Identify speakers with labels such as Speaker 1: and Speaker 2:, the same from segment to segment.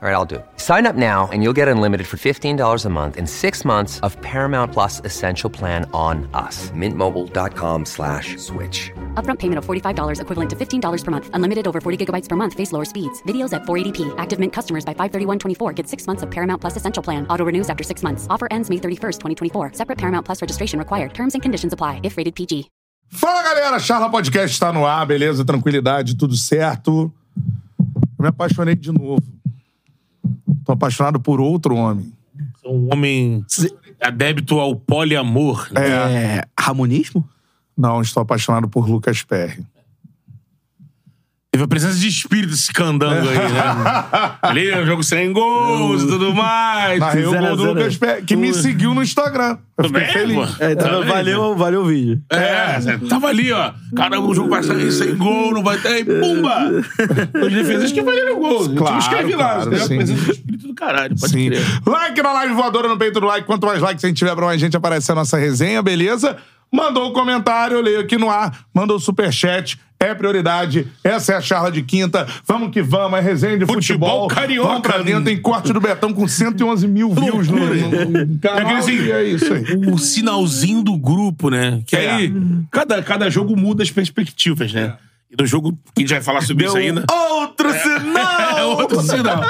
Speaker 1: All right, I'll do. it. Sign up now and you'll get unlimited for $15 a month and six months of Paramount Plus Essential Plan on us. Mintmobile.com slash switch.
Speaker 2: Upfront payment of $45 equivalent to $15 per month. Unlimited over 40 gigabytes per month. Face lower speeds. Videos at 480p. Active Mint customers by 531.24 get six months of Paramount Plus Essential Plan. Auto renews after six months. Offer ends May 31st, 2024. Separate Paramount Plus registration required. Terms and conditions apply if rated PG.
Speaker 3: Fala galera, Charla Podcast está no ar, beleza? Tranquilidade, tudo certo? Eu me apaixonei de novo. Tô apaixonado por outro homem.
Speaker 4: Sou um homem adébito ao poliamor. né?
Speaker 5: É. Ramonismo?
Speaker 3: Não, estou apaixonado por Lucas Perry.
Speaker 4: Teve a presença de espírito esse candango aí, né? Ali, um jogo sem gols e tudo mais.
Speaker 3: Narrei o
Speaker 5: zero a
Speaker 3: gol do
Speaker 5: zero.
Speaker 3: Lucas Perry, que me seguiu no Instagram. Eu
Speaker 4: Tudo
Speaker 3: fiquei
Speaker 4: bem,
Speaker 3: feliz.
Speaker 4: pô? Tá vendo?
Speaker 5: É, então, valeu o vídeo.
Speaker 4: É, Zé, tava ali, ó. Caramba, o jogo vai sair sem gol, não vai ter. E pumba! Os defesas que valeram gol.
Speaker 3: Claro,
Speaker 4: eu né? escrevi lá.
Speaker 3: claro,
Speaker 4: Teve a
Speaker 3: sim.
Speaker 4: presença do espírito do caralho, pode
Speaker 3: Sim.
Speaker 4: crer.
Speaker 3: Like na live voadora no peito do like. Quanto mais likes a gente tiver pra mais gente aparecer a nossa resenha, beleza? Mandou o comentário, eu leio aqui no ar. Mandou o superchat. É prioridade. Essa é a charla de quinta. Vamos que vamos. É resenha de futebol.
Speaker 4: Futebol carioca.
Speaker 3: Vamos pra dentro. Tem corte do Betão com 111 mil views no, no, no
Speaker 4: É
Speaker 3: canal.
Speaker 4: aquele assim,
Speaker 3: e é isso aí.
Speaker 4: O sinalzinho do grupo, né? Que
Speaker 3: É.
Speaker 4: aí, cada, cada jogo muda as perspectivas, né? E no jogo, que a gente vai falar sobre isso ainda.
Speaker 3: Outro sinal!
Speaker 4: É outro sinal.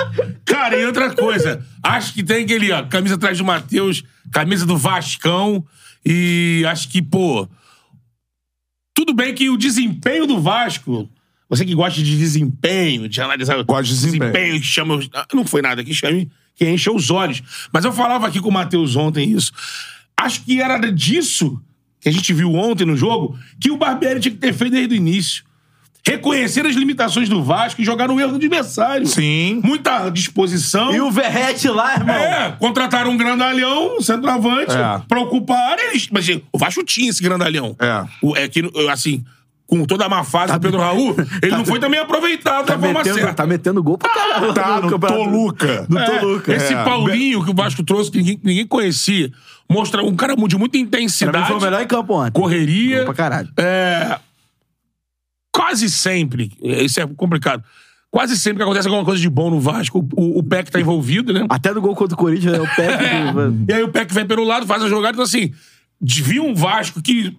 Speaker 4: Cara, e outra coisa. Acho que tem aquele, ó, camisa atrás do Matheus, camisa do Vascão. E acho que, pô. Tudo bem que o desempenho do Vasco. Você que gosta de desempenho, de analisar
Speaker 3: Gosto de desempenho.
Speaker 4: que chama. os- ah, Não foi nada que chame, que encheu os olhos. Mas eu falava aqui com o Matheus ontem isso. Acho que era disso que a gente viu ontem no jogo que o Barbieri tinha que ter feito desde o início. Reconhecer as limitações do Vasco e jogar no erro do adversário.
Speaker 3: Sim.
Speaker 4: Muita disposição.
Speaker 5: E o Verrete lá, irmão?
Speaker 4: É, contrataram um grandalhão, um centroavante,
Speaker 3: É.
Speaker 4: pra ocupar a área. Eles- Mas gente, o Vasco tinha esse grandalhão.
Speaker 3: É.
Speaker 4: O- é que, assim, com toda a má fase do Pedro Raul, ele não foi também aproveitado
Speaker 5: Tá
Speaker 4: da forma
Speaker 5: metendo,
Speaker 4: certa.
Speaker 5: tá metendo gol pra caralho.
Speaker 3: Tá no
Speaker 5: campeonato.
Speaker 3: Toluca.
Speaker 5: No
Speaker 4: É,
Speaker 5: Toluca.
Speaker 4: Esse
Speaker 3: É.
Speaker 4: Paulinho que o Vasco trouxe, que ninguém, ninguém conhecia, mostra um cara de muita intensidade.
Speaker 5: Pra mim foi o melhor em campo ontem.
Speaker 4: Correria.
Speaker 5: Gol pra caralho.
Speaker 4: É, quase sempre, é, isso é complicado, quase sempre que acontece alguma coisa de bom no Vasco, o, o PEC tá envolvido, né?
Speaker 5: Até no gol contra o Corinthians, né? o Pepe.
Speaker 4: E aí o Peck vem pelo lado, faz a jogada, então assim, devia um Vasco que,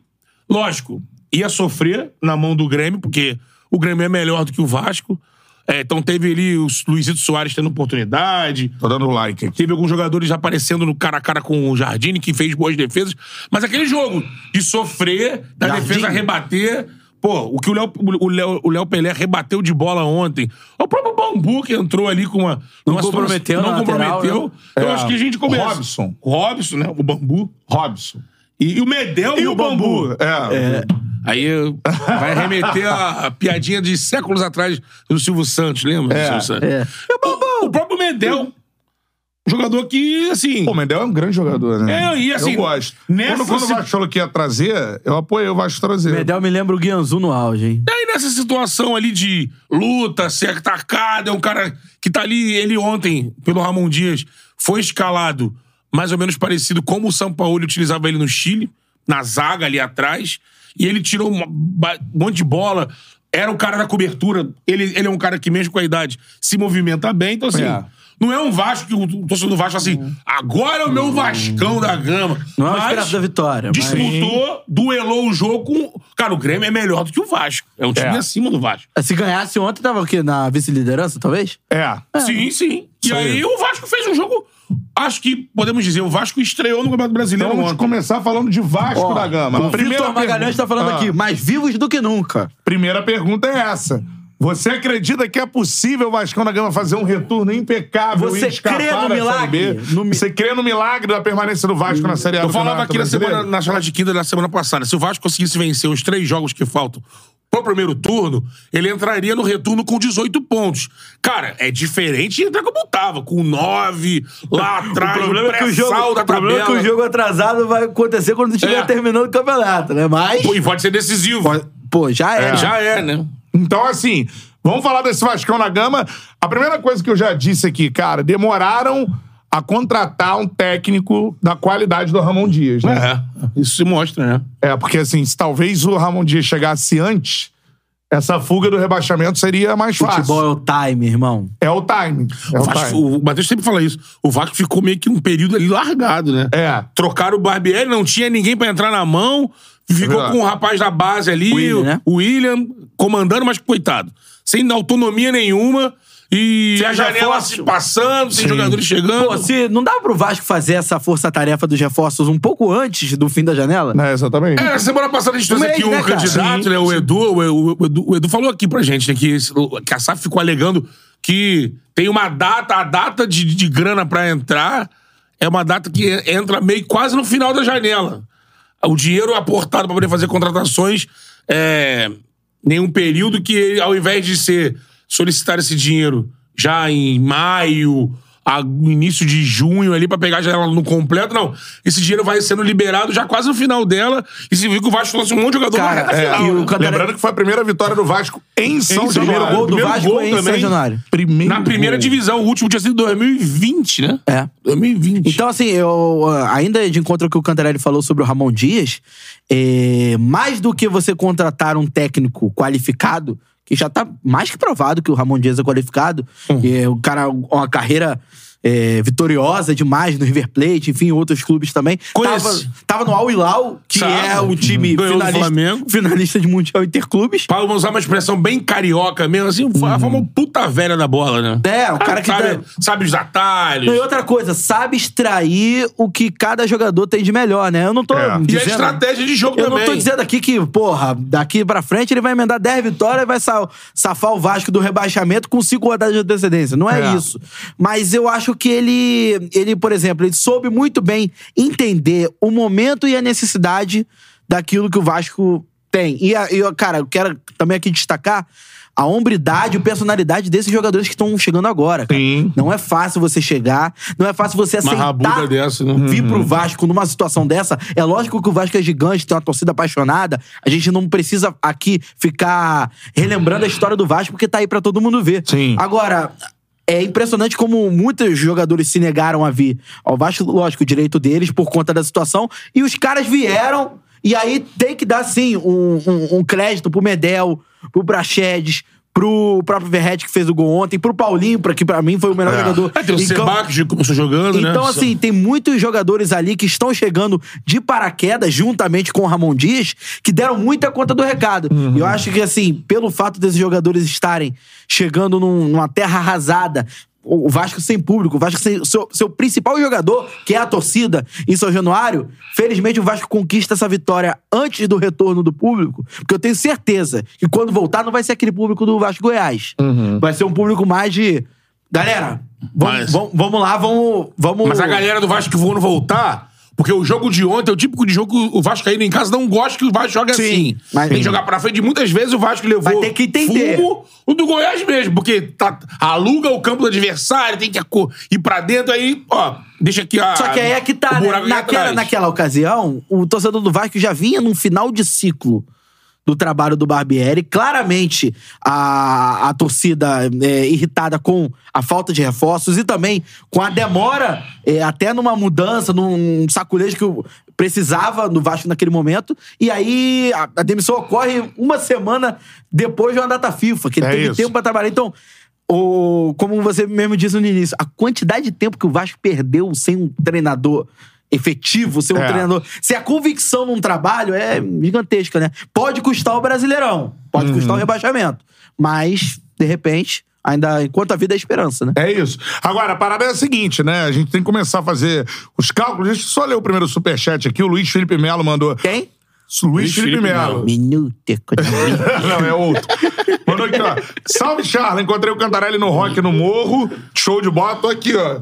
Speaker 4: lógico, ia sofrer na mão do Grêmio, porque o Grêmio é melhor do que o Vasco. É, então teve ali o Luizito Soares tendo oportunidade,
Speaker 3: Tô dando like aqui.
Speaker 4: Teve alguns jogadores aparecendo no cara a cara com o Jardine, que fez boas defesas. Mas aquele jogo de sofrer, da
Speaker 5: Jardine.
Speaker 4: defesa rebater. Pô, o que o Léo, o Léo, o Léo Pelé rebateu de bola ontem. O próprio Bambu que entrou ali com uma.
Speaker 5: Não
Speaker 4: numa situação-
Speaker 5: comprometeu
Speaker 4: Não
Speaker 5: na lateral,
Speaker 4: comprometeu. Então, Eu
Speaker 5: né?
Speaker 3: É,
Speaker 4: acho que a gente começa.
Speaker 3: Robson.
Speaker 4: Robson, né? O Bambu.
Speaker 3: Robson.
Speaker 4: E, e o Medel e, o Bambu.
Speaker 3: É.
Speaker 4: Aí vai remeter a, a piadinha de séculos atrás do Silvio Santos, lembra? do
Speaker 3: É,
Speaker 4: Silvio Santos?
Speaker 5: é.
Speaker 4: O, o próprio Medel. Um jogador que, assim.
Speaker 3: Pô, o Mendel é um grande jogador, né?
Speaker 4: É, e assim,
Speaker 3: Eu gosto.
Speaker 4: nessa
Speaker 3: quando, quando
Speaker 4: se-
Speaker 3: o Vasco que ia trazer, eu apoiei o Vasco trazer.
Speaker 5: Medel me lembra o Guianzu no auge, hein?
Speaker 4: Daí nessa situação ali de luta, ser atacado, é um cara que tá ali, ele ontem, pelo Ramon Dias, foi escalado mais ou menos parecido como o Sampaoli utilizava ele no Chile, na zaga ali atrás, e ele tirou uma ba- um monte de bola, era o cara da cobertura, ele, ele é um cara que mesmo com a idade se movimenta bem, então assim...
Speaker 3: É.
Speaker 4: Não é um Vasco que o torcedor do Vasco fala assim, agora é o meu Vascão da Gama.
Speaker 5: Não é o
Speaker 4: Mas-
Speaker 5: esperança da vitória. mas-
Speaker 4: disputou, duelou o jogo com. Cara, o Grêmio é melhor do que o Vasco. É um time
Speaker 3: É.
Speaker 4: acima do Vasco.
Speaker 5: Se ganhasse ontem, tava o quê? Na vice-liderança, talvez?
Speaker 3: É.
Speaker 4: Sim, sim. E
Speaker 3: Isso aí.
Speaker 4: aí o Vasco fez um jogo. Acho que podemos dizer, o Vasco estreou no Campeonato Brasileiro
Speaker 3: Então vamos
Speaker 4: ontem.
Speaker 3: começar falando de Vasco
Speaker 5: Ó,
Speaker 3: da Gama.
Speaker 5: O Vitor Magalhães tá falando
Speaker 3: Ah,
Speaker 5: aqui, mais vivos do que nunca.
Speaker 3: Primeira pergunta é essa. Você acredita que é possível o Vascão da Gama fazer um retorno impecável
Speaker 5: Você
Speaker 3: e escapar
Speaker 5: crê no
Speaker 3: da
Speaker 5: milagre?
Speaker 3: Série B?
Speaker 5: No mi-
Speaker 3: Você crê no milagre da permanência do Vasco na Série A
Speaker 4: Eu
Speaker 3: do
Speaker 4: falava
Speaker 3: Campeonato
Speaker 4: aqui na semana,
Speaker 3: Brasileiro?
Speaker 4: na charla de quinta da semana passada. Se o Vasco conseguisse vencer os três jogos que faltam pro primeiro turno, ele entraria no retorno com 18 pontos. Cara, é diferente de entrar como tava, com 9 lá atrás, o pré-sal da
Speaker 5: o problema é que
Speaker 4: tabela.
Speaker 5: o jogo atrasado vai acontecer quando estiver
Speaker 4: É.
Speaker 5: terminando o campeonato, né? Mas,
Speaker 4: Pô, e pode ser decisivo.
Speaker 5: pô, já é. Já...
Speaker 4: Já é, né?
Speaker 3: Então, assim, vamos falar desse Vascão na Gama. A primeira coisa que eu já disse aqui, cara, demoraram a contratar um técnico da qualidade do Ramon Dias, né?
Speaker 4: É, isso se mostra, né?
Speaker 3: É, porque assim, se talvez o Ramon Dias chegasse antes, essa fuga do rebaixamento seria mais fácil.
Speaker 5: Futebol é o time, irmão.
Speaker 3: É o time. É
Speaker 4: O,
Speaker 3: o
Speaker 4: Vasco,
Speaker 3: time.
Speaker 4: o Matheus sempre fala isso. O Vasco ficou meio que um período ali largado, né?
Speaker 3: É.
Speaker 4: Trocaram o Barbieri, não tinha ninguém pra entrar na mão. Ficou
Speaker 3: verdade.
Speaker 4: com o rapaz da base ali,
Speaker 5: William,
Speaker 4: o,
Speaker 5: né?
Speaker 4: o William, comandando, mas coitado. Sem autonomia nenhuma. E
Speaker 5: Sem
Speaker 4: a janela
Speaker 5: reforço.
Speaker 4: se passando, sem
Speaker 3: Sim.
Speaker 4: jogadores chegando.
Speaker 5: Pô, se não dava pro Vasco fazer essa força-tarefa dos reforços um pouco antes do fim da janela?
Speaker 3: É, exatamente.
Speaker 4: É, semana passada a gente trouxe
Speaker 5: Um mês,
Speaker 4: aqui um
Speaker 5: né, cara?
Speaker 4: candidato,
Speaker 5: Sim,
Speaker 4: né? O Edu, o, o- o Edu, o Edu falou aqui pra gente, né? Que, esse- que a SAF ficou alegando que tem uma data, a data de, de grana pra entrar é uma data que entra meio quase no final da janela. O dinheiro aportado pra poder fazer contratações é em um período que, ao invés de ser solicitar esse dinheiro já em maio, a- no início de junho ali pra pegar a janela no completo, não. Esse dinheiro vai sendo liberado já quase no final dela. E se viu que o Vasco trouxe um monte de jogador
Speaker 5: Cara,
Speaker 4: na reta
Speaker 5: é,
Speaker 4: final.
Speaker 5: e o
Speaker 4: né?
Speaker 5: Cantarelli-
Speaker 3: Lembrando que foi a primeira vitória do Vasco em São,
Speaker 5: São Januário.
Speaker 3: Januário.
Speaker 5: Primeiro gol do
Speaker 3: é. Primeiro
Speaker 5: Vasco é em São
Speaker 3: também.
Speaker 5: Januário.
Speaker 3: Primeiro
Speaker 4: Na primeira
Speaker 3: gol.
Speaker 4: divisão, o último tinha sido 2020, né?
Speaker 5: É.
Speaker 4: 2020.
Speaker 5: Então, assim, eu ah, ainda de encontro ao que o Cantarelli falou sobre o Ramon Dias, é, mais do que você contratar um técnico qualificado, que já tá mais que provado que o Ramon Dias é qualificado,
Speaker 4: Hum.
Speaker 5: é, o cara, uma carreira é, vitoriosa demais no River Plate, enfim, outros clubes também.
Speaker 4: Conhece.
Speaker 5: Tava, tava no Al Hilal, que
Speaker 4: Sabe.
Speaker 5: é um time
Speaker 4: Ganhou do
Speaker 5: finalista,
Speaker 4: Flamengo.
Speaker 5: finalista de Mundial Interclubes.
Speaker 4: Pra usar uma expressão bem carioca mesmo, assim, a famosa puta velha da bola, né?
Speaker 5: Uhum. É, o cara que
Speaker 4: sabe,
Speaker 5: dá-
Speaker 4: sabe os atalhos.
Speaker 5: Não, e outra coisa, sabe extrair o que cada jogador tem de melhor, né? Eu não tô
Speaker 3: É. E a
Speaker 4: E a
Speaker 5: dizendo...
Speaker 4: estratégia de jogo
Speaker 5: Eu
Speaker 4: também.
Speaker 5: não tô dizendo aqui que, porra, daqui pra frente ele vai emendar 10 vitórias e vai sa- safar o Vasco do rebaixamento com 5 rodadas de antecedência. Não é,
Speaker 3: É.
Speaker 5: isso. Mas eu acho que ele, ele, por exemplo, ele soube muito bem entender o momento e a necessidade daquilo que o Vasco tem. E, a- e, ó, cara, eu quero também aqui destacar a hombridade e personalidade desses jogadores que estão chegando agora. cara.
Speaker 3: Sim.
Speaker 5: Não é fácil você chegar, não é fácil você
Speaker 4: Uma
Speaker 5: aceitar
Speaker 4: rabuda dessa, né?
Speaker 5: vir pro Vasco numa situação dessa, é lógico que o Vasco é gigante, tem uma torcida apaixonada. A gente não precisa aqui ficar relembrando a história do Vasco, porque tá aí pra todo mundo ver.
Speaker 3: Sim.
Speaker 5: Agora. É impressionante como muitos jogadores se negaram a vir ao Vasco, lógico, o direito deles por conta da situação, e os caras vieram, e aí tem que dar, sim, um, um- um crédito pro Medel, pro Praxedes, pro próprio Verrete que fez o gol ontem, pro Paulinho, pra, que pra mim foi o melhor jogador.
Speaker 4: É, tem o
Speaker 5: em campo.
Speaker 4: Seba que começou jogando, né?
Speaker 5: Então, assim, tem muitos jogadores ali que estão chegando de paraquedas, juntamente com o Ramon Dias, que deram muita conta do recado. E eu acho que, assim, pelo fato desses jogadores estarem chegando num- numa terra arrasada, o o Vasco sem público, o Vasco sem seu, seu principal jogador, que é a torcida, em São Januário, felizmente o Vasco conquista essa vitória antes do retorno do público, porque eu tenho certeza que quando voltar não vai ser aquele público do Vasco Goiás. Vai ser um público mais de. Galera, vamos,
Speaker 4: Mas-
Speaker 5: vamos- vamos lá, vamos, vamos.
Speaker 4: Mas a galera do Vasco que vão voltar, porque o jogo de ontem é o típico de jogo que o Vasco ainda em casa não gosta que o Vasco joga
Speaker 5: Sim,
Speaker 4: assim.
Speaker 5: mas-
Speaker 4: Tem que jogar pra frente. Muitas vezes o Vasco levou
Speaker 5: Vai ter que entender.
Speaker 4: fumo o do Goiás mesmo, porque tá- aluga o campo do adversário, tem que aco- ir pra dentro, aí, ó, deixa aqui a.
Speaker 5: Só que aí é que
Speaker 4: o
Speaker 5: tá, né?
Speaker 4: buraco aqui
Speaker 5: Naquela,
Speaker 4: atrás.
Speaker 5: naquela ocasião, o torcedor do Vasco já vinha num final de ciclo do trabalho do Barbieri. Claramente, a, a torcida é, irritada com a falta de reforços e também com a demora, é, até numa mudança, num saculejo que o- precisava no Vasco naquele momento. E aí a, a demissão ocorre uma semana depois de uma data FIFA, que ele
Speaker 3: É
Speaker 5: teve
Speaker 3: isso.
Speaker 5: tempo pra trabalhar. Então, o, como você mesmo disse no início, a quantidade de tempo que o Vasco perdeu sem um treinador efetivo, sem um
Speaker 3: É.
Speaker 5: treinador. Se a convicção num trabalho é gigantesca, né? Pode custar o Brasileirão, pode custar o rebaixamento. Mas, de repente, ainda enquanto a vida é esperança, né?
Speaker 3: É isso. Agora, a parada é a seguinte, né? A gente tem que começar a fazer os cálculos. Deixa eu só ler o primeiro superchat aqui. O Luiz Felipe Melo mandou.
Speaker 5: Quem?
Speaker 3: Luiz Felipe Melo.
Speaker 5: Minuto. econômico.
Speaker 3: Não, é outro. Mandou aqui, ó. Salve, Charla. Encontrei o Cantarelli no Rock no Morro. Show de bola. Tô aqui, ó.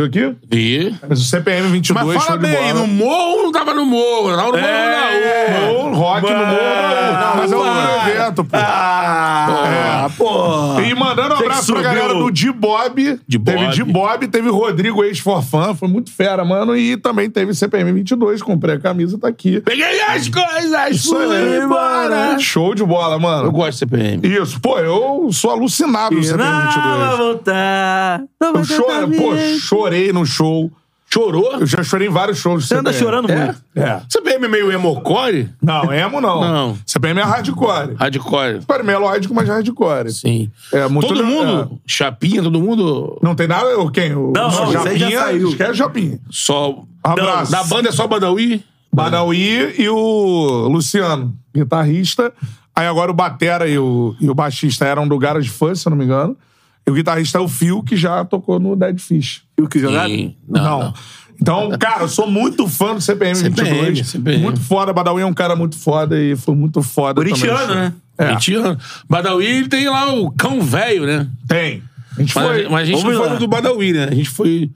Speaker 3: Viu aqui?
Speaker 4: E...
Speaker 3: Mas o CPM 22,
Speaker 4: Mas
Speaker 3: show
Speaker 4: fala
Speaker 3: de
Speaker 4: bem,
Speaker 3: bola.
Speaker 4: no né, morro não tava no morro, tava no morro, na
Speaker 3: É,
Speaker 4: rua.
Speaker 3: Morro, rock no morro.
Speaker 4: Mas-
Speaker 3: Mas é um
Speaker 4: Mas-
Speaker 3: evento. direto, pô. É.
Speaker 5: Ah, pô.
Speaker 3: E mandando um
Speaker 5: Você que
Speaker 3: abraço pra
Speaker 5: subiu.
Speaker 3: galera do Di Bob.
Speaker 4: Di
Speaker 3: Teve
Speaker 4: Bob.
Speaker 3: Di Bob, teve Rodrigo ex-forfã, foi muito fera, mano. E também teve CPM 22, comprei a camisa, tá aqui.
Speaker 4: Peguei as coisas,
Speaker 3: Isso aí,
Speaker 4: fui embora.
Speaker 3: Show de bola,
Speaker 4: Eu
Speaker 3: mano.
Speaker 4: gosto de CPM.
Speaker 3: Isso, pô, eu sou alucinado no CPM
Speaker 5: Não vai
Speaker 3: 22.
Speaker 5: voltar. Não vai
Speaker 3: Eu choro, pô, chorei no show.
Speaker 4: Chorou?
Speaker 3: Eu já chorei em vários shows. do
Speaker 5: Você anda
Speaker 3: CPM.
Speaker 5: chorando muito.
Speaker 3: É.
Speaker 4: CPM meio emocore?
Speaker 3: Não, emo não.
Speaker 4: Não.
Speaker 3: CPM é hardcore.
Speaker 4: Hardcore.
Speaker 3: Hardcore melódico, mas hardcore.
Speaker 4: Sim.
Speaker 3: É, muito
Speaker 4: todo
Speaker 3: le-
Speaker 4: mundo? Chapinha, todo mundo?
Speaker 3: Não tem nada. o- Quem? O
Speaker 5: Não, não, isso aí já
Speaker 3: Japinha.
Speaker 5: saiu.
Speaker 3: Esquece o Japinha.
Speaker 4: Só.
Speaker 3: Abraço.
Speaker 4: Da banda é só Badawi?
Speaker 3: Badawi e o Luciano, guitarrista. Aí agora o Batera e o, e o baixista eram do Garage Fun, se eu não me engano. E o guitarrista é o Phil, que já tocou no Dead Fish.
Speaker 5: E o que jogaram?
Speaker 4: Sim. Não, não.
Speaker 3: Então, cara, eu sou muito fã do CPM,
Speaker 4: CPM,
Speaker 3: 22.
Speaker 4: CPM.
Speaker 3: Muito foda. Badawi é um cara muito foda e foi muito foda. também.
Speaker 5: Corintiano, né?
Speaker 3: É.
Speaker 4: 20 anos. Badawi ele tem lá o cão velho, né?
Speaker 3: Tem. A gente
Speaker 4: Mas,
Speaker 3: foi.
Speaker 4: mas a gente
Speaker 5: Vamos
Speaker 4: não
Speaker 5: lá.
Speaker 4: foi no do Badawi, né? A gente foi.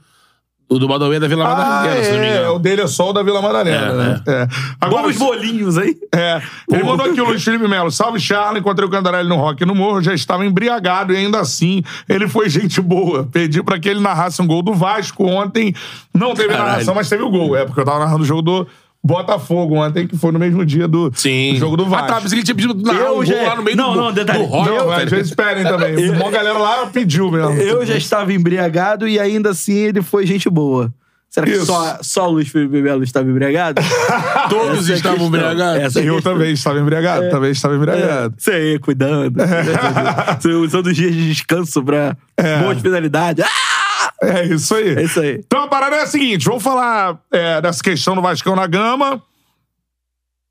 Speaker 4: O do Badawi é da Vila
Speaker 3: Ah,
Speaker 4: Madalena, se não me
Speaker 3: é,
Speaker 4: engano.
Speaker 3: o dele é só o da Vila Madalena, né? É. Agora,
Speaker 5: Vamos bolinhos aí.
Speaker 3: É. Ele mandou aqui o Luiz Felipe Melo. Salve, Charla. Encontrei o Candarelli no Rock no Morro. Já estava embriagado e ainda assim ele foi gente boa. Pedi pra que ele narrasse um gol do Vasco ontem. Não teve
Speaker 4: Caralho.
Speaker 3: narração, mas teve o gol. É, porque eu tava narrando o jogo do Botafogo ontem, que foi no mesmo dia do,
Speaker 4: Sim.
Speaker 3: do jogo do
Speaker 4: Ah, tá,
Speaker 3: Vasco.
Speaker 4: pensei que ele tinha pedido pra narrar
Speaker 5: Eu
Speaker 4: um gol
Speaker 5: já-
Speaker 4: lá no meio
Speaker 5: Não,
Speaker 4: do,
Speaker 5: não, detalhe.
Speaker 4: do rock.
Speaker 5: Não,
Speaker 3: Não,
Speaker 4: velho.
Speaker 3: às vezes pedem também. Uma galera lá pediu mesmo.
Speaker 5: Eu já estava embriagado e ainda assim ele foi gente boa. Será que
Speaker 3: Isso.
Speaker 5: só, só o Luiz Felipe Melo estava embriagado?
Speaker 4: Todos
Speaker 5: Essa é a
Speaker 4: estavam
Speaker 5: questão.
Speaker 4: embriagados.
Speaker 5: Essa é a
Speaker 3: Eu
Speaker 5: questão.
Speaker 3: também estava
Speaker 4: É.
Speaker 3: embriagado. Também estava embriagado.
Speaker 5: Você aí, É, cuidando. Você usando os dias de descanso pra boas penalidades. Ah!
Speaker 3: É isso aí.
Speaker 5: É isso aí.
Speaker 3: Então a parada é a seguinte: vamos falar é, dessa questão do Vascão na gama.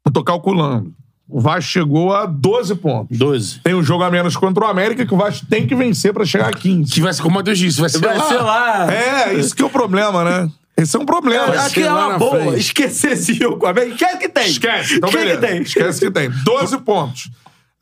Speaker 3: Eu tô calculando. O Vasco chegou a 12 pontos.
Speaker 4: 12.
Speaker 3: Tem um jogo a menos contra o América que o Vasco tem que vencer pra chegar a 15.
Speaker 4: Que vai ser, como o Matheus disse, vai ser
Speaker 5: Vai
Speaker 4: lá.
Speaker 5: ser lá.
Speaker 3: É, isso que é o problema, né? Esse é um problema.
Speaker 4: vai
Speaker 5: Aqui
Speaker 4: ser
Speaker 5: é
Speaker 4: lá
Speaker 5: uma
Speaker 4: na
Speaker 5: boa.
Speaker 4: frente.
Speaker 5: Esquecer esse jogo com a América. Quem é que tem?
Speaker 3: Esquece. Então,
Speaker 5: Quem é
Speaker 3: beleza.
Speaker 5: que tem?
Speaker 3: Esquece que tem. 12 pontos.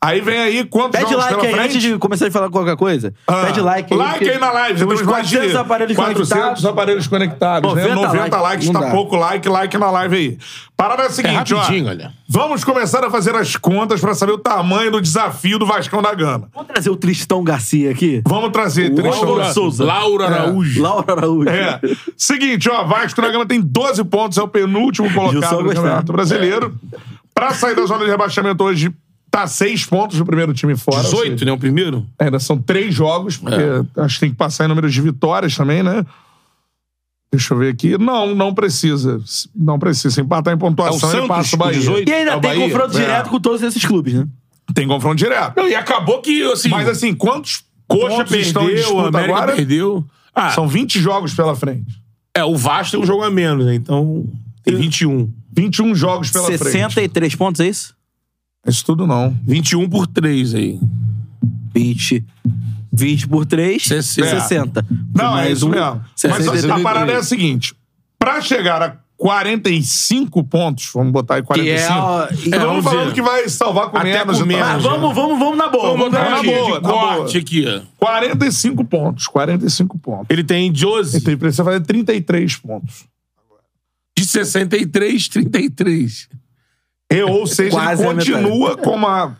Speaker 3: Aí vem aí quantos
Speaker 5: Pede
Speaker 3: jogos
Speaker 5: like
Speaker 3: pela
Speaker 5: aí
Speaker 3: frente?
Speaker 5: antes de começar a falar qualquer coisa.
Speaker 3: Ah,
Speaker 5: Pede like aí.
Speaker 3: Like
Speaker 5: porque
Speaker 3: aí na live.
Speaker 5: Temos
Speaker 3: Temos mais de
Speaker 5: 400 aparelhos
Speaker 3: 400
Speaker 5: conectados.
Speaker 3: aparelhos conectados. 90,
Speaker 5: 90
Speaker 3: né? 90
Speaker 5: likes,
Speaker 3: likes,
Speaker 5: não
Speaker 3: tá
Speaker 5: dá.
Speaker 3: pouco like, like na live aí. Parada é a seguinte,
Speaker 4: rapidinho,
Speaker 3: ó.
Speaker 4: olha.
Speaker 3: Vamos começar a fazer as contas pra saber o tamanho do desafio do Vascão da Gama.
Speaker 5: Vamos trazer o Tristão Garcia aqui.
Speaker 3: Vamos trazer, Tristão.
Speaker 4: Laura,
Speaker 5: Laura Souza.
Speaker 4: Laura Araújo.
Speaker 5: Laura Araújo.
Speaker 3: É. Seguinte, ó, Vasco da Gama tem 12 pontos, é o penúltimo
Speaker 5: Gilson
Speaker 3: colocado do
Speaker 5: gostar.
Speaker 3: Campeonato Brasileiro. Pra sair da zona de rebaixamento hoje, tá 6 pontos do primeiro time fora. ou seja,
Speaker 4: 18, né? O primeiro?
Speaker 3: Ainda são três jogos, porque
Speaker 4: É.
Speaker 3: acho que tem que passar em números de vitórias também, né? Deixa eu ver aqui. Não, não precisa. Não precisa. Se empatar em pontuação,
Speaker 4: É o
Speaker 3: ele passa
Speaker 4: Santos,
Speaker 3: o Bahia.
Speaker 4: 18.
Speaker 5: E ainda
Speaker 4: É o
Speaker 5: tem
Speaker 4: Bahia?
Speaker 5: confronto
Speaker 4: É.
Speaker 5: direto com todos esses clubes, né?
Speaker 3: Tem confronto direto.
Speaker 4: Não, e acabou que, assim.
Speaker 3: Mas assim, quantos
Speaker 4: Coxa
Speaker 3: pontos estão em
Speaker 4: perdeu,
Speaker 3: disputa
Speaker 4: o América
Speaker 3: agora?
Speaker 4: perdeu. Ah,
Speaker 3: São 20 jogos pela frente.
Speaker 4: é, o Vasco tem um jogo a menos, né? Então, tem 21.
Speaker 3: 21 jogos pela frente.
Speaker 5: 63 pontos, é isso?
Speaker 3: Isso tudo não.
Speaker 4: 21 por 3 aí.
Speaker 5: 20. 20 por 3,
Speaker 4: 60.
Speaker 5: 60.
Speaker 3: Não,
Speaker 5: Mais
Speaker 3: é isso
Speaker 5: um,
Speaker 3: mesmo.
Speaker 4: tá
Speaker 3: Mas
Speaker 5: 63.
Speaker 3: assim, a parada é a seguinte. Pra chegar a 45 pontos, vamos botar aí 45.
Speaker 5: Que é, ó,
Speaker 3: Todo mundo
Speaker 4: vamos
Speaker 3: falando
Speaker 4: ver.
Speaker 3: que vai salvar com
Speaker 4: Até
Speaker 3: menos.
Speaker 4: com
Speaker 3: e tal.
Speaker 5: Mas
Speaker 4: menos,
Speaker 5: vamos, vamos, vamos na boa.
Speaker 4: Vamos botar
Speaker 3: na
Speaker 4: aqui,
Speaker 3: boa,
Speaker 4: de
Speaker 3: na boa.
Speaker 4: corte aqui, ó.
Speaker 3: 45 pontos. 45 pontos. Então,
Speaker 4: Ele tem 12.
Speaker 3: Ele precisa fazer 33 pontos.
Speaker 4: De 63, 33.
Speaker 3: E, ou seja,
Speaker 5: Quase
Speaker 3: ele
Speaker 5: a metade.
Speaker 3: continua como a,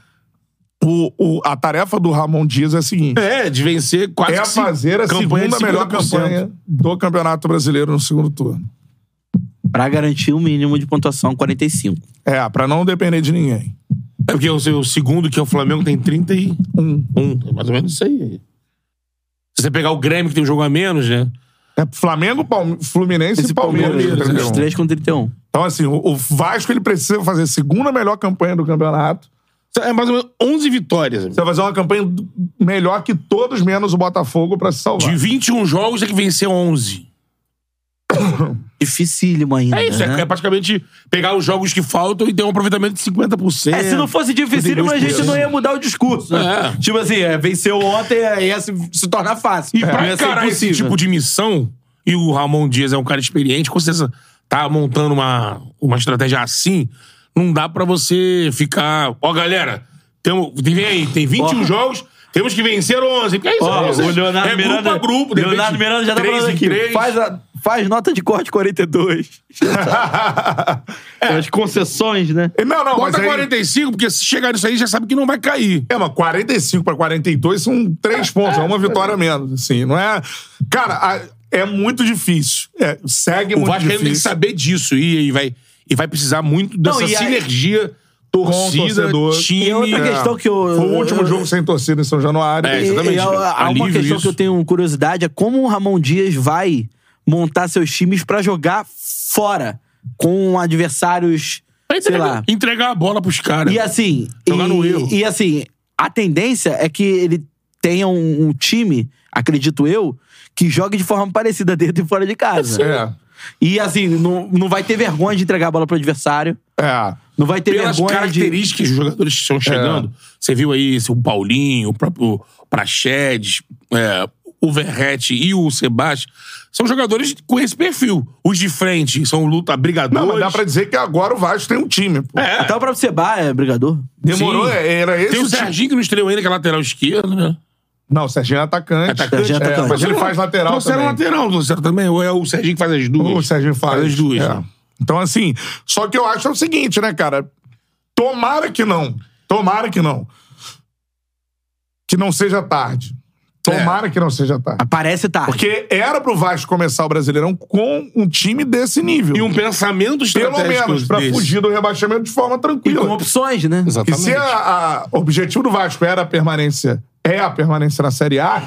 Speaker 3: o, o- a tarefa do Ramon Dias é a seguinte.
Speaker 4: É, de vencer quase
Speaker 3: É
Speaker 4: que se-
Speaker 3: fazer a
Speaker 4: campanha de
Speaker 3: segunda melhor
Speaker 4: 50%.
Speaker 3: campanha do Campeonato Brasileiro no segundo turno.
Speaker 5: Pra garantir o mínimo de pontuação, 45.
Speaker 3: É, pra não depender de ninguém.
Speaker 4: É porque o, seu segundo, que é o Flamengo, tem 31. É mais ou menos isso aí. Se você pegar o Grêmio, que tem um jogo a menos, né?
Speaker 3: É Flamengo, Palme- Fluminense
Speaker 5: Esse
Speaker 3: e Palmeiras.
Speaker 5: Palmeiras, né?
Speaker 3: entendeu?
Speaker 5: 23 com 31.
Speaker 3: Então, assim, o, o Vasco ele precisa fazer a segunda melhor campanha do campeonato.
Speaker 4: É mais ou menos 11 vitórias. amigo.
Speaker 3: Precisa fazer uma campanha do- melhor que todos, menos o Botafogo, pra se salvar.
Speaker 4: De 21 jogos, tem que vencer 11.
Speaker 5: Dificílimo ainda.
Speaker 4: É isso, é,
Speaker 5: né?
Speaker 4: é praticamente pegar os jogos que faltam e ter um aproveitamento de 50%.
Speaker 5: É, se não fosse dificílimo, a gente
Speaker 4: 32%.
Speaker 5: não ia mudar o discurso. né?
Speaker 4: É.
Speaker 5: Tipo assim, é, venceu ontem, aí ia se, se tornar fácil.
Speaker 4: E pra
Speaker 5: Ia ser
Speaker 4: encarar esse
Speaker 5: impossível.
Speaker 4: tipo de missão, e o Ramon Dias é um cara experiente, com certeza tá montando uma, uma estratégia assim, não dá pra você ficar... Ó, galera, tamo, tem, vem aí, tem 21
Speaker 5: Ó.
Speaker 4: jogos, temos que vencer 11. Porque é isso,
Speaker 5: Ó,
Speaker 4: é, isso,
Speaker 5: o Leonardo
Speaker 4: é grupo a
Speaker 5: Miranda.
Speaker 4: grupo. de
Speaker 5: Leonardo
Speaker 4: repente,
Speaker 5: Miranda já tá
Speaker 4: três
Speaker 5: falando
Speaker 4: em
Speaker 5: aqui.
Speaker 4: três.
Speaker 5: Faz a, Faz nota de corte 42.
Speaker 4: É.
Speaker 5: As concessões, né?
Speaker 3: Não, não, mas
Speaker 4: Bota
Speaker 3: aí...
Speaker 4: 45, porque se chegar nisso aí, já sabe que não vai cair.
Speaker 3: É, mas 45 pra 42 são três pontos, é uma vitória a menos, assim, não é... Cara, a- é muito difícil, é, segue
Speaker 4: O
Speaker 3: muito
Speaker 4: Vasco ainda
Speaker 3: difícil.
Speaker 4: tem que saber disso e, e vai, e vai precisar muito dessa
Speaker 5: e aí-
Speaker 4: sinergia torcida,
Speaker 3: torcedor.
Speaker 4: time...
Speaker 5: E outra questão que eu...
Speaker 3: Foi o último jogo sem torcida em São Januário.
Speaker 4: É,
Speaker 5: E-
Speaker 4: exatamente.
Speaker 5: E, há há uma
Speaker 4: Alívio
Speaker 5: questão
Speaker 4: isso.
Speaker 5: que eu tenho curiosidade é como o Ramon Dias vai montar seus times pra jogar fora com adversários,
Speaker 4: Vai
Speaker 5: sei
Speaker 4: entregar,
Speaker 5: lá.
Speaker 4: entregar a bola pros caras.
Speaker 5: E assim,
Speaker 4: Jogar
Speaker 5: e,
Speaker 4: no erro.
Speaker 5: e assim, a tendência é que ele tenha um, um time, acredito eu, que jogue de forma parecida dentro e fora de casa.
Speaker 3: É,
Speaker 5: E assim, não, não vai ter vergonha de entregar a bola pro adversário,
Speaker 3: é.
Speaker 5: não vai ter
Speaker 4: Pelas
Speaker 5: vergonha de
Speaker 4: características dos jogadores que estão chegando. Você viu aí esse- o Paulinho, o próprio Praxedes, é, o Verrete e o Sebastião. São jogadores com esse perfil. Os de frente são luta brigadores.
Speaker 3: Não, mas dá pra dizer que agora o Vasco tem um time, pô.
Speaker 4: É.
Speaker 5: Até o próprio Seba é brigador.
Speaker 3: Demorou,
Speaker 4: Sim.
Speaker 3: é, era esse
Speaker 4: Tem
Speaker 3: o
Speaker 4: o
Speaker 3: time.
Speaker 4: Serginho que não estreou ainda, que é lateral esquerdo, né?
Speaker 3: Não, o Serginho é atacante.
Speaker 4: Atacante.
Speaker 5: Serginho é
Speaker 3: É,
Speaker 5: atacante.
Speaker 3: mas ele faz lateral
Speaker 4: Trouxeram um
Speaker 3: também.
Speaker 4: lateral, não trouxeram também? Ou é o Serginho que faz as duas?
Speaker 3: O Serginho faz.
Speaker 4: as duas.
Speaker 3: É.
Speaker 4: né?
Speaker 3: Então, assim, só que eu acho é o seguinte, né, cara? Tomara que não. Tomara que não. Que não seja tarde. Tomara
Speaker 4: É.
Speaker 3: que não seja tarde.
Speaker 5: Aparece tarde.
Speaker 3: Porque era pro Vasco começar o Brasileirão com um time desse nível.
Speaker 4: E um pensamento
Speaker 3: Pelo
Speaker 4: estratégico
Speaker 3: menos, pra
Speaker 4: desse.
Speaker 3: fugir do rebaixamento de forma
Speaker 5: E com
Speaker 3: tranquila.
Speaker 5: opções, né?
Speaker 3: E
Speaker 4: Exatamente.
Speaker 3: se é a- a- o objetivo do Vasco era a permanência, é a permanência na Série A,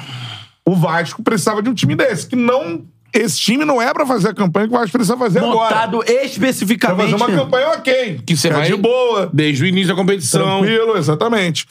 Speaker 3: o Vasco precisava de um time desse, que não. Esse time não é pra fazer a campanha que o Vasco precisa fazer agora.
Speaker 5: Montado
Speaker 3: Pra
Speaker 5: especificamente.
Speaker 3: fazer uma campanha ok.
Speaker 4: Que você
Speaker 3: é
Speaker 4: vai-
Speaker 3: de boa.
Speaker 4: Desde o início da competição,
Speaker 3: Tranquilo, exatamente.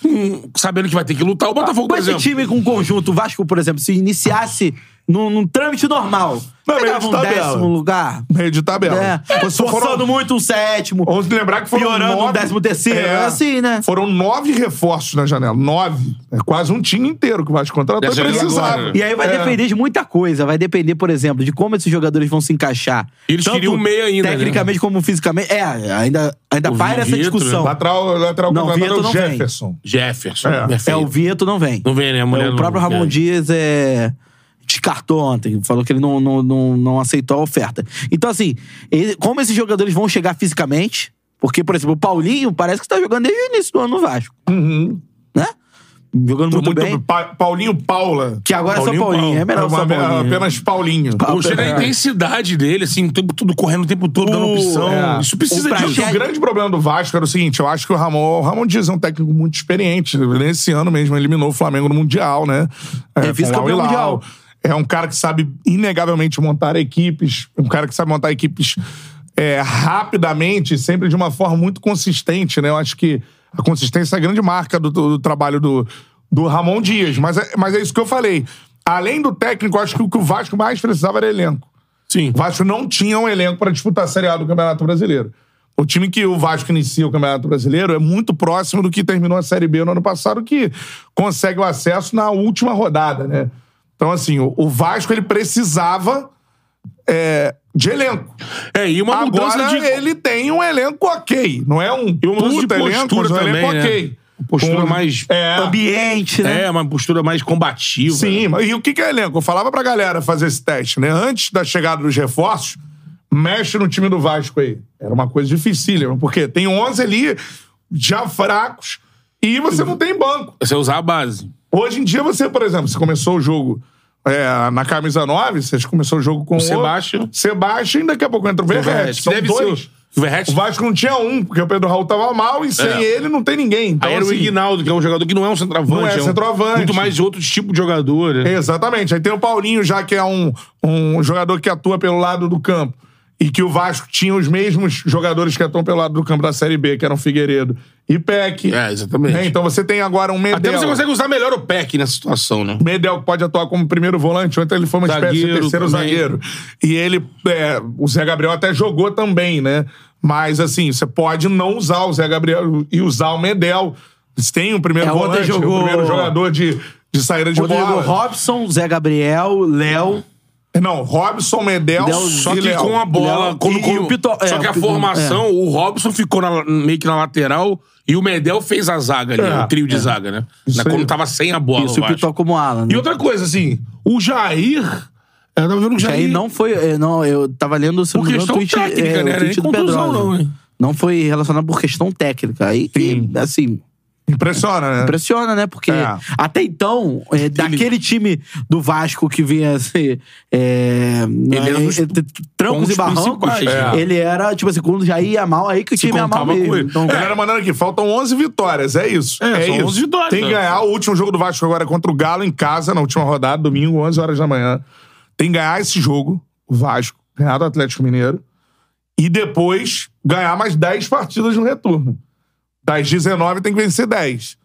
Speaker 4: sabendo que vai ter que lutar. O Botafogo, por
Speaker 5: Com esse
Speaker 4: exemplo.
Speaker 5: time com conjunto, o Vasco, por exemplo, se iniciasse num, num trâmite normal,
Speaker 3: Não,
Speaker 5: pegava
Speaker 3: meio
Speaker 5: um
Speaker 3: de tabela.
Speaker 5: décimo lugar.
Speaker 3: Meio de tabela.
Speaker 5: É,
Speaker 3: Foram-
Speaker 5: forçando muito um sétimo.
Speaker 3: Vamos lembrar que foram
Speaker 5: Piorando
Speaker 3: nove...
Speaker 5: um décimo terceiro, é assim, né?
Speaker 3: Foram nove reforços na janela. Nove. É quase um time inteiro que o Vasco contratou e
Speaker 4: Dessa janela
Speaker 3: precisava.
Speaker 4: agora, né?
Speaker 5: E aí vai
Speaker 3: É.
Speaker 5: depender de muita coisa. Vai depender, por exemplo, de como esses jogadores vão se encaixar.
Speaker 4: Eles
Speaker 5: Tanto
Speaker 4: queriam um meia ainda, né?
Speaker 5: Tecnicamente como fisicamente. É, ainda, ainda
Speaker 4: O né?
Speaker 5: paira essa
Speaker 4: Vitor,
Speaker 5: discussão.
Speaker 3: Lateral, lateral
Speaker 5: Não,
Speaker 3: contratado é
Speaker 5: Vieto
Speaker 3: o
Speaker 5: não vem.
Speaker 3: Jefferson.
Speaker 4: Jefferson.
Speaker 3: É.
Speaker 4: perfeito.
Speaker 5: É, o Vieto não vem.
Speaker 4: Não vem, né? A mulher
Speaker 5: É, o
Speaker 4: não-
Speaker 5: próprio Ramon
Speaker 4: é.
Speaker 5: Dias é, descartou ontem. Falou que ele não, não, não, não aceitou a oferta. Então, assim, ele- como esses jogadores vão chegar fisicamente? Porque, por exemplo, o Paulinho parece que tá jogando desde o início do ano no Vasco. Né? Jogando muito,
Speaker 3: Muito
Speaker 5: bem.
Speaker 3: Pa- Paulinho Paula.
Speaker 5: Que agora é só Paulinho, é melhor só
Speaker 3: apenas-
Speaker 5: Paulinho.
Speaker 3: Apenas Paulinho.
Speaker 4: Gostei
Speaker 5: É.
Speaker 4: da né, intensidade dele, assim, o tempo todo correndo, o tempo todo dando opção.
Speaker 3: é.
Speaker 4: Isso precisa
Speaker 5: O Pra-
Speaker 4: disso.
Speaker 3: Acho que o
Speaker 5: Praxedes-
Speaker 3: grande problema do Vasco era o seguinte: eu acho que o Ramon, o Ramon Dias é um técnico muito experiente. Nesse ano mesmo, eliminou o Flamengo no Mundial, né?
Speaker 5: É
Speaker 3: com o
Speaker 5: vice-campeão
Speaker 3: Al Hilal.
Speaker 5: mundial.
Speaker 3: É um cara que sabe, inegavelmente, montar equipes. Um cara que sabe montar equipes é, rapidamente, sempre de uma forma muito consistente, né? Eu acho que a consistência é a grande marca do, do- do trabalho do, do Ramon Dias. Mas é, mas é isso que eu falei. Além do técnico, eu acho que o que o Vasco mais precisava era elenco.
Speaker 4: Sim.
Speaker 3: O Vasco não tinha um elenco para disputar a Série A do Campeonato Brasileiro. O time que o Vasco inicia o Campeonato Brasileiro é muito próximo do que terminou a Série B no ano passado, que consegue o acesso na última rodada, né? Então, assim, o o Vasco ele precisava é, de elenco.
Speaker 4: É, e uma mudança
Speaker 3: Agora
Speaker 4: de.
Speaker 3: ele tem um elenco ok. Não é um
Speaker 4: E uma mudança de
Speaker 3: puta elenco,
Speaker 4: postura
Speaker 3: mas um
Speaker 4: também,
Speaker 3: elenco
Speaker 4: né?
Speaker 3: ok.
Speaker 4: Postura
Speaker 3: Com-
Speaker 4: mais-
Speaker 3: É,
Speaker 5: Ambiente, né?
Speaker 4: É, uma postura mais combativa.
Speaker 3: Sim, mas e o que que é elenco? Eu falava pra galera fazer esse teste, né? Antes da chegada dos reforços, mexe no time do Vasco aí. Era uma coisa dificílima, porque tem 11 ali já fracos e você não tem banco.
Speaker 4: Você usar a base.
Speaker 3: Hoje em dia você, por exemplo, você começou o jogo é, na camisa 9, você começou o jogo com o
Speaker 4: Sebastião.
Speaker 3: Sebastião e daqui a pouco entra o Verrete. São
Speaker 4: Deve
Speaker 3: dois.
Speaker 4: ser. O Verrete.
Speaker 3: O Vasco não tinha um, porque o Pedro Raul tava mal e sem
Speaker 4: É.
Speaker 3: ele não tem ninguém. Então,
Speaker 4: Aí era o
Speaker 3: assim,
Speaker 4: Ignaldo, que é um jogador que não é um centroavante.
Speaker 3: Não é
Speaker 4: um-
Speaker 3: centroavante.
Speaker 4: Muito mais de outro tipo de jogador. né?
Speaker 3: Exatamente. Aí tem o Paulinho, já que é um, um jogador que atua pelo lado do campo. E que o Vasco tinha os mesmos jogadores que atuam pelo lado do campo da Série B, que eram Figueiredo e Peck.
Speaker 4: É, exatamente.
Speaker 3: Né? Então você tem agora um Medel.
Speaker 4: Até você consegue usar melhor o PEC nessa situação, né?
Speaker 3: Medel que pode atuar como primeiro volante, ontem ele foi uma espécie de
Speaker 4: Zagueiro
Speaker 3: terceiro
Speaker 4: também.
Speaker 3: zagueiro. E ele, é, o Zé Gabriel até jogou também, né? Mas assim, você pode não usar o Zé Gabriel e usar o Medel. Você tem o primeiro
Speaker 5: É, ontem
Speaker 3: volante,
Speaker 5: jogou-
Speaker 3: o primeiro jogador de, de saída de
Speaker 5: Rodrigo
Speaker 3: bola.
Speaker 5: Robson, Zé Gabriel, Léo.
Speaker 3: Não, Robson, Medel,
Speaker 5: Medel,
Speaker 4: Só
Speaker 3: e
Speaker 4: que
Speaker 3: Léo.
Speaker 4: com a bola.
Speaker 5: Léo
Speaker 4: quando-
Speaker 5: e
Speaker 4: quando-
Speaker 5: o Pitol- é,
Speaker 4: só que
Speaker 5: o
Speaker 4: a
Speaker 5: Pitol-
Speaker 4: formação, o Robson ficou na- meio que na lateral e o Medel fez a zaga ali,
Speaker 3: É,
Speaker 4: o trio de zaga, né?
Speaker 3: Isso
Speaker 4: Na-
Speaker 3: aí.
Speaker 4: quando tava sem a bola.
Speaker 5: Isso,
Speaker 4: eu
Speaker 5: o
Speaker 4: acho.
Speaker 5: Pitol como ala, né?
Speaker 4: E outra coisa, assim, o Jair Eu tava vendo que o Jair...
Speaker 5: Aí não foi. é, Não, eu tava lendo se não
Speaker 4: Por
Speaker 5: me engano,
Speaker 4: questão
Speaker 5: o tweet,
Speaker 4: técnica, né?
Speaker 5: é, o
Speaker 4: Era
Speaker 5: tweet
Speaker 4: nem
Speaker 5: do
Speaker 4: contusão,
Speaker 5: Pedrosa.
Speaker 4: não, hein?
Speaker 5: Não foi relacionado por questão técnica. Aí,
Speaker 3: Sim.
Speaker 5: e, assim,
Speaker 3: Impressiona, né?
Speaker 5: impressiona, né? Porque
Speaker 3: É.
Speaker 5: até então, é, daquele time do Vasco que vinha assim, é,
Speaker 4: Ele era um dos
Speaker 5: é, t- trancos
Speaker 4: pontos
Speaker 5: e barrancos,
Speaker 4: principais.
Speaker 3: É.
Speaker 5: ele era, tipo assim, quando já ia mal, aí que o time ia mal
Speaker 4: contava com
Speaker 5: mesmo.
Speaker 4: ele.
Speaker 5: Então,
Speaker 3: É, Galera mandando aqui, faltam 11 vitórias, é isso.
Speaker 4: É, são
Speaker 3: isso.
Speaker 4: 11 vitórias,
Speaker 3: Tem que
Speaker 4: né?
Speaker 3: ganhar o último jogo do Vasco agora é contra o Galo em casa, na última rodada, domingo, 11 horas da manhã. Tem que ganhar esse jogo, o Vasco, ganhar do Atlético Mineiro, e depois ganhar mais 10 partidas no retorno. Das 19 tem que vencer 10.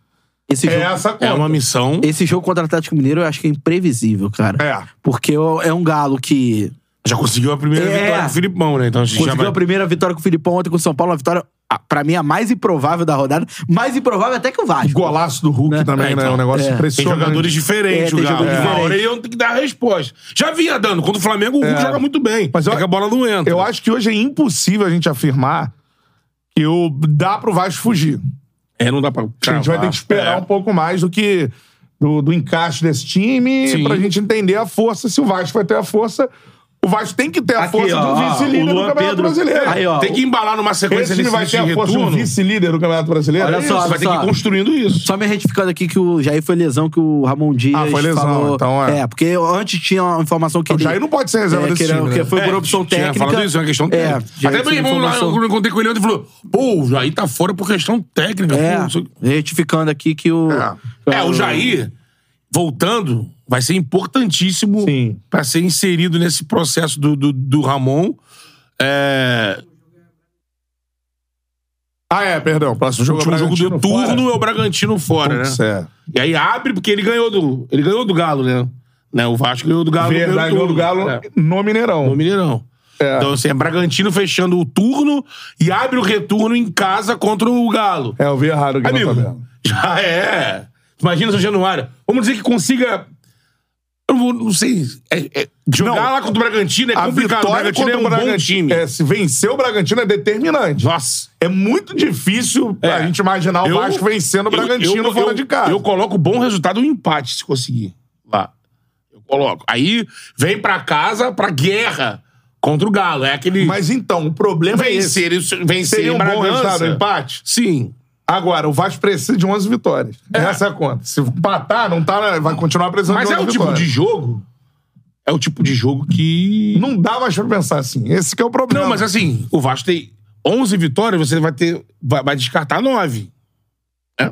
Speaker 5: esse,
Speaker 3: É
Speaker 5: jogo,
Speaker 3: essa a conta.
Speaker 4: É uma missão.
Speaker 5: esse jogo contra o Atlético Mineiro eu acho que é imprevisível, cara.
Speaker 3: É.
Speaker 5: Porque o- é um galo que
Speaker 4: Já conseguiu a primeira
Speaker 5: É.
Speaker 4: vitória do Filipão, né? Então a gente já
Speaker 5: conseguiu
Speaker 4: vai...
Speaker 5: a primeira vitória com o Filipão ontem com o São Paulo, uma vitória, ah, pra mim, a mais improvável da rodada. Mais improvável até que o Vasco.
Speaker 3: Golaço do Hulk
Speaker 5: Né?
Speaker 3: também,
Speaker 4: É,
Speaker 3: né? É
Speaker 4: então,
Speaker 3: um negócio
Speaker 5: é.
Speaker 4: Tem
Speaker 3: impressionante.
Speaker 4: jogadores
Speaker 5: É,
Speaker 4: diferentes,
Speaker 5: tem
Speaker 4: o Galo.
Speaker 5: jogadores
Speaker 4: É. Uma hora
Speaker 5: diferentes.
Speaker 4: eu tenho que dar a resposta. Já vinha dando. Quando o Flamengo, o Hulk
Speaker 3: É.
Speaker 4: joga muito bem.
Speaker 3: Mas
Speaker 4: Mas
Speaker 3: eu-
Speaker 4: é que a bola não entra.
Speaker 3: Eu acho que hoje é impossível a gente afirmar que o dá pro Vasco fugir.
Speaker 4: É, não dá pra... É.
Speaker 3: A gente vai ter que esperar
Speaker 5: É.
Speaker 3: um pouco mais do que do, do encaixe desse time
Speaker 4: Sim.
Speaker 3: pra gente entender a força, se o Vasco vai ter a força. O Vasco tem que ter a
Speaker 5: Aqui,
Speaker 3: força
Speaker 5: ó,
Speaker 3: do vice-líder
Speaker 5: o
Speaker 3: do
Speaker 5: Luan
Speaker 3: Campeonato
Speaker 5: Pedro.
Speaker 3: Brasileiro.
Speaker 5: Aí, ó.
Speaker 4: Tem que embalar numa sequência
Speaker 3: Esse time
Speaker 4: nesse
Speaker 3: vai ter a
Speaker 4: início de
Speaker 3: força do
Speaker 4: retorno.
Speaker 3: vice-líder do Campeonato Brasileiro.
Speaker 5: Olha
Speaker 3: É
Speaker 5: só,
Speaker 3: isso.
Speaker 4: Você vai ter que ir construindo isso.
Speaker 5: Só me retificando aqui que o Jair foi lesão que o Ramon Dias
Speaker 3: Ah, foi lesão,
Speaker 5: falou.
Speaker 3: então é.
Speaker 5: É, porque antes tinha uma informação que
Speaker 3: O
Speaker 5: ele...
Speaker 3: Jair não pode ser reserva
Speaker 5: é,
Speaker 3: desse
Speaker 5: que, era-
Speaker 3: time, né?
Speaker 5: que foi por
Speaker 4: É,
Speaker 5: opção
Speaker 4: tinha
Speaker 5: técnica.
Speaker 4: falado isso, é uma questão técnica.
Speaker 5: Jair
Speaker 4: Até meu
Speaker 5: tinha
Speaker 4: irmão lá,
Speaker 5: informação.
Speaker 4: eu encontrei com ele ontem e falou: pô, o Jair tá fora por questão técnica. pô, não sei o quê."
Speaker 5: É, retificando aqui que o...
Speaker 4: É. o Jair, voltando, vai ser importantíssimo
Speaker 3: Sim.
Speaker 4: pra ser inserido nesse processo do, do, do Ramon. É,
Speaker 3: Ah, é, perdão. Próximo
Speaker 4: o
Speaker 3: jogo
Speaker 4: último
Speaker 3: é
Speaker 4: jogo do
Speaker 3: Bragantino fora.
Speaker 4: turno é o Bragantino fora, né?
Speaker 3: Putz, é.
Speaker 4: E aí abre, porque ele ganhou do. Ele ganhou do Galo, né? né? O Vasco ganhou do Galo.
Speaker 3: Verdade, gol
Speaker 4: ganhou
Speaker 3: do Galo
Speaker 4: É,
Speaker 3: no Mineirão.
Speaker 4: no Mineirão.
Speaker 3: É.
Speaker 4: Então, assim, é Bragantino fechando o turno e abre o retorno em casa contra o Galo.
Speaker 3: É, eu vi errado aqui na tabela.
Speaker 4: Amigo, já é. Imagina São Januário. Vamos dizer que consiga. Eu não, vou- não sei. É, é, jogar
Speaker 3: Não.
Speaker 4: lá contra o Bragantino é
Speaker 3: A
Speaker 4: complicado. O
Speaker 3: vitória
Speaker 4: Bragantino
Speaker 3: contra
Speaker 4: é um
Speaker 3: o
Speaker 4: bom time.
Speaker 3: Bragantino, é, se vencer o Bragantino é determinante.
Speaker 4: Nossa.
Speaker 3: É muito difícil
Speaker 4: É.
Speaker 3: a gente imaginar Tá o
Speaker 4: Eu-
Speaker 3: Vasco vencendo o
Speaker 4: eu-
Speaker 3: Bragantino
Speaker 4: eu-
Speaker 3: fora
Speaker 4: eu-
Speaker 3: de casa.
Speaker 4: Eu coloco bom resultado um empate, se conseguir. Lá. Eu coloco. Aí vem pra casa, pra guerra contra o Galo. É aquele.
Speaker 3: Mas então, o problema é esse.
Speaker 4: vencer, isso- vencer
Speaker 3: Seria
Speaker 4: em
Speaker 3: um bom
Speaker 4: Bragança.
Speaker 3: resultado, um empate?
Speaker 4: Sim.
Speaker 3: Agora, o Vasco precisa de 11 vitórias. Essa é a conta. Se empatar, não tá, na- vai continuar precisando
Speaker 4: Mas
Speaker 3: de
Speaker 4: é
Speaker 3: 11
Speaker 4: o tipo
Speaker 3: vitórias.
Speaker 4: de jogo. É o tipo de jogo que.
Speaker 3: Não dá mais pra pensar assim. Esse que é o problema.
Speaker 4: Não, mas assim, o Vasco tem 11 vitórias, você vai ter vai, vai descartar 9. É.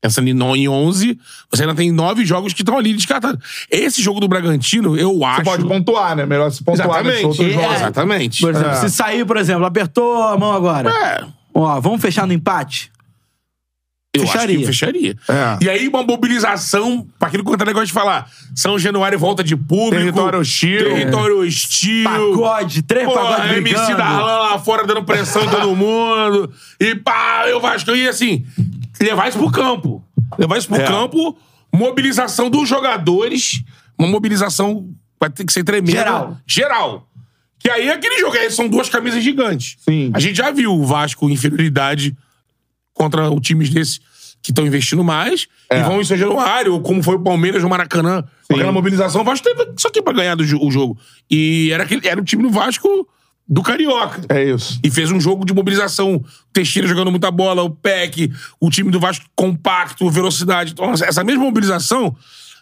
Speaker 4: Pensando em, no- em 11, você ainda tem 9 jogos que estão ali descartados. Esse jogo do Bragantino, eu acho...
Speaker 3: Você pode pontuar, né? Melhor se pontuar nesses
Speaker 4: Exatamente.
Speaker 3: outros
Speaker 4: É,
Speaker 3: jogos.
Speaker 4: exatamente.
Speaker 5: Por exemplo,
Speaker 3: É.
Speaker 5: se sair, por exemplo, apertou a mão agora.
Speaker 4: É,
Speaker 5: Ó, vamos fechar no empate?
Speaker 4: eu
Speaker 5: Fecharia.
Speaker 4: acho que fecharia.
Speaker 3: É.
Speaker 4: E aí uma mobilização, pra aquilo que o negócio de falar, São Januário volta de público...
Speaker 3: Território hostil. É.
Speaker 4: Território hostil.
Speaker 5: Pagode, três
Speaker 4: Porra,
Speaker 5: pagodes
Speaker 4: MC
Speaker 5: brigando.
Speaker 4: é Darlan lá fora dando pressão em todo mundo. E pá, eu Vasco. E assim, levar isso pro campo. Levar isso pro
Speaker 3: É.
Speaker 4: campo, mobilização dos jogadores. Uma mobilização vai ter que ser tremenda.
Speaker 5: Geral.
Speaker 4: Geral. Que aí é aquele jogo, aí são duas camisas gigantes.
Speaker 3: Sim.
Speaker 4: A gente já viu o Vasco em inferioridade contra o times desses que estão investindo mais
Speaker 3: É.
Speaker 4: e vão em São Januário, ou como foi o Palmeiras no Maracanã, com aquela mobilização. O Vasco teve só aqui pra ganhar do, jo- o jogo. E era, aquele, era o time do Vasco do Carioca.
Speaker 3: É isso.
Speaker 4: E fez um jogo de mobilização. O Teixeira jogando muita bola, o PEC, o time do Vasco compacto, velocidade. Então, essa mesma mobilização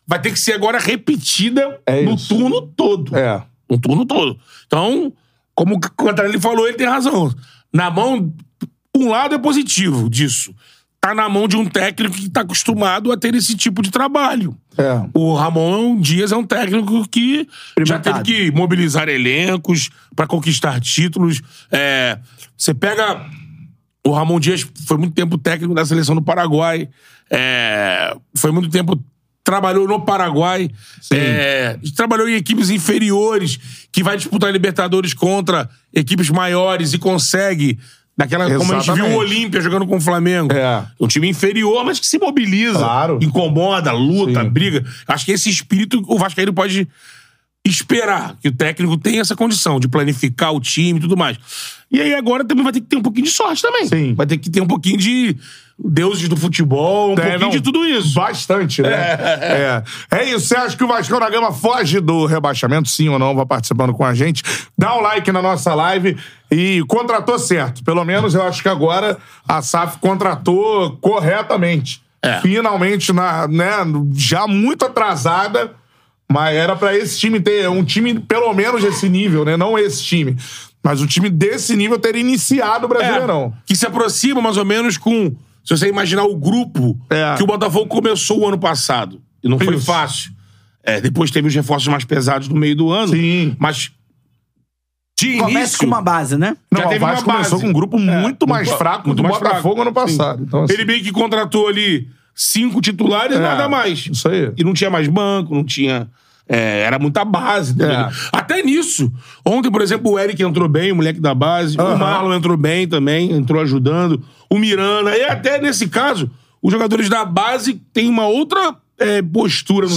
Speaker 4: vai ter que ser agora repetida
Speaker 3: É
Speaker 4: no
Speaker 3: isso.
Speaker 4: turno todo
Speaker 3: É.
Speaker 4: um turno todo. Então, como o Cantarelli falou, ele tem razão. Na mão, um lado é positivo disso. Tá na mão de um técnico que tá acostumado a ter esse tipo de trabalho.
Speaker 3: É.
Speaker 4: O Ramon Dias é um técnico que já teve
Speaker 5: Experimentado.
Speaker 4: que mobilizar elencos pra conquistar títulos. É, você pega. O Ramon Dias foi muito tempo técnico da seleção do Paraguai. É, foi muito tempo. Trabalhou no Paraguai. É, trabalhou em equipes inferiores, que vai disputar Libertadores contra equipes maiores e consegue. Daquela, como a gente viu o
Speaker 3: Exatamente.
Speaker 4: Olímpia jogando com o Flamengo.
Speaker 3: É.
Speaker 4: Um time inferior, mas que se mobiliza
Speaker 3: Claro.
Speaker 4: incomoda, luta,
Speaker 3: Sim.
Speaker 4: briga. Acho que esse espírito o Vascaíno pode esperar que o técnico tenha essa condição de planificar o time e tudo mais. E aí agora também vai ter que ter um pouquinho de sorte também.
Speaker 3: Sim.
Speaker 4: Vai ter que ter um pouquinho de deuses do futebol, um
Speaker 3: É,
Speaker 4: pouquinho
Speaker 3: não,
Speaker 4: de tudo isso.
Speaker 3: Bastante, né? É. É isso. Você acha que o Vascão da Gama foge do rebaixamento, sim ou não? Vai participando com a gente. Dá um like na nossa live e contratou certo. Pelo menos eu acho que agora a SAF contratou corretamente.
Speaker 4: É.
Speaker 3: Finalmente, na, né, já muito atrasada, mas era pra esse time ter um time pelo menos desse nível, né? Não esse time. Mas o time desse nível ter iniciado o
Speaker 4: É,
Speaker 3: Brasileirão.
Speaker 4: que se aproxima mais ou menos com. Se você imaginar o grupo
Speaker 3: É.
Speaker 4: que o Botafogo começou o ano passado. E não foi
Speaker 3: Isso.
Speaker 4: fácil. É, depois teve os reforços mais pesados no meio do ano.
Speaker 3: Sim.
Speaker 4: Mas. De
Speaker 5: Começa
Speaker 4: início,
Speaker 5: com uma base, né?
Speaker 4: Já
Speaker 3: Não, o
Speaker 4: teve uma
Speaker 3: Vasco começou
Speaker 4: base.
Speaker 3: com um grupo
Speaker 4: É,
Speaker 3: muito mais
Speaker 4: muito-
Speaker 3: fraco
Speaker 4: muito
Speaker 3: do
Speaker 4: mais
Speaker 3: Botafogo
Speaker 4: fraco.
Speaker 3: ano passado. Então, assim,
Speaker 4: ele meio que contratou ali cinco titulares
Speaker 3: É,
Speaker 4: nada mais.
Speaker 3: isso aí.
Speaker 4: E não tinha mais banco, não tinha. é, era muita base. tá
Speaker 3: É.
Speaker 4: ligado? Até nisso. Ontem, por exemplo, o Eric entrou bem, o moleque da base.
Speaker 3: Aham.
Speaker 4: O Marlon entrou bem também, entrou ajudando. O Miranda. E até nesse caso, os jogadores da base têm uma outra é, postura no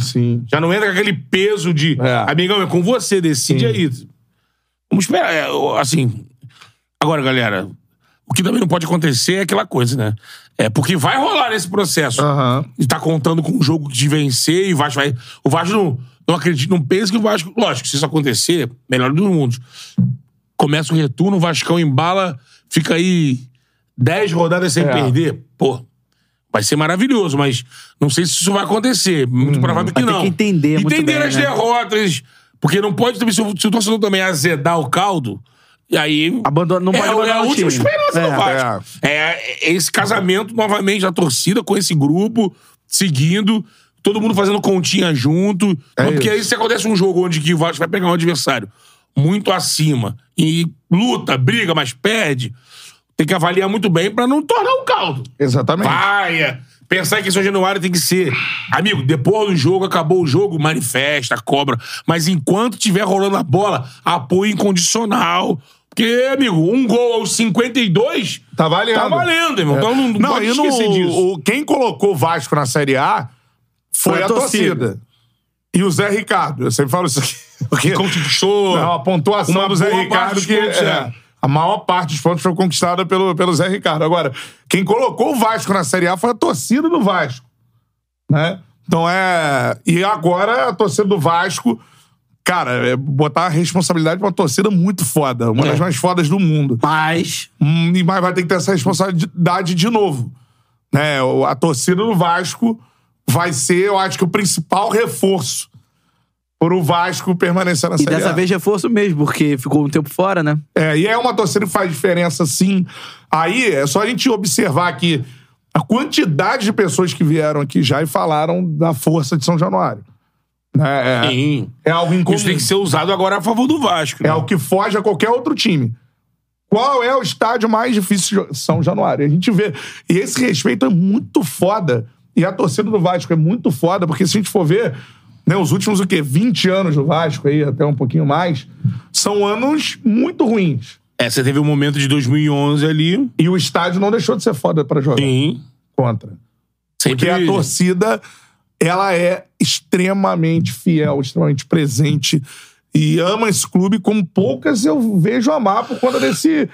Speaker 3: Sim, sim.
Speaker 4: Já não entra com aquele peso de.
Speaker 3: É.
Speaker 4: Amigão, é com você, decide aí. Vamos esperar. é, o- assim. Agora, galera, o que também não pode acontecer é aquela coisa, né? É porque vai rolar nesse processo.
Speaker 3: Aham.
Speaker 4: E tá contando com um jogo de vencer e o Vasco vai. O Vasco não, não acredita, não pensa que o Vasco. Lógico, se isso acontecer, melhor dos mundos. Começa o retorno, o Vascão embala, fica aí 10 rodadas sem
Speaker 3: É.
Speaker 4: perder. Pô, vai ser maravilhoso, mas não sei se isso vai acontecer. Muito provável que
Speaker 5: Hum, Vai ter
Speaker 4: não.
Speaker 5: que entender muito
Speaker 4: Entender
Speaker 5: bem,
Speaker 4: as
Speaker 5: né?
Speaker 4: derrotas. Porque não pode também, se o, se o torcedor também azedar o caldo, e aí.
Speaker 5: Abandona- não
Speaker 4: é,
Speaker 5: pode
Speaker 4: é
Speaker 5: abandonar
Speaker 4: a
Speaker 5: o
Speaker 4: última
Speaker 5: time.
Speaker 4: esperança
Speaker 5: É,
Speaker 4: do Vasco. É. esse casamento novamente da torcida com esse grupo, seguindo, todo mundo fazendo continha junto. Então, porque aí se acontece um jogo onde que o Vasco vai pegar um adversário muito acima e luta, briga, mas perde, tem que avaliar muito bem pra não tornar um caldo.
Speaker 3: Exatamente.
Speaker 4: Paia. Pensar que São Januário tem que ser. Amigo, depois do jogo, acabou o jogo, manifesta, cobra. Mas enquanto tiver rolando a bola, apoio incondicional. Porque, amigo, um gol aos 52.
Speaker 3: Tá valendo. É.
Speaker 4: Tá valendo, irmão. Então não, não,
Speaker 3: Não,
Speaker 4: pode
Speaker 3: e
Speaker 4: esquecer disso.
Speaker 3: no, o, quem colocou o Vasco na Série A foi, a, torcida. E o Zé Ricardo. Eu sempre falo isso aqui. Porque
Speaker 4: Conquistou.
Speaker 3: não, a pontuação
Speaker 4: Uma
Speaker 3: do Zé
Speaker 4: boa parte
Speaker 3: Ricardo
Speaker 4: dos
Speaker 3: que...
Speaker 4: pontos,
Speaker 3: é,
Speaker 4: é.
Speaker 3: A maior parte dos pontos foi conquistada pelo, pelo Zé Ricardo. Agora, quem colocou o Vasco na Série A foi a torcida do Vasco. né? Então é. E agora a torcida do Vasco, cara, é botar a responsabilidade pra uma torcida muito foda,
Speaker 4: É.
Speaker 3: uma das mais fodas do mundo.
Speaker 5: Mas.
Speaker 3: Hum, e- Mas vai ter que ter essa responsabilidade de novo. Né? O- A torcida do Vasco vai ser, eu acho que, o principal reforço pro Vasco permanecer na
Speaker 5: E
Speaker 3: Série
Speaker 5: dessa
Speaker 3: A.
Speaker 5: vez reforço mesmo, porque ficou um tempo fora, né?
Speaker 3: É, e é uma torcida que faz diferença, sim. Aí é só a gente observar aqui a quantidade de pessoas que vieram aqui já e falaram da força de São Januário. Né? É,
Speaker 4: Sim.
Speaker 3: é algo incomum.
Speaker 4: Isso tem que ser usado agora a favor do Vasco.
Speaker 3: É
Speaker 4: né?
Speaker 3: o que foge a qualquer outro time. Qual é o estádio mais difícil de jo- São Januário? A gente vê. E esse respeito é muito foda. E a torcida do Vasco é muito foda, porque se a gente for ver, né, os últimos, o quê? 20 anos do Vasco aí, até um pouquinho mais, são anos muito ruins.
Speaker 4: É, você teve um momento de 2011 ali.
Speaker 3: E o estádio não deixou de ser foda pra jogar
Speaker 4: Sim.
Speaker 3: contra.
Speaker 4: Sempre.
Speaker 3: Porque a torcida, ela é extremamente fiel, extremamente presente e ama esse clube como poucas eu vejo amar por conta desse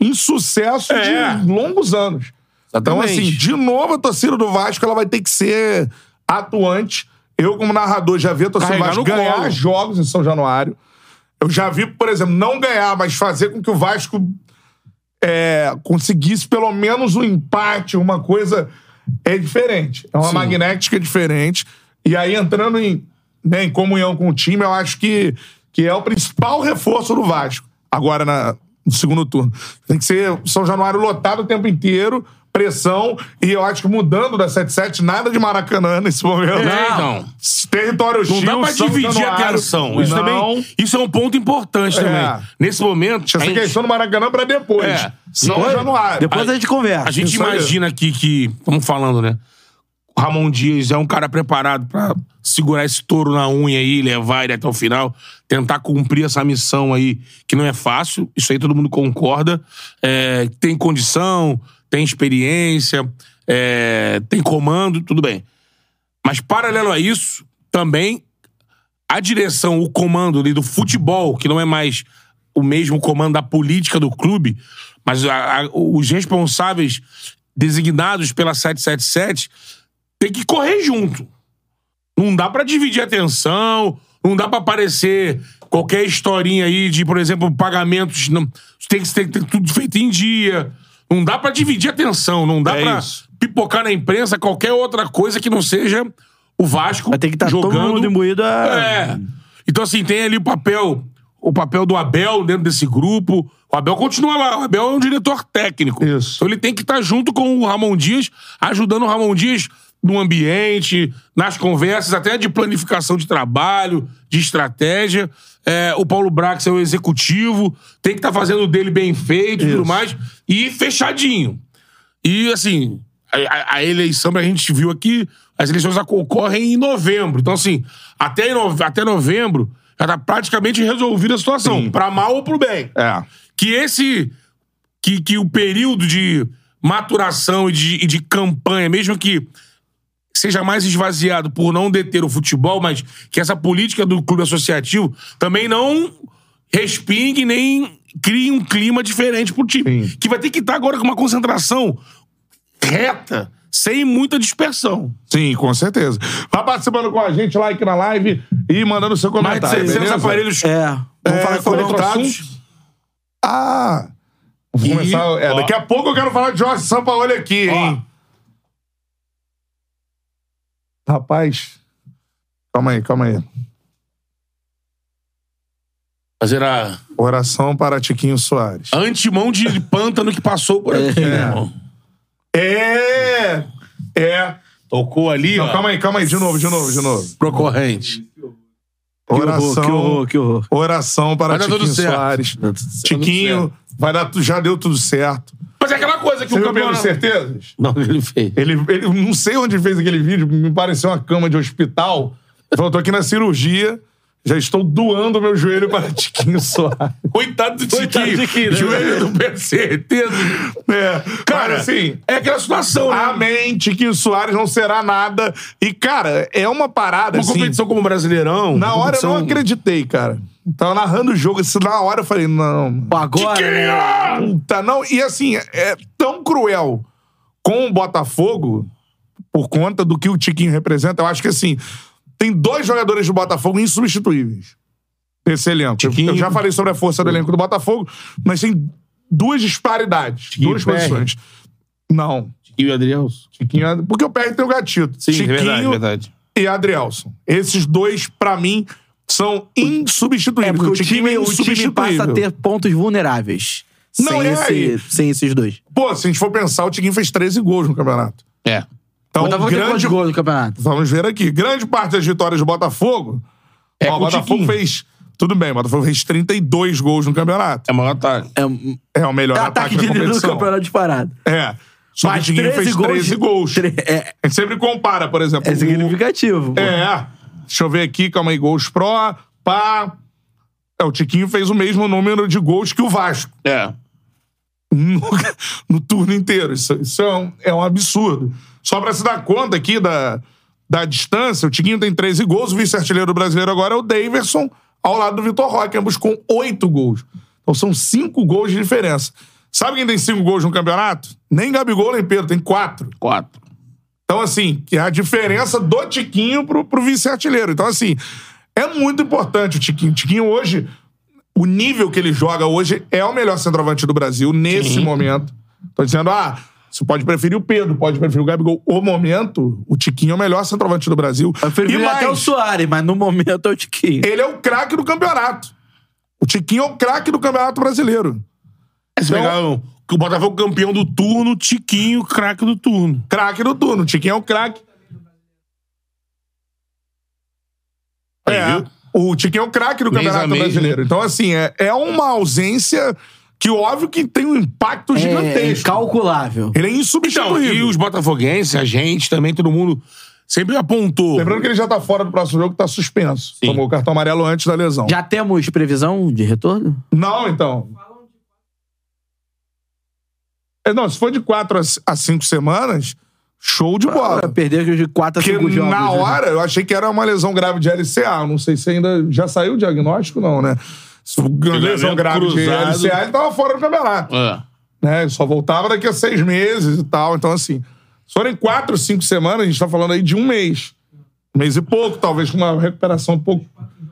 Speaker 3: insucesso
Speaker 4: É.
Speaker 3: de longos anos. Então,
Speaker 4: Exatamente.
Speaker 3: assim, de novo a torcida do Vasco, ela vai ter que ser atuante. Eu, como narrador, já vi a torcida
Speaker 4: Carregar
Speaker 3: do Vasco
Speaker 4: no
Speaker 3: ganhar
Speaker 4: colo.
Speaker 3: jogos em São Januário. Eu já vi, por exemplo, não ganhar, mas fazer com que o Vasco é, conseguisse pelo menos um empate, uma coisa é diferente. É uma magnética diferente. E aí, entrando em, né, em comunhão com o time, eu acho que, que é o principal reforço do Vasco, agora na- no segundo turno. Tem que ser São Januário lotado o tempo inteiro, pressão, e eu acho que mudando da 77, nada de Maracanã nesse momento.
Speaker 4: É, então.
Speaker 3: Território
Speaker 4: Não
Speaker 3: Gil,
Speaker 4: dá pra
Speaker 3: São
Speaker 4: dividir a
Speaker 3: Januário.
Speaker 4: atenção. Isso,
Speaker 3: não.
Speaker 4: também, isso é um ponto importante
Speaker 3: É.
Speaker 4: também. Nesse momento.
Speaker 3: Deixa
Speaker 4: a
Speaker 3: essa
Speaker 4: gente-
Speaker 3: questão do Maracanã pra depois.
Speaker 4: É.
Speaker 3: São
Speaker 4: Depois-
Speaker 3: Januário.
Speaker 5: Depois a, gente conversa.
Speaker 4: A gente
Speaker 3: É, Isso aí.
Speaker 4: imagina aqui que, estamos falando, né? O Ramon Dias é um cara preparado pra segurar esse touro na unha aí, levar ele até o final, tentar cumprir essa missão aí, que não é fácil, isso aí todo mundo concorda. É, tem condição, tem experiência, é, tem comando, tudo bem. Mas, paralelo a isso, também a direção, o comando ali do futebol, que não é mais o mesmo comando da política do clube, mas a- a- os responsáveis designados pela 777 tem que correr junto. Não dá pra dividir atenção, não dá pra aparecer qualquer historinha aí de, por exemplo, pagamentos. Não, tem que ser tem que ter tudo feito em dia. Não dá pra dividir atenção, não dá
Speaker 3: É
Speaker 4: pra
Speaker 3: isso.
Speaker 4: pipocar na imprensa qualquer outra coisa que não seja o Vasco
Speaker 5: Vai ter que estar
Speaker 4: jogando.
Speaker 5: todo mundo imbuído a...
Speaker 4: tá É. Então, assim, tem ali o papel. O papel do Abel dentro desse grupo. O Abel continua lá. O Abel é um diretor técnico.
Speaker 3: Isso.
Speaker 4: Então ele tem que estar junto com o Ramon Dias, ajudando o Ramon Dias no ambiente, nas conversas, até de planificação de trabalho, de estratégia. É, o Paulo Brax é o executivo, tem que estar fazendo o dele bem feito e tudo mais. E fechadinho. E, assim, a, a- a eleição, a gente viu aqui, as eleições ac- ocorrem em novembro. Então, assim, até, em nove- até novembro já tá praticamente resolvida a situação, pra mal ou pro bem.
Speaker 3: É.
Speaker 4: Que esse. Que, que o período de maturação e de, e de campanha, mesmo que seja mais esvaziado por não deter o futebol, mas que essa política do clube associativo também não respingue nem crie um clima diferente pro time.
Speaker 3: Sim.
Speaker 4: Que vai ter que estar agora com uma concentração reta, sem muita dispersão.
Speaker 3: Sim, com certeza. Vai participando com a gente, like na live e mandando seu
Speaker 4: Mais de
Speaker 3: comentário.
Speaker 4: 600
Speaker 3: beleza?
Speaker 4: aparelhos
Speaker 5: É. Vamos
Speaker 3: É,
Speaker 5: falar com
Speaker 3: qual é
Speaker 5: o
Speaker 3: o outro
Speaker 5: Contratos.
Speaker 3: assunto? Ah! Vou
Speaker 4: E-
Speaker 3: começar. é,
Speaker 4: ó.
Speaker 3: daqui a pouco eu quero falar de Jorge Sampaoli aqui, hein? Rapaz. Calma aí, calma aí.
Speaker 4: fazer a
Speaker 3: Oração para Tiquinho Soares.
Speaker 4: antimão de pântano que passou por aqui, meu irmão.
Speaker 3: É! É.
Speaker 4: Tocou ali,
Speaker 3: Não,
Speaker 4: ó.
Speaker 3: calma aí, calma aí. De novo, de novo, de novo.
Speaker 4: Pro corrente.
Speaker 5: Que horror,
Speaker 3: Oração.
Speaker 5: que horror, que horror.
Speaker 3: Oração para
Speaker 4: Vai dar tudo
Speaker 3: Tiquinho
Speaker 4: certo.
Speaker 3: Soares. Tiquinho, vai dar, tu- já deu tudo certo.
Speaker 4: Mas é aquela coisa que
Speaker 3: Você
Speaker 4: o
Speaker 3: viu pelas
Speaker 4: campeonato...
Speaker 3: certezas?
Speaker 4: Não, ele fez.
Speaker 3: Ele, ele não sei onde ele fez aquele vídeo, me pareceu uma cama de hospital. Ele Falou, tô aqui na cirurgia, já estou doando meu joelho para Tiquinho Soares.
Speaker 4: Coitado do Tiquinho.
Speaker 5: Coitado do Tiquinho, né?
Speaker 4: Joelho do pé, certeza.
Speaker 3: É,
Speaker 4: Cara,
Speaker 3: cara, assim,
Speaker 4: É aquela situação, né?
Speaker 3: amém, Tiquinho Soares não será nada. E, cara, é uma parada,
Speaker 4: Uma
Speaker 3: assim,
Speaker 4: competição como o Brasileirão.
Speaker 3: na hora eu não acreditei, cara. Tava narrando o jogo, assim, na hora eu falei, não,
Speaker 5: Agora...
Speaker 3: Puta, não. E assim, é tão cruel com o Botafogo por conta do que o Tiquinho representa. Eu acho que assim, tem dois jogadores do Botafogo insubstituíveis desse elenco.
Speaker 4: Tiquinho.
Speaker 3: Eu já falei sobre a força do elenco do Botafogo, mas tem duas disparidades,
Speaker 4: Tiquinho
Speaker 3: duas
Speaker 4: e PR.
Speaker 3: posições. Não.
Speaker 4: E o Adrielson?
Speaker 3: Tiquinho, é- porque o PR tem o gatito.
Speaker 5: é
Speaker 4: Sim, é
Speaker 3: Tiquinho
Speaker 4: verdade, verdade.
Speaker 3: e Adrielson. Esses dois, pra mim, são
Speaker 5: É
Speaker 3: insubstituíveis.
Speaker 5: porque o time,
Speaker 3: é
Speaker 5: o time passa a
Speaker 3: insubstituível.
Speaker 5: ter pontos vulneráveis.
Speaker 3: Não,
Speaker 5: sem,
Speaker 3: é
Speaker 5: esse-
Speaker 3: aí.
Speaker 5: sem esses dois.
Speaker 3: Pô, se a gente for pensar, o Tiquinho fez 13 gols no campeonato.
Speaker 4: É.
Speaker 3: Então,
Speaker 5: Botafogo tem
Speaker 3: grande...
Speaker 5: quantos gols no campeonato?
Speaker 3: Vamos ver aqui. Grande parte das vitórias do Botafogo.
Speaker 4: É
Speaker 3: Ó,
Speaker 4: com
Speaker 3: o
Speaker 4: o
Speaker 3: Botafogo
Speaker 4: Tiquinho.
Speaker 3: fez. Tudo bem, o Botafogo fez 32 gols no campeonato.
Speaker 4: É maior tarde.
Speaker 5: É um
Speaker 3: É o melhor
Speaker 5: é
Speaker 3: ataque,
Speaker 5: ataque de
Speaker 3: da
Speaker 5: líder do
Speaker 3: competição.
Speaker 5: campeonato disparado.
Speaker 3: É. Só que o
Speaker 5: Mas
Speaker 3: Tiquinho fez
Speaker 5: 13 gols-
Speaker 3: 13 gols.
Speaker 5: Tre- É,
Speaker 3: A gente sempre compara, por exemplo.
Speaker 5: é
Speaker 3: o-
Speaker 5: significativo. pô.
Speaker 3: É. Deixa eu ver aqui, calma aí. Gols pró, pá. É, o Tiquinho fez o mesmo número de gols que o Vasco.
Speaker 4: É.
Speaker 3: no, no turno inteiro. Isso, isso é, um, é um absurdo. Só pra se dar conta aqui da, da distância, o Tiquinho tem 13 gols, o vice-artilheiro brasileiro agora é o Daverson, ao lado do Vitor Roque, ambos com 8 gols. Então são 5 gols de diferença. Sabe quem tem 5 gols no campeonato? Nem Gabigol, nem Pedro, tem 4.
Speaker 4: Quatro.
Speaker 3: Então, assim, que é a diferença do Tiquinho pro, pro vice-artilheiro. Então, assim, é muito importante o Tiquinho. O Tiquinho hoje, o nível que ele joga hoje é o melhor centroavante do Brasil nesse momento. Tô dizendo, ah, você pode preferir o Pedro, pode preferir o Gabigol. O momento, o Tiquinho é o melhor centroavante do Brasil.
Speaker 5: Eu prefiro
Speaker 3: É, e mais,
Speaker 5: até o Soares, mas no momento é o Tiquinho.
Speaker 3: ele é o craque do campeonato. O Tiquinho é o craque do campeonato brasileiro. Então-
Speaker 4: Se pegar o, o Botafogo campeão do turno, Tiquinho, craque do turno.
Speaker 3: Craque do turno. O Tiquinho é o craque.
Speaker 4: Aí,
Speaker 3: É,
Speaker 4: viu?
Speaker 3: o Tiquinho é o craque do
Speaker 4: Mês a
Speaker 3: Campeonato
Speaker 4: mês,
Speaker 3: Brasileiro. Então, assim, é, é uma ausência que, óbvio, que tem um impacto
Speaker 5: É
Speaker 3: gigantesco.
Speaker 5: incalculável.
Speaker 3: Ele é
Speaker 4: Então, e
Speaker 3: insubstituível.
Speaker 4: os botafoguenses, a gente também, todo mundo sempre apontou.
Speaker 3: Lembrando que ele já tá fora do próximo jogo, tá suspenso.
Speaker 4: Sim.
Speaker 3: Tomou o cartão amarelo antes da lesão.
Speaker 5: Já temos previsão de retorno?
Speaker 3: Não, então. É, não, se for de quatro a c- a cinco semanas, Show de bola.
Speaker 5: Perder de 4 a
Speaker 3: Porque
Speaker 5: 5 jogos.
Speaker 3: na
Speaker 5: né?
Speaker 3: hora eu achei que era uma lesão grave de LCA. Eu Não sei se ainda já saiu o diagnóstico, não, né? Se o lesão
Speaker 4: Ligamento
Speaker 3: grave
Speaker 4: cruzado.
Speaker 3: de LCA, ele tava fora do campeonato.
Speaker 4: É.
Speaker 3: Né? Ele só voltava daqui a seis meses e tal. Então, assim, se forem quatro, cinco semanas, a gente tá falando aí de um mês. Um mês e pouco, talvez com uma recuperação um pouco, um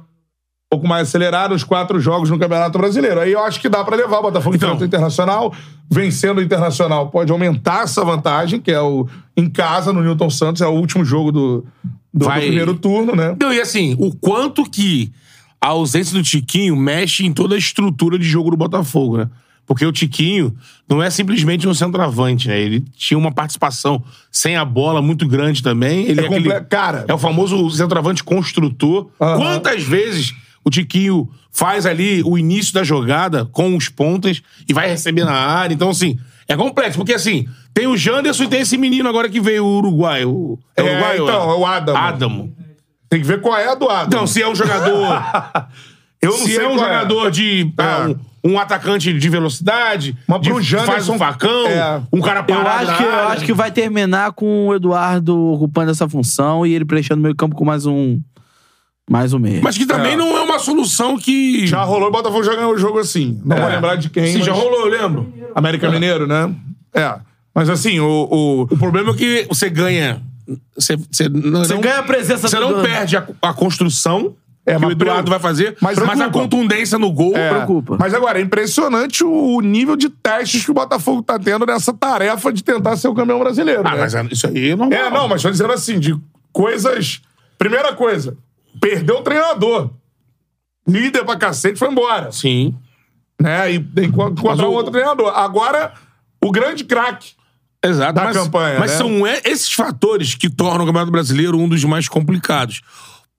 Speaker 3: pouco mais acelerada, os quatro jogos no Campeonato Brasileiro. Aí eu acho que dá pra levar o Botafogo
Speaker 4: Então.
Speaker 3: enfrenta o Internacional. Vencendo o Internacional pode aumentar essa vantagem, que é o em casa, no Newton Santos, é o último jogo do, do, do
Speaker 4: Vai.
Speaker 3: primeiro turno, né?
Speaker 4: Não, e assim, o quanto que a ausência do Tiquinho mexe em toda a estrutura de jogo do Botafogo, né? Porque o Tiquinho não é simplesmente um centroavante, né? Ele tinha uma participação sem a bola muito grande também. Ele
Speaker 3: É
Speaker 4: é, aquele-
Speaker 3: comple- cara.
Speaker 4: é o famoso centroavante construtor.
Speaker 3: Aham.
Speaker 4: Quantas vezes o Tiquinho faz ali o início da jogada com os pontas e vai receber na área? Então, assim, é complexo. Porque, assim, tem o Janderson e tem esse menino agora que veio, o Uruguai. O...
Speaker 3: É, então, é o Adamo.
Speaker 4: Adamo.
Speaker 3: Tem que ver qual é a do Adam.
Speaker 4: Então, se é um jogador.
Speaker 3: eu
Speaker 4: se é um
Speaker 3: qual
Speaker 4: jogador de. ah,
Speaker 3: É.
Speaker 4: um, um atacante de velocidade.
Speaker 3: Mas pro
Speaker 4: de-
Speaker 3: Janderson-
Speaker 4: faz um facão.
Speaker 3: É.
Speaker 4: Um cara
Speaker 5: Eu
Speaker 4: parado.
Speaker 5: acho,
Speaker 4: na
Speaker 5: que, eu
Speaker 4: área.
Speaker 5: acho que vai terminar com o Eduardo ocupando essa função e ele preenchendo o meio campo com mais um. Mais um meio.
Speaker 4: Mas que também não é uma solução que.
Speaker 3: Já rolou, o Botafogo já ganhou o jogo assim. Não vou lembrar de quem.
Speaker 4: É. Sim, já
Speaker 3: mas-
Speaker 4: rolou, eu lembro.
Speaker 3: América Mineiro, né? É. Mas assim, o.
Speaker 4: O problema é que você ganha. Você, você não,
Speaker 5: Então, Você ganha a presença
Speaker 4: Você
Speaker 5: do-
Speaker 4: não perde a, a construção
Speaker 3: É,
Speaker 4: que o
Speaker 3: mas
Speaker 4: Eduardo
Speaker 3: preocupa.
Speaker 4: vai fazer,
Speaker 3: Mas
Speaker 4: mas, a
Speaker 3: preocupa.
Speaker 4: contundência no gol.
Speaker 3: é.
Speaker 5: preocupa.
Speaker 3: Mas agora, é impressionante o nível de testes que o Botafogo tá tendo nessa tarefa de tentar ser o campeão brasileiro.
Speaker 4: Ah,
Speaker 3: né?
Speaker 4: mas isso aí é normal.
Speaker 3: É, não, mas tô dizendo assim, de coisas. Primeira coisa, perdeu o treinador. Líder pra cacete foi embora.
Speaker 4: Sim.
Speaker 3: Né? E enco- encontrar
Speaker 4: o-
Speaker 3: um outro treinador. Agora, o grande craque.
Speaker 4: Exato,
Speaker 3: da
Speaker 4: mas,
Speaker 3: campanha,
Speaker 4: Mas
Speaker 3: né?
Speaker 4: são e- esses fatores que tornam o Campeonato Brasileiro um dos mais complicados.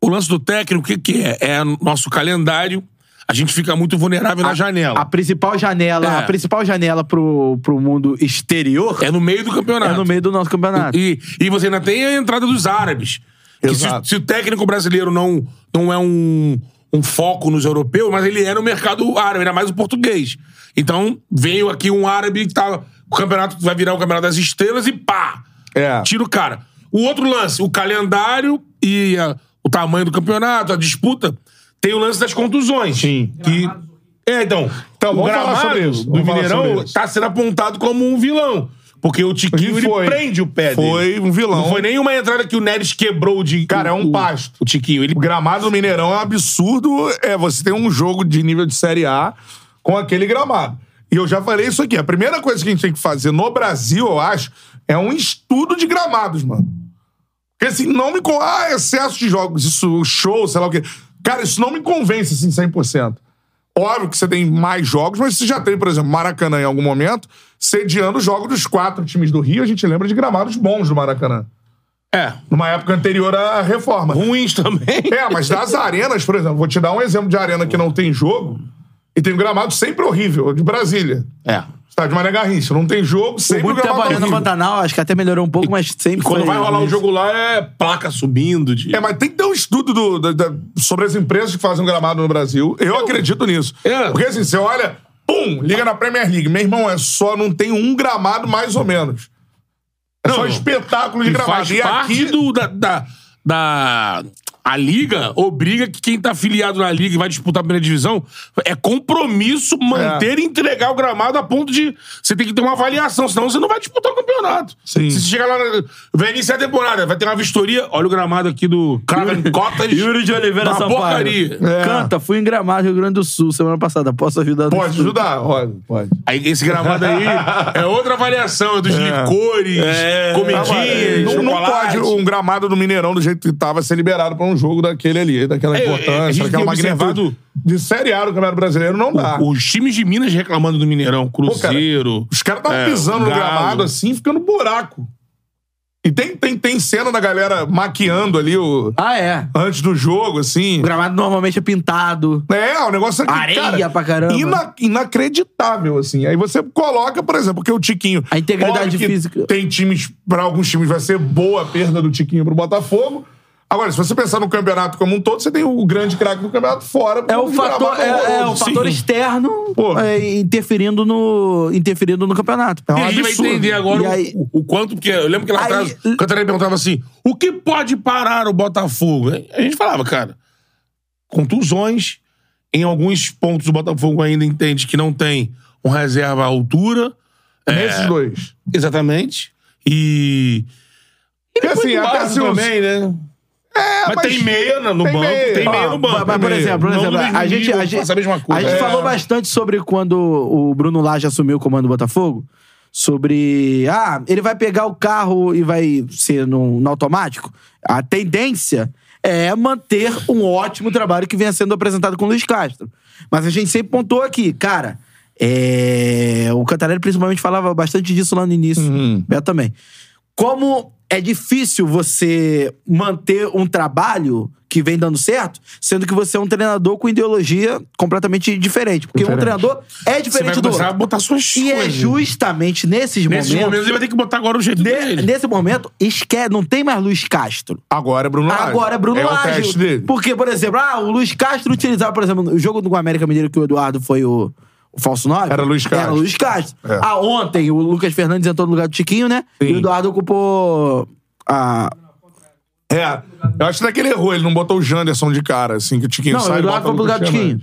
Speaker 4: O lance do técnico, o que, que é? É nosso calendário. A gente fica muito vulnerável na janela.
Speaker 5: A principal janela,
Speaker 4: É.
Speaker 5: a principal janela pro, pro mundo exterior
Speaker 4: É no meio do
Speaker 5: é
Speaker 4: campeonato.
Speaker 5: no meio do nosso campeonato.
Speaker 4: E, e você ainda tem a entrada dos árabes. Que se,
Speaker 3: Exato.
Speaker 4: se o técnico brasileiro não, não é um, um foco nos europeus, mas ele é no mercado árabe, ainda mais o português. Então, veio aqui um árabe que tá. O campeonato vai virar o campeonato das estrelas e pá!
Speaker 3: É.
Speaker 4: Tira o cara. O outro lance, o calendário e a- o tamanho do campeonato, a disputa, tem o lance das contusões.
Speaker 3: Sim.
Speaker 4: Que, é, então.
Speaker 3: Então,
Speaker 4: o
Speaker 3: vamos falar sobre
Speaker 4: gramado
Speaker 3: isso,
Speaker 4: do
Speaker 3: vamos falar sobre
Speaker 4: Mineirão
Speaker 3: isso.
Speaker 4: tá sendo apontado como um vilão. Porque o Tiquinho ele
Speaker 3: Foi.
Speaker 4: prende o pé É, dele.
Speaker 3: Foi um vilão.
Speaker 4: Não foi nenhuma entrada que o Neres quebrou de.
Speaker 3: Cara, é um
Speaker 4: o-
Speaker 3: pasto.
Speaker 4: O Tiquinho. Ele
Speaker 3: O gramado do Mineirão é um absurdo. É, você tem um jogo de nível de Série A com aquele gramado. E eu já falei isso aqui. A primeira coisa que a gente tem que fazer no Brasil, eu acho, é um estudo de gramados, mano. Porque assim, não me. con- Ah, excesso de jogos, isso, show, sei lá o quê. Cara, isso não me convence, assim, 100%. Óbvio que você tem mais jogos, mas você já tem, por exemplo, Maracanã em algum momento, sediando os jogos dos quatro times do Rio. A gente lembra de gramados bons do Maracanã.
Speaker 4: é.
Speaker 3: Numa época anterior à reforma.
Speaker 4: Ruins também.
Speaker 3: É, mas das arenas, por exemplo, vou te dar um exemplo de arena que não tem jogo e tem um gramado sempre horrível, de Brasília.
Speaker 4: É.
Speaker 3: Estádio Mané Garrincha, não tem jogo, sempre o
Speaker 5: Muito tempo
Speaker 3: gramado
Speaker 5: ali no
Speaker 3: horrível.
Speaker 5: Pantanal, acho que até melhorou um pouco, mas sempre.
Speaker 4: E quando
Speaker 5: foi-
Speaker 4: vai rolar o jogo lá, é placa subindo. De...
Speaker 3: É, mas tem que ter um estudo do- da- da- sobre as empresas que fazem gramado no Brasil. Eu, acredito nisso.
Speaker 4: É.
Speaker 3: Porque assim, você olha, pum, liga na Premier League. Meu irmão, é só, não tem um gramado mais ou menos. É só
Speaker 4: Não.
Speaker 3: espetáculo de
Speaker 4: E
Speaker 3: gramado.
Speaker 4: faz
Speaker 3: e
Speaker 4: parte
Speaker 3: aqui,
Speaker 4: do, da, da, da- A Liga obriga que quem tá afiliado na Liga e vai disputar a primeira divisão é compromisso manter e entregar o gramado a ponto de. Você tem que ter uma avaliação, senão você não vai disputar o campeonato.
Speaker 3: Sim.
Speaker 4: Se você chegar lá. na- Vai iniciar a temporada, vai ter uma vistoria. Olha o gramado aqui do Craven Cottage.
Speaker 5: Yuri de Oliveira
Speaker 4: Uma
Speaker 5: Sampaio.
Speaker 4: porcaria.
Speaker 3: É.
Speaker 5: Canta, fui em Gramado, Rio Grande do Sul, semana passada. Posso ajudar?
Speaker 3: pode ajudar, Rosa, pode.
Speaker 4: Aí, esse gramado aí é outra avaliação, é dos licores,
Speaker 5: É.
Speaker 4: comidinhas,
Speaker 3: Não, não pode
Speaker 4: chocolate.
Speaker 3: um gramado do Mineirão do jeito que tava ser liberado pra um jogo daquele ali, daquela
Speaker 4: É, é, a gente
Speaker 3: importância, daquela
Speaker 4: tem
Speaker 3: magnitude.
Speaker 4: observado-
Speaker 3: De Série A do Campeonato Brasileiro não dá.
Speaker 5: Ah.
Speaker 4: Os times de Minas reclamando do Mineirão, Cruzeiro.
Speaker 3: Os caras estavam
Speaker 4: é,
Speaker 3: pisando no
Speaker 4: Galo.
Speaker 3: gramado assim, ficando buraco. E tem, tem, tem cena da galera maquiando ali o,
Speaker 5: Ah, é.
Speaker 3: antes do jogo, assim.
Speaker 5: O gramado normalmente é pintado.
Speaker 3: É, o negócio aqui,
Speaker 5: Areia
Speaker 3: cara,
Speaker 5: pra caramba.
Speaker 3: ina- inacreditável, assim. Aí você coloca, por exemplo, porque o Tiquinho.
Speaker 5: A integridade
Speaker 3: óbvio que
Speaker 5: física.
Speaker 3: Tem times, pra alguns times vai ser boa a perda do Tiquinho pro Botafogo. Agora, se você pensar no campeonato como um todo, você tem o grande craque do campeonato fora.
Speaker 5: É o
Speaker 3: porque gravata
Speaker 5: fator, é, é o
Speaker 3: horroroso.
Speaker 5: fator
Speaker 3: Sim.
Speaker 5: externo
Speaker 3: Pô.
Speaker 5: é, interferindo, no, interferindo no campeonato. É um
Speaker 4: E a gente vai
Speaker 5: absurdo.
Speaker 4: entender agora
Speaker 5: E aí-
Speaker 4: o, o quanto, porque eu lembro que lá
Speaker 5: Aí-
Speaker 4: atrás o Cantarelli perguntava assim: o que pode parar o Botafogo? A gente falava, cara, contusões. Em alguns pontos o Botafogo ainda entende que não tem um reserva à altura.
Speaker 3: Nesses dois.
Speaker 4: Exatamente. E. E depois
Speaker 3: assim,
Speaker 4: do
Speaker 3: até
Speaker 4: Vasco
Speaker 3: se os-
Speaker 4: também, né?
Speaker 3: É,
Speaker 4: Mas, tem meia no no
Speaker 3: tem
Speaker 4: banco,
Speaker 3: meia.
Speaker 4: tem meia
Speaker 3: Ah,
Speaker 4: no banco.
Speaker 5: Mas, por
Speaker 4: Meia.
Speaker 5: exemplo, por
Speaker 4: Não
Speaker 5: exemplo,
Speaker 4: no mesmo
Speaker 5: a gente,
Speaker 4: nível,
Speaker 5: a gente,
Speaker 4: faça a mesma coisa.
Speaker 5: a gente
Speaker 4: É.
Speaker 5: falou bastante sobre quando o Bruno Lage assumiu o comando do Botafogo. Sobre. Ah, ele vai pegar o carro e vai ser no, no automático. A tendência é manter um ótimo trabalho que vinha sendo apresentado com o Luiz Castro. Mas a gente sempre pontou aqui, cara. é, O Cantarelli principalmente falava bastante disso lá no início.
Speaker 4: Uhum.
Speaker 5: Beto também como é difícil você manter um trabalho que vem dando certo, sendo que você é um treinador com ideologia completamente diferente. Porque um treinador
Speaker 4: Você
Speaker 5: é
Speaker 4: vai
Speaker 5: diferente do
Speaker 4: começar a
Speaker 5: outro.
Speaker 4: botar suas
Speaker 5: E é
Speaker 4: coisas.
Speaker 5: justamente nesses,
Speaker 4: Nesses
Speaker 5: momentos.
Speaker 4: momentos ele vai ter que botar agora o jeito
Speaker 5: ne-
Speaker 4: dele.
Speaker 5: nesse momento, esquece, não tem mais Luiz Castro.
Speaker 3: Agora é Bruno Lage.
Speaker 5: Agora é Bruno
Speaker 3: é
Speaker 5: Lage.
Speaker 3: o teste dele.
Speaker 5: Porque, por exemplo, ah, o Luiz Castro utilizava, por exemplo, o jogo do América Mineiro que o Eduardo foi o, o falso nove.
Speaker 3: Era Luiz Castro.
Speaker 5: Era Luiz Castro.
Speaker 3: É.
Speaker 5: Ah, ontem o Lucas Fernandes entrou no lugar do Tiquinho, né? E o Eduardo ocupou a...
Speaker 3: É. Eu acho até que ele errou. Ele não botou o Janderson de cara, assim, que o Tiquinho
Speaker 5: Não,
Speaker 3: sai
Speaker 5: o
Speaker 3: e
Speaker 5: Eduardo
Speaker 3: bota
Speaker 5: foi pro lugar do
Speaker 3: Lucas
Speaker 5: Tiquinho.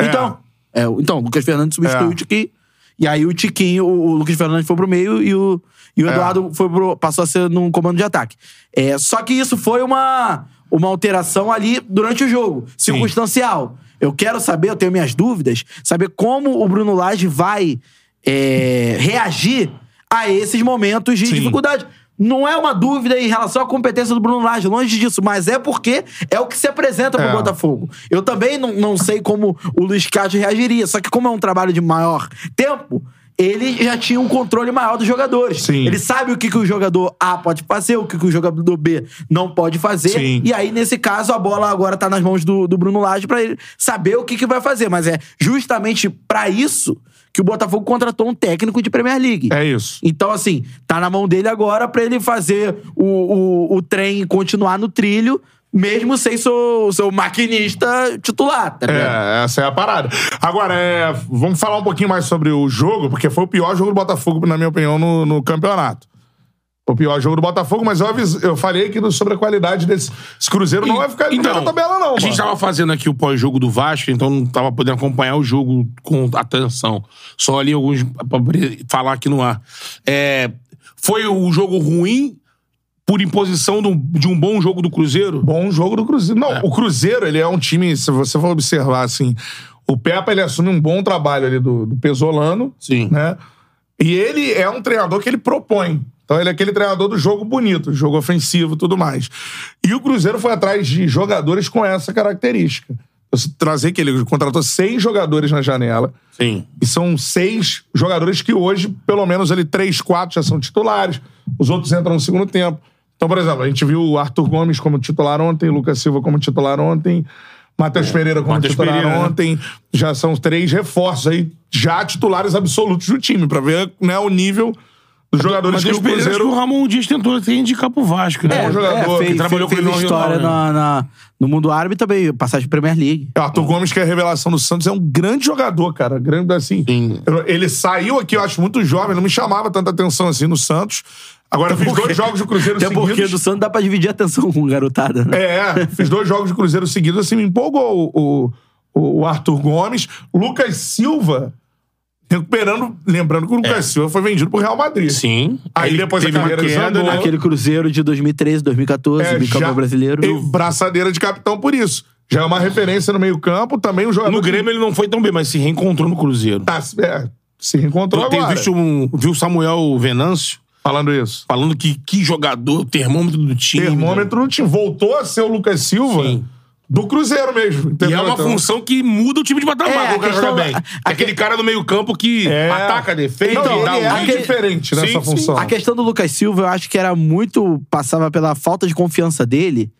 Speaker 3: Fernandes.
Speaker 5: Então, é, o- então, o Lucas Fernandes substituiu
Speaker 3: É.
Speaker 5: o Tiquinho. E aí o Tiquinho, o, o Lucas Fernandes foi pro meio e o, e o Eduardo foi pro- passou a ser num comando de ataque. É, só que isso foi uma, uma alteração ali durante o jogo, circunstancial. Eu quero saber, eu tenho minhas dúvidas, saber como o Bruno Lage vai é, reagir a esses momentos de dificuldade. Não é uma dúvida em relação à competência do Bruno Lage, longe disso, mas é porque é o que se apresenta pro
Speaker 3: É.
Speaker 5: Botafogo. Botafogo. Eu também não, não sei como o Luiz Castro reagiria, só que como é um trabalho de maior tempo, ele já tinha um controle maior dos jogadores.
Speaker 3: Sim.
Speaker 5: Ele sabe o que, que o jogador A pode fazer, o que, que o jogador B não pode fazer.
Speaker 3: Sim.
Speaker 5: E aí, nesse caso, a bola agora tá nas mãos do, do Bruno Lage pra ele saber o que, que vai fazer. Mas é justamente pra isso que o Botafogo contratou um técnico de Premier League.
Speaker 3: É isso.
Speaker 5: Então, assim, tá na mão dele agora pra ele fazer o, o, o trem continuar no trilho, mesmo sem seu, seu maquinista titular, tá ligado?
Speaker 3: É, essa é a parada. Agora, é, vamos falar um pouquinho mais sobre o jogo, porque foi o pior jogo do Botafogo, na minha opinião, no, no campeonato. O pior jogo do Botafogo, mas eu, avis- eu falei aqui do- sobre a qualidade desse. Esse Cruzeiro não vai ficar no meio da tabela, não.
Speaker 4: Então, A gente
Speaker 3: mano.
Speaker 4: tava fazendo aqui o pós-jogo do Vasco, então não tava podendo acompanhar o jogo com atenção. Só ali alguns pra abrir- falar aqui no ar. É, foi um jogo ruim por imposição de um, de um bom jogo do Cruzeiro?
Speaker 3: Bom jogo do Cruzeiro. Não, o Cruzeiro, ele é um time, se você for observar, assim, o Pepa, ele assume um bom trabalho ali do, do Pesolano,
Speaker 4: Sim.
Speaker 3: né? E ele é um treinador que ele propõe. Então ele é aquele treinador do jogo bonito, jogo ofensivo e tudo mais. E o Cruzeiro foi atrás de jogadores com essa característica. Você trazer que ele contratou seis jogadores na janela.
Speaker 4: Sim.
Speaker 3: E são seis jogadores que hoje, pelo menos ali, três, quatro já são titulares. Os outros entram no segundo tempo. Então, por exemplo, a gente viu o Arthur Gomes como titular ontem, Lucas Silva como titular ontem, Matheus Pereira como
Speaker 4: É, Matheus
Speaker 3: titular
Speaker 4: Pereira, né?
Speaker 3: ontem. Já são três reforços aí, já titulares absolutos do time, pra ver né, o nível dos jogadores
Speaker 4: Mas
Speaker 3: que
Speaker 4: eu
Speaker 3: o
Speaker 4: esperei que
Speaker 3: Cruzeiro...
Speaker 4: o Ramon Dias tentou até indicar pro Vasco, né?
Speaker 3: É,
Speaker 4: Um
Speaker 3: jogador que
Speaker 4: trabalhou com
Speaker 5: fez
Speaker 4: ele no
Speaker 5: história
Speaker 4: Rio, né?
Speaker 5: na, na- no mundo árabe também, passagem de Premier League.
Speaker 3: O Arthur Gomes, que é a revelação do Santos, é um grande jogador, cara. Grande, assim.
Speaker 4: Sim.
Speaker 3: Eu- Ele saiu aqui, eu acho, muito jovem, não me chamava tanta atenção assim no Santos. Agora, eu fiz dois jogos do Cruzeiro
Speaker 5: Até
Speaker 3: seguidos.
Speaker 5: porque do Santos dá pra dividir a atenção com garotada, né?
Speaker 3: É, é. fiz dois jogos de Cruzeiro seguidos, assim, me empolgou o, o, o Arthur Gomes. Lucas Silva, recuperando, lembrando que o Lucas Silva foi vendido pro Real Madrid.
Speaker 4: É. Sim.
Speaker 3: Aí depois a
Speaker 4: teve uma
Speaker 3: carreira
Speaker 4: queda,
Speaker 3: desandou.
Speaker 4: né?
Speaker 5: Aquele Cruzeiro de 2013, 2014,
Speaker 3: É,
Speaker 5: bicampeão
Speaker 3: já-
Speaker 5: brasileiro.
Speaker 3: E braçadeira de capitão por isso. Já é uma referência no meio-campo, também um jogador.
Speaker 4: No
Speaker 3: que-
Speaker 4: Grêmio ele não foi tão bem, mas se reencontrou no Cruzeiro.
Speaker 3: Tá, é, se reencontrou
Speaker 4: Eu tenho
Speaker 3: agora.
Speaker 4: visto um, vi o Samuel Venâncio
Speaker 3: Falando isso.
Speaker 4: falando que que jogador, termômetro do time.
Speaker 3: Termômetro não tinha. Voltou a ser o Lucas Silva
Speaker 4: Sim.
Speaker 3: do Cruzeiro mesmo.
Speaker 4: E
Speaker 3: entendeu?
Speaker 4: é uma
Speaker 3: Então,
Speaker 4: função que muda o time de patamar
Speaker 5: É,
Speaker 4: quando
Speaker 5: a
Speaker 4: o cara
Speaker 5: questão-
Speaker 4: joga bem. é
Speaker 5: a- a-
Speaker 4: Aquele cara do meio campo que
Speaker 3: É.
Speaker 4: ataca, defende,
Speaker 3: Então,
Speaker 4: dá
Speaker 3: ele
Speaker 4: um
Speaker 3: é
Speaker 4: hit.
Speaker 3: diferente
Speaker 4: Sim,
Speaker 3: nessa
Speaker 4: sim.
Speaker 3: função.
Speaker 5: A questão do Lucas Silva, eu acho que era muito. passava pela falta de confiança dele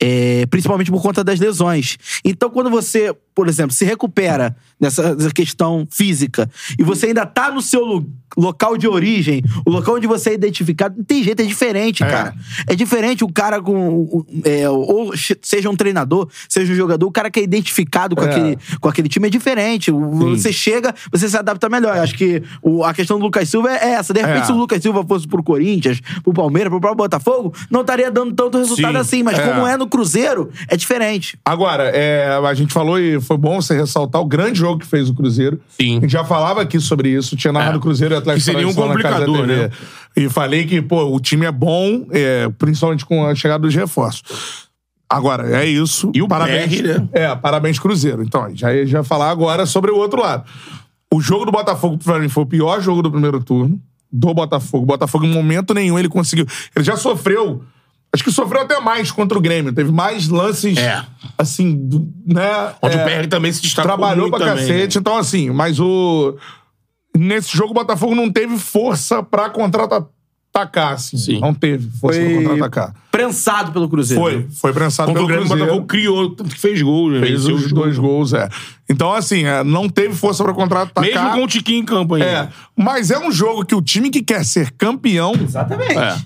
Speaker 5: É, principalmente por conta das lesões. Então, quando você, por exemplo, se recupera nessa, nessa questão física e você ainda tá no seu lu- local de origem, o local onde você é identificado, não tem jeito, é diferente, cara. É diferente o cara com. o- o- é, ou che- seja um treinador, seja um jogador, o cara que é identificado com,
Speaker 3: É.
Speaker 5: aquele, com aquele time é diferente. O- Você chega, você se adapta melhor. Eu Acho que o- a questão do Lucas Silva é essa. De repente,
Speaker 3: É.
Speaker 5: se o Lucas Silva fosse pro Corinthians, pro Palmeiras, pro próprio Botafogo, não estaria dando tanto resultado
Speaker 4: Sim.
Speaker 5: assim. Mas
Speaker 3: É.
Speaker 5: como é no Cruzeiro, é diferente.
Speaker 3: Agora, é, a gente falou e foi bom você ressaltar o grande jogo que fez o Cruzeiro.
Speaker 4: Sim.
Speaker 3: A gente já falava aqui sobre isso, tinha narrado
Speaker 4: É.
Speaker 3: Cruzeiro e Atlético
Speaker 4: Que seria um
Speaker 3: Paranaense lá na Casa da
Speaker 4: complicador,
Speaker 3: TV.
Speaker 4: né?
Speaker 3: E falei que, pô, o time é bom, é, principalmente com a chegada dos reforços. Agora, é isso.
Speaker 4: E o PR, né?
Speaker 3: É, parabéns, Cruzeiro. Então, já ia já falar agora sobre o outro lado. O jogo do Botafogo, pra mim, foi o pior jogo do primeiro turno do Botafogo. O Botafogo, em momento nenhum, ele conseguiu. Ele já sofreu. Acho que sofreu até mais contra o Grêmio. Teve mais lances,
Speaker 4: É.
Speaker 3: assim, do- né?
Speaker 4: Onde
Speaker 3: é,
Speaker 4: o PR também se destacou
Speaker 3: trabalhou
Speaker 4: muito
Speaker 3: pra
Speaker 4: também, né?
Speaker 3: cacete. Então, assim, mas o. Nesse jogo, o Botafogo não teve força pra contra-atacar, assim.
Speaker 4: Sim.
Speaker 3: Não teve força
Speaker 5: Foi-
Speaker 3: pra contra-atacar.
Speaker 5: Prensado pelo Cruzeiro.
Speaker 3: Foi, foi prensado
Speaker 4: Contra
Speaker 3: pelo
Speaker 4: o Grêmio, o
Speaker 3: Cruzeiro.
Speaker 4: Botafogo criou, tanto que fez gol, né?
Speaker 3: Fez
Speaker 4: Venceu
Speaker 3: os
Speaker 4: os
Speaker 3: dois gols, é. Então, assim, é, não teve força pra contra-atacar.
Speaker 4: Mesmo com o Tiquinho em campo ainda.
Speaker 3: É, mas é um jogo que o time que quer ser campeão
Speaker 5: Exatamente.
Speaker 4: É.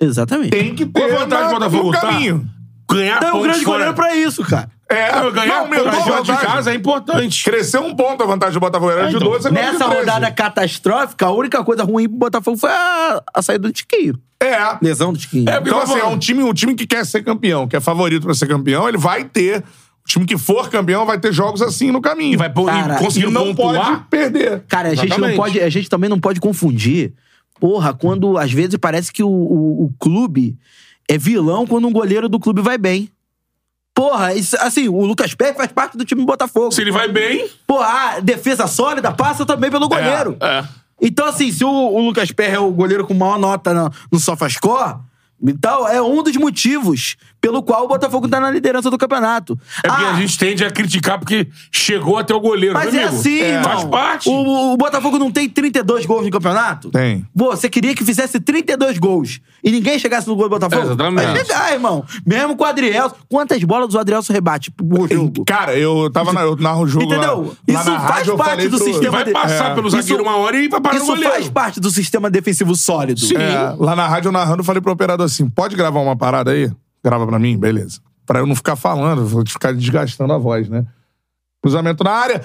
Speaker 5: Exatamente.
Speaker 3: tem que ter
Speaker 4: Qual a vantagem do
Speaker 3: na- no
Speaker 4: Botafogo? Tá?
Speaker 3: caminho.
Speaker 4: Ganhar
Speaker 5: Tem um
Speaker 4: pontos
Speaker 5: grande
Speaker 4: fora.
Speaker 5: goleiro pra isso, cara.
Speaker 3: É,
Speaker 4: Não, ganhar
Speaker 3: não, meu,
Speaker 4: pontos
Speaker 3: qual a
Speaker 4: fora de
Speaker 3: vantagem?
Speaker 4: casa é importante.
Speaker 3: Cresceu um ponto a vantagem do Botafogo. Era
Speaker 4: É,
Speaker 3: de
Speaker 4: então,
Speaker 3: 12 agora é de
Speaker 5: Nessa
Speaker 3: 13.
Speaker 5: rodada catastrófica, a única coisa ruim pro Botafogo foi a, a saída do Tiquinho.
Speaker 3: É.
Speaker 5: Lesão do Tiquinho.
Speaker 4: É,
Speaker 3: Então, assim, é um time, um time que quer ser campeão, que é favorito pra ser campeão, ele vai ter. O time que for campeão vai ter jogos assim no caminho.
Speaker 4: Vai pôr
Speaker 5: Cara,
Speaker 4: e conseguiu
Speaker 3: e não pode
Speaker 4: pontuar.
Speaker 3: perder.
Speaker 5: Cara, a gente, não
Speaker 4: Exatamente.
Speaker 5: pode, a gente também não pode confundir. Porra, quando às vezes parece que o, o- o clube é vilão quando um goleiro do clube vai bem. Porra, isso- assim, o Lucas Peck faz parte do time do Botafogo.
Speaker 4: Se ele vai bem.
Speaker 5: Porra, a defesa sólida passa também pelo goleiro.
Speaker 4: É, é.
Speaker 5: Então, assim, se o, o Lucas Perra é o goleiro com maior nota no, no SofaScore, então é um dos motivos pelo qual o Botafogo tá na liderança do campeonato.
Speaker 4: É porque
Speaker 5: Ah,
Speaker 4: a gente tende a criticar porque chegou até o goleiro.
Speaker 5: Mas
Speaker 4: né,
Speaker 5: é
Speaker 4: amigo?
Speaker 5: assim, irmão.
Speaker 4: Faz parte.
Speaker 5: O, o Botafogo não tem 32 gols no campeonato?
Speaker 3: Tem.
Speaker 5: Pô, você queria que fizesse 32 gols e ninguém chegasse no gol do Botafogo?
Speaker 4: É, exatamente.
Speaker 5: Vai chegar, irmão. Mesmo com o Adrielson. Quantas bolas o Adrielson rebate por jogo?
Speaker 3: Cara, eu tava na, eu narro o jogo.
Speaker 5: Entendeu?
Speaker 3: Lá, lá
Speaker 5: Isso
Speaker 3: na
Speaker 5: faz
Speaker 3: rádio, eu
Speaker 5: parte
Speaker 3: falei
Speaker 5: do
Speaker 3: pro-
Speaker 5: sistema
Speaker 4: Vai
Speaker 5: de-
Speaker 4: passar
Speaker 3: É.
Speaker 4: pelo zagueiro
Speaker 5: Isso-
Speaker 4: uma hora e vai parar no
Speaker 5: Isso
Speaker 4: goleiro.
Speaker 5: faz parte do sistema defensivo sólido.
Speaker 4: Sim.
Speaker 3: É, lá na rádio, eu narrando, eu falei pro operador assim: pode gravar uma parada aí? Grava pra mim, beleza. Pra eu não ficar falando, vou te ficar desgastando a voz, né? Cruzamento na área.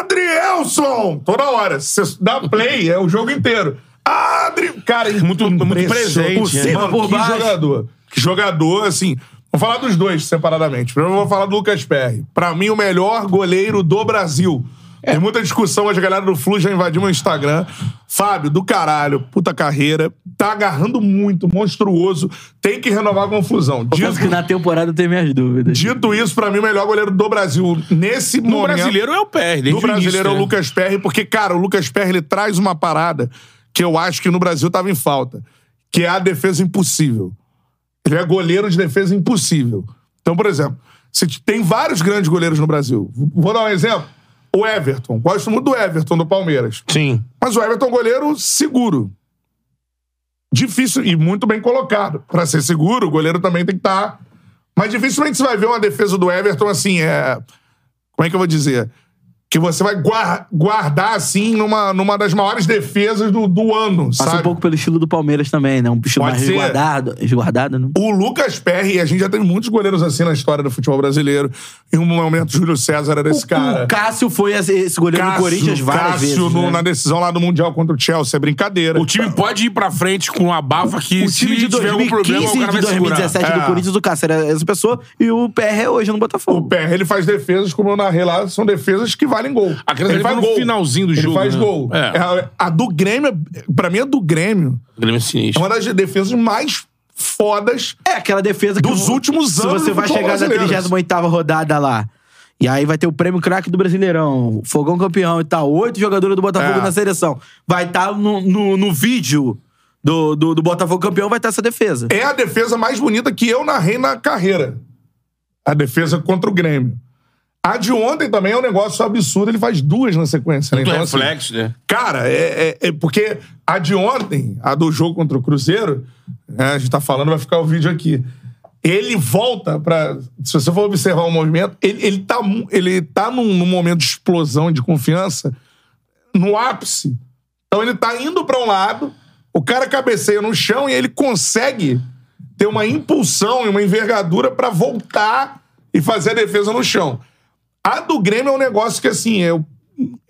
Speaker 3: Adrielson! Toda hora. Você dá play, é o jogo inteiro. Adri... Cara,
Speaker 4: Muito- muito
Speaker 3: impressionante.
Speaker 4: presente, né?
Speaker 3: Mano,
Speaker 5: Por
Speaker 3: que
Speaker 5: baixo.
Speaker 3: jogador. Que jogador, assim. Vou falar dos dois separadamente. Primeiro eu vou falar do Lucas Perry. Pra mim, o melhor goleiro do Brasil. Tem muita discussão, mas a galera do Flu já invadiu meu Instagram. Fábio, do caralho, puta carreira. Tá agarrando muito, monstruoso. Tem que renovar a confusão.
Speaker 5: Confesso que
Speaker 3: Dito,
Speaker 5: na temporada eu tenho minhas dúvidas.
Speaker 3: dito isso, pra mim, o melhor goleiro do Brasil nesse
Speaker 4: No
Speaker 3: momento.
Speaker 4: brasileiro é o PR, desde
Speaker 3: do brasileiro é
Speaker 4: o
Speaker 3: o
Speaker 4: início, né?
Speaker 3: Lucas Perry, porque, cara, o Lucas Perry ele traz uma parada que eu acho que no Brasil tava em falta, que é a defesa impossível. Ele é goleiro de defesa impossível. Então, por exemplo, você t- tem vários grandes goleiros no Brasil. Vou dar um exemplo. O Everton. Gosto muito do Everton, do Palmeiras.
Speaker 4: Sim.
Speaker 3: Mas o Everton é um goleiro seguro. Difícil e muito bem colocado. Pra ser seguro, o goleiro também tem que estar. Mas dificilmente você vai ver uma defesa do Everton assim, é. Como é que eu vou dizer? Que você vai guar- guardar assim numa, numa das maiores defesas do, do ano,
Speaker 5: Passa um
Speaker 3: sabe?
Speaker 5: pouco pelo estilo do Palmeiras também, né? Um estilo
Speaker 3: Pode
Speaker 5: mais
Speaker 3: ser.
Speaker 5: resguardado, resguardado, né?
Speaker 3: O Lucas Perry, a gente já teve muitos goleiros assim na história do futebol brasileiro. Em um momento, Júlio César era esse
Speaker 5: O-
Speaker 3: cara.
Speaker 5: O Cássio foi esse- esse goleiro do Corinthians várias
Speaker 3: Cássio
Speaker 5: vezes.
Speaker 3: no-
Speaker 5: né?
Speaker 3: na decisão lá do Mundial contra o Chelsea, é brincadeira.
Speaker 4: O time pode ir pra frente com uma bafa que
Speaker 5: O
Speaker 4: se
Speaker 5: time de
Speaker 4: tiver algum
Speaker 5: 2015
Speaker 4: problema, o
Speaker 5: e
Speaker 4: cara
Speaker 5: de
Speaker 4: vai segurar.
Speaker 5: 2017
Speaker 3: É.
Speaker 5: do Corinthians, o Cássio era essa pessoa e o PR é hoje no
Speaker 3: O
Speaker 5: Botafogo.
Speaker 3: PR ele faz defesas, como eu narrei lá, são defesas que valem gol.
Speaker 4: A criança
Speaker 3: ele
Speaker 4: ele
Speaker 3: faz
Speaker 4: no
Speaker 3: gol.
Speaker 4: finalzinho do
Speaker 3: ele
Speaker 4: jogo,
Speaker 3: faz
Speaker 4: né?
Speaker 3: gol.
Speaker 4: É.
Speaker 3: É, A, do Grêmio, pra mim, a do Grêmio
Speaker 4: O Grêmio é
Speaker 3: é
Speaker 4: sinistro.
Speaker 3: uma das defesas mais fodas.
Speaker 5: É aquela defesa que
Speaker 3: Dos
Speaker 5: o-
Speaker 3: últimos
Speaker 5: se
Speaker 3: anos
Speaker 5: você
Speaker 3: do
Speaker 5: vai
Speaker 3: futebol
Speaker 5: chegar na
Speaker 3: brasileiro.
Speaker 5: 38ª rodada lá. E aí vai ter o prêmio craque do Brasileirão, Fogão campeão e tal, oito jogadores do Botafogo
Speaker 3: É.
Speaker 5: na seleção. Vai estar no, no, no vídeo do, do, do Botafogo campeão, vai estar essa defesa.
Speaker 3: É a defesa mais bonita que eu narrei na carreira. A defesa contra o Grêmio. A de ontem também é um negócio absurdo, ele faz duas na sequência. Né?
Speaker 4: Muito
Speaker 3: Então, assim,
Speaker 4: reflexo, né?
Speaker 3: Cara, é, é- é porque a de ontem, a do jogo contra o Cruzeiro, né, a gente tá falando, vai ficar o vídeo aqui. Ele volta pra. Se você for observar o movimento, ele, ele tá, mu- ele tá num, num momento de explosão de confiança no ápice. Então ele tá indo pra um lado, o cara cabeceia no chão e ele consegue ter uma impulsão e uma envergadura pra voltar e fazer a defesa no chão. A do Grêmio é um negócio que, assim, eu,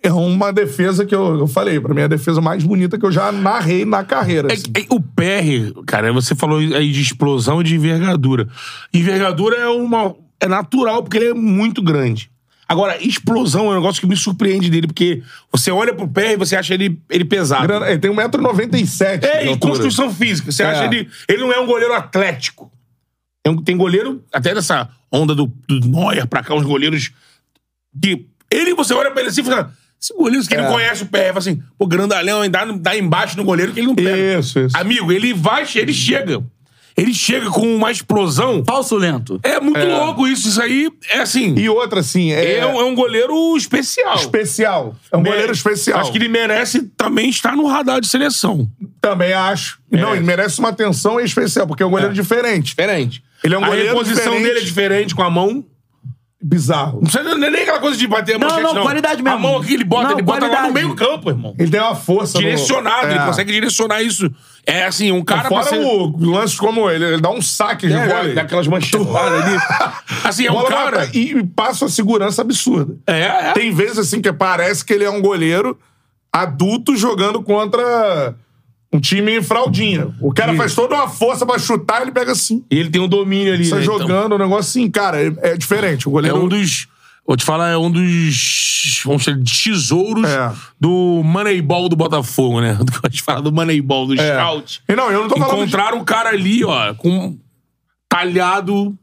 Speaker 3: é uma defesa que eu, eu falei, pra mim é a defesa mais bonita que eu já narrei na carreira.
Speaker 4: É
Speaker 3: assim.
Speaker 4: que- é- o PR, cara, você falou aí de explosão e de envergadura. Envergadura é uma. É natural, porque ele é muito grande. Agora, explosão é um negócio que me surpreende dele, porque você olha pro PR e você acha ele, ele pesado.
Speaker 3: Grana- Ele tem 1,97m.
Speaker 4: tá. É, e construção física. Você acha ele. Ele não é um goleiro atlético. É um- Tem goleiro, até dessa onda do, do Neuer pra cá, uns goleiros. Que ele, você olha pra ele assim e fica. Esse goleiro que não conhece o PR, fala assim, pô, grandalhão, dá, dá embaixo no goleiro que ele não pega.
Speaker 3: Isso, isso.
Speaker 4: Amigo, ele vai, ele chega. Ele chega com uma explosão.
Speaker 5: Falso lento.
Speaker 4: É muito louco isso. Isso aí é assim.
Speaker 3: E outra, assim, é,
Speaker 4: é, um, é um goleiro especial.
Speaker 3: especial. É um goleiro
Speaker 4: Mere-
Speaker 3: especial.
Speaker 4: Acho que ele merece também estar no radar de seleção.
Speaker 3: Também acho.
Speaker 4: É.
Speaker 3: Não, ele merece uma atenção especial, porque é um goleiro diferente.
Speaker 4: Diferente.
Speaker 3: Ele é um goleiro
Speaker 4: A reposição
Speaker 3: diferente.
Speaker 4: dele é diferente com a mão.
Speaker 3: Bizarro.
Speaker 4: Não precisa nem nem aquela coisa de bater a
Speaker 5: Não,
Speaker 4: manchete,
Speaker 5: não, qualidade mesmo.
Speaker 4: A mão aqui ele bota,
Speaker 5: Não,
Speaker 4: ele bota lá no
Speaker 5: qualidade.
Speaker 4: meio campo, irmão.
Speaker 3: Ele tem uma força. no-
Speaker 4: Direcionado, ele
Speaker 3: É.
Speaker 4: consegue direcionar isso. É assim, um cara...
Speaker 3: Fora
Speaker 4: pra ser-
Speaker 3: o lance como ele, ele dá um saque de
Speaker 4: É,
Speaker 3: vôlei.
Speaker 4: dá aquelas manchetadas ali. Assim, é um
Speaker 3: Bola na
Speaker 4: cara...
Speaker 3: pra- E, e passa uma segurança absurda.
Speaker 4: É, é.
Speaker 3: Tem vezes assim que parece que ele é um goleiro adulto jogando contra um time fraudinha. O cara faz toda uma força pra chutar, ele pega assim.
Speaker 4: E ele tem um domínio ali,
Speaker 3: Você
Speaker 4: né? Então,
Speaker 3: jogando, um negócio assim, cara, é, é diferente. O
Speaker 4: é
Speaker 3: goleiro.
Speaker 4: um dos... Vou te falar, é um dos, vamos dizer, tesouros
Speaker 3: É.
Speaker 4: do Moneyball do Botafogo, né? Do que eu gosto de falar do Moneyball, do scout.
Speaker 3: é. E não, eu não tô falando. de-
Speaker 4: Encontraram um cara ali, ó, com um talhado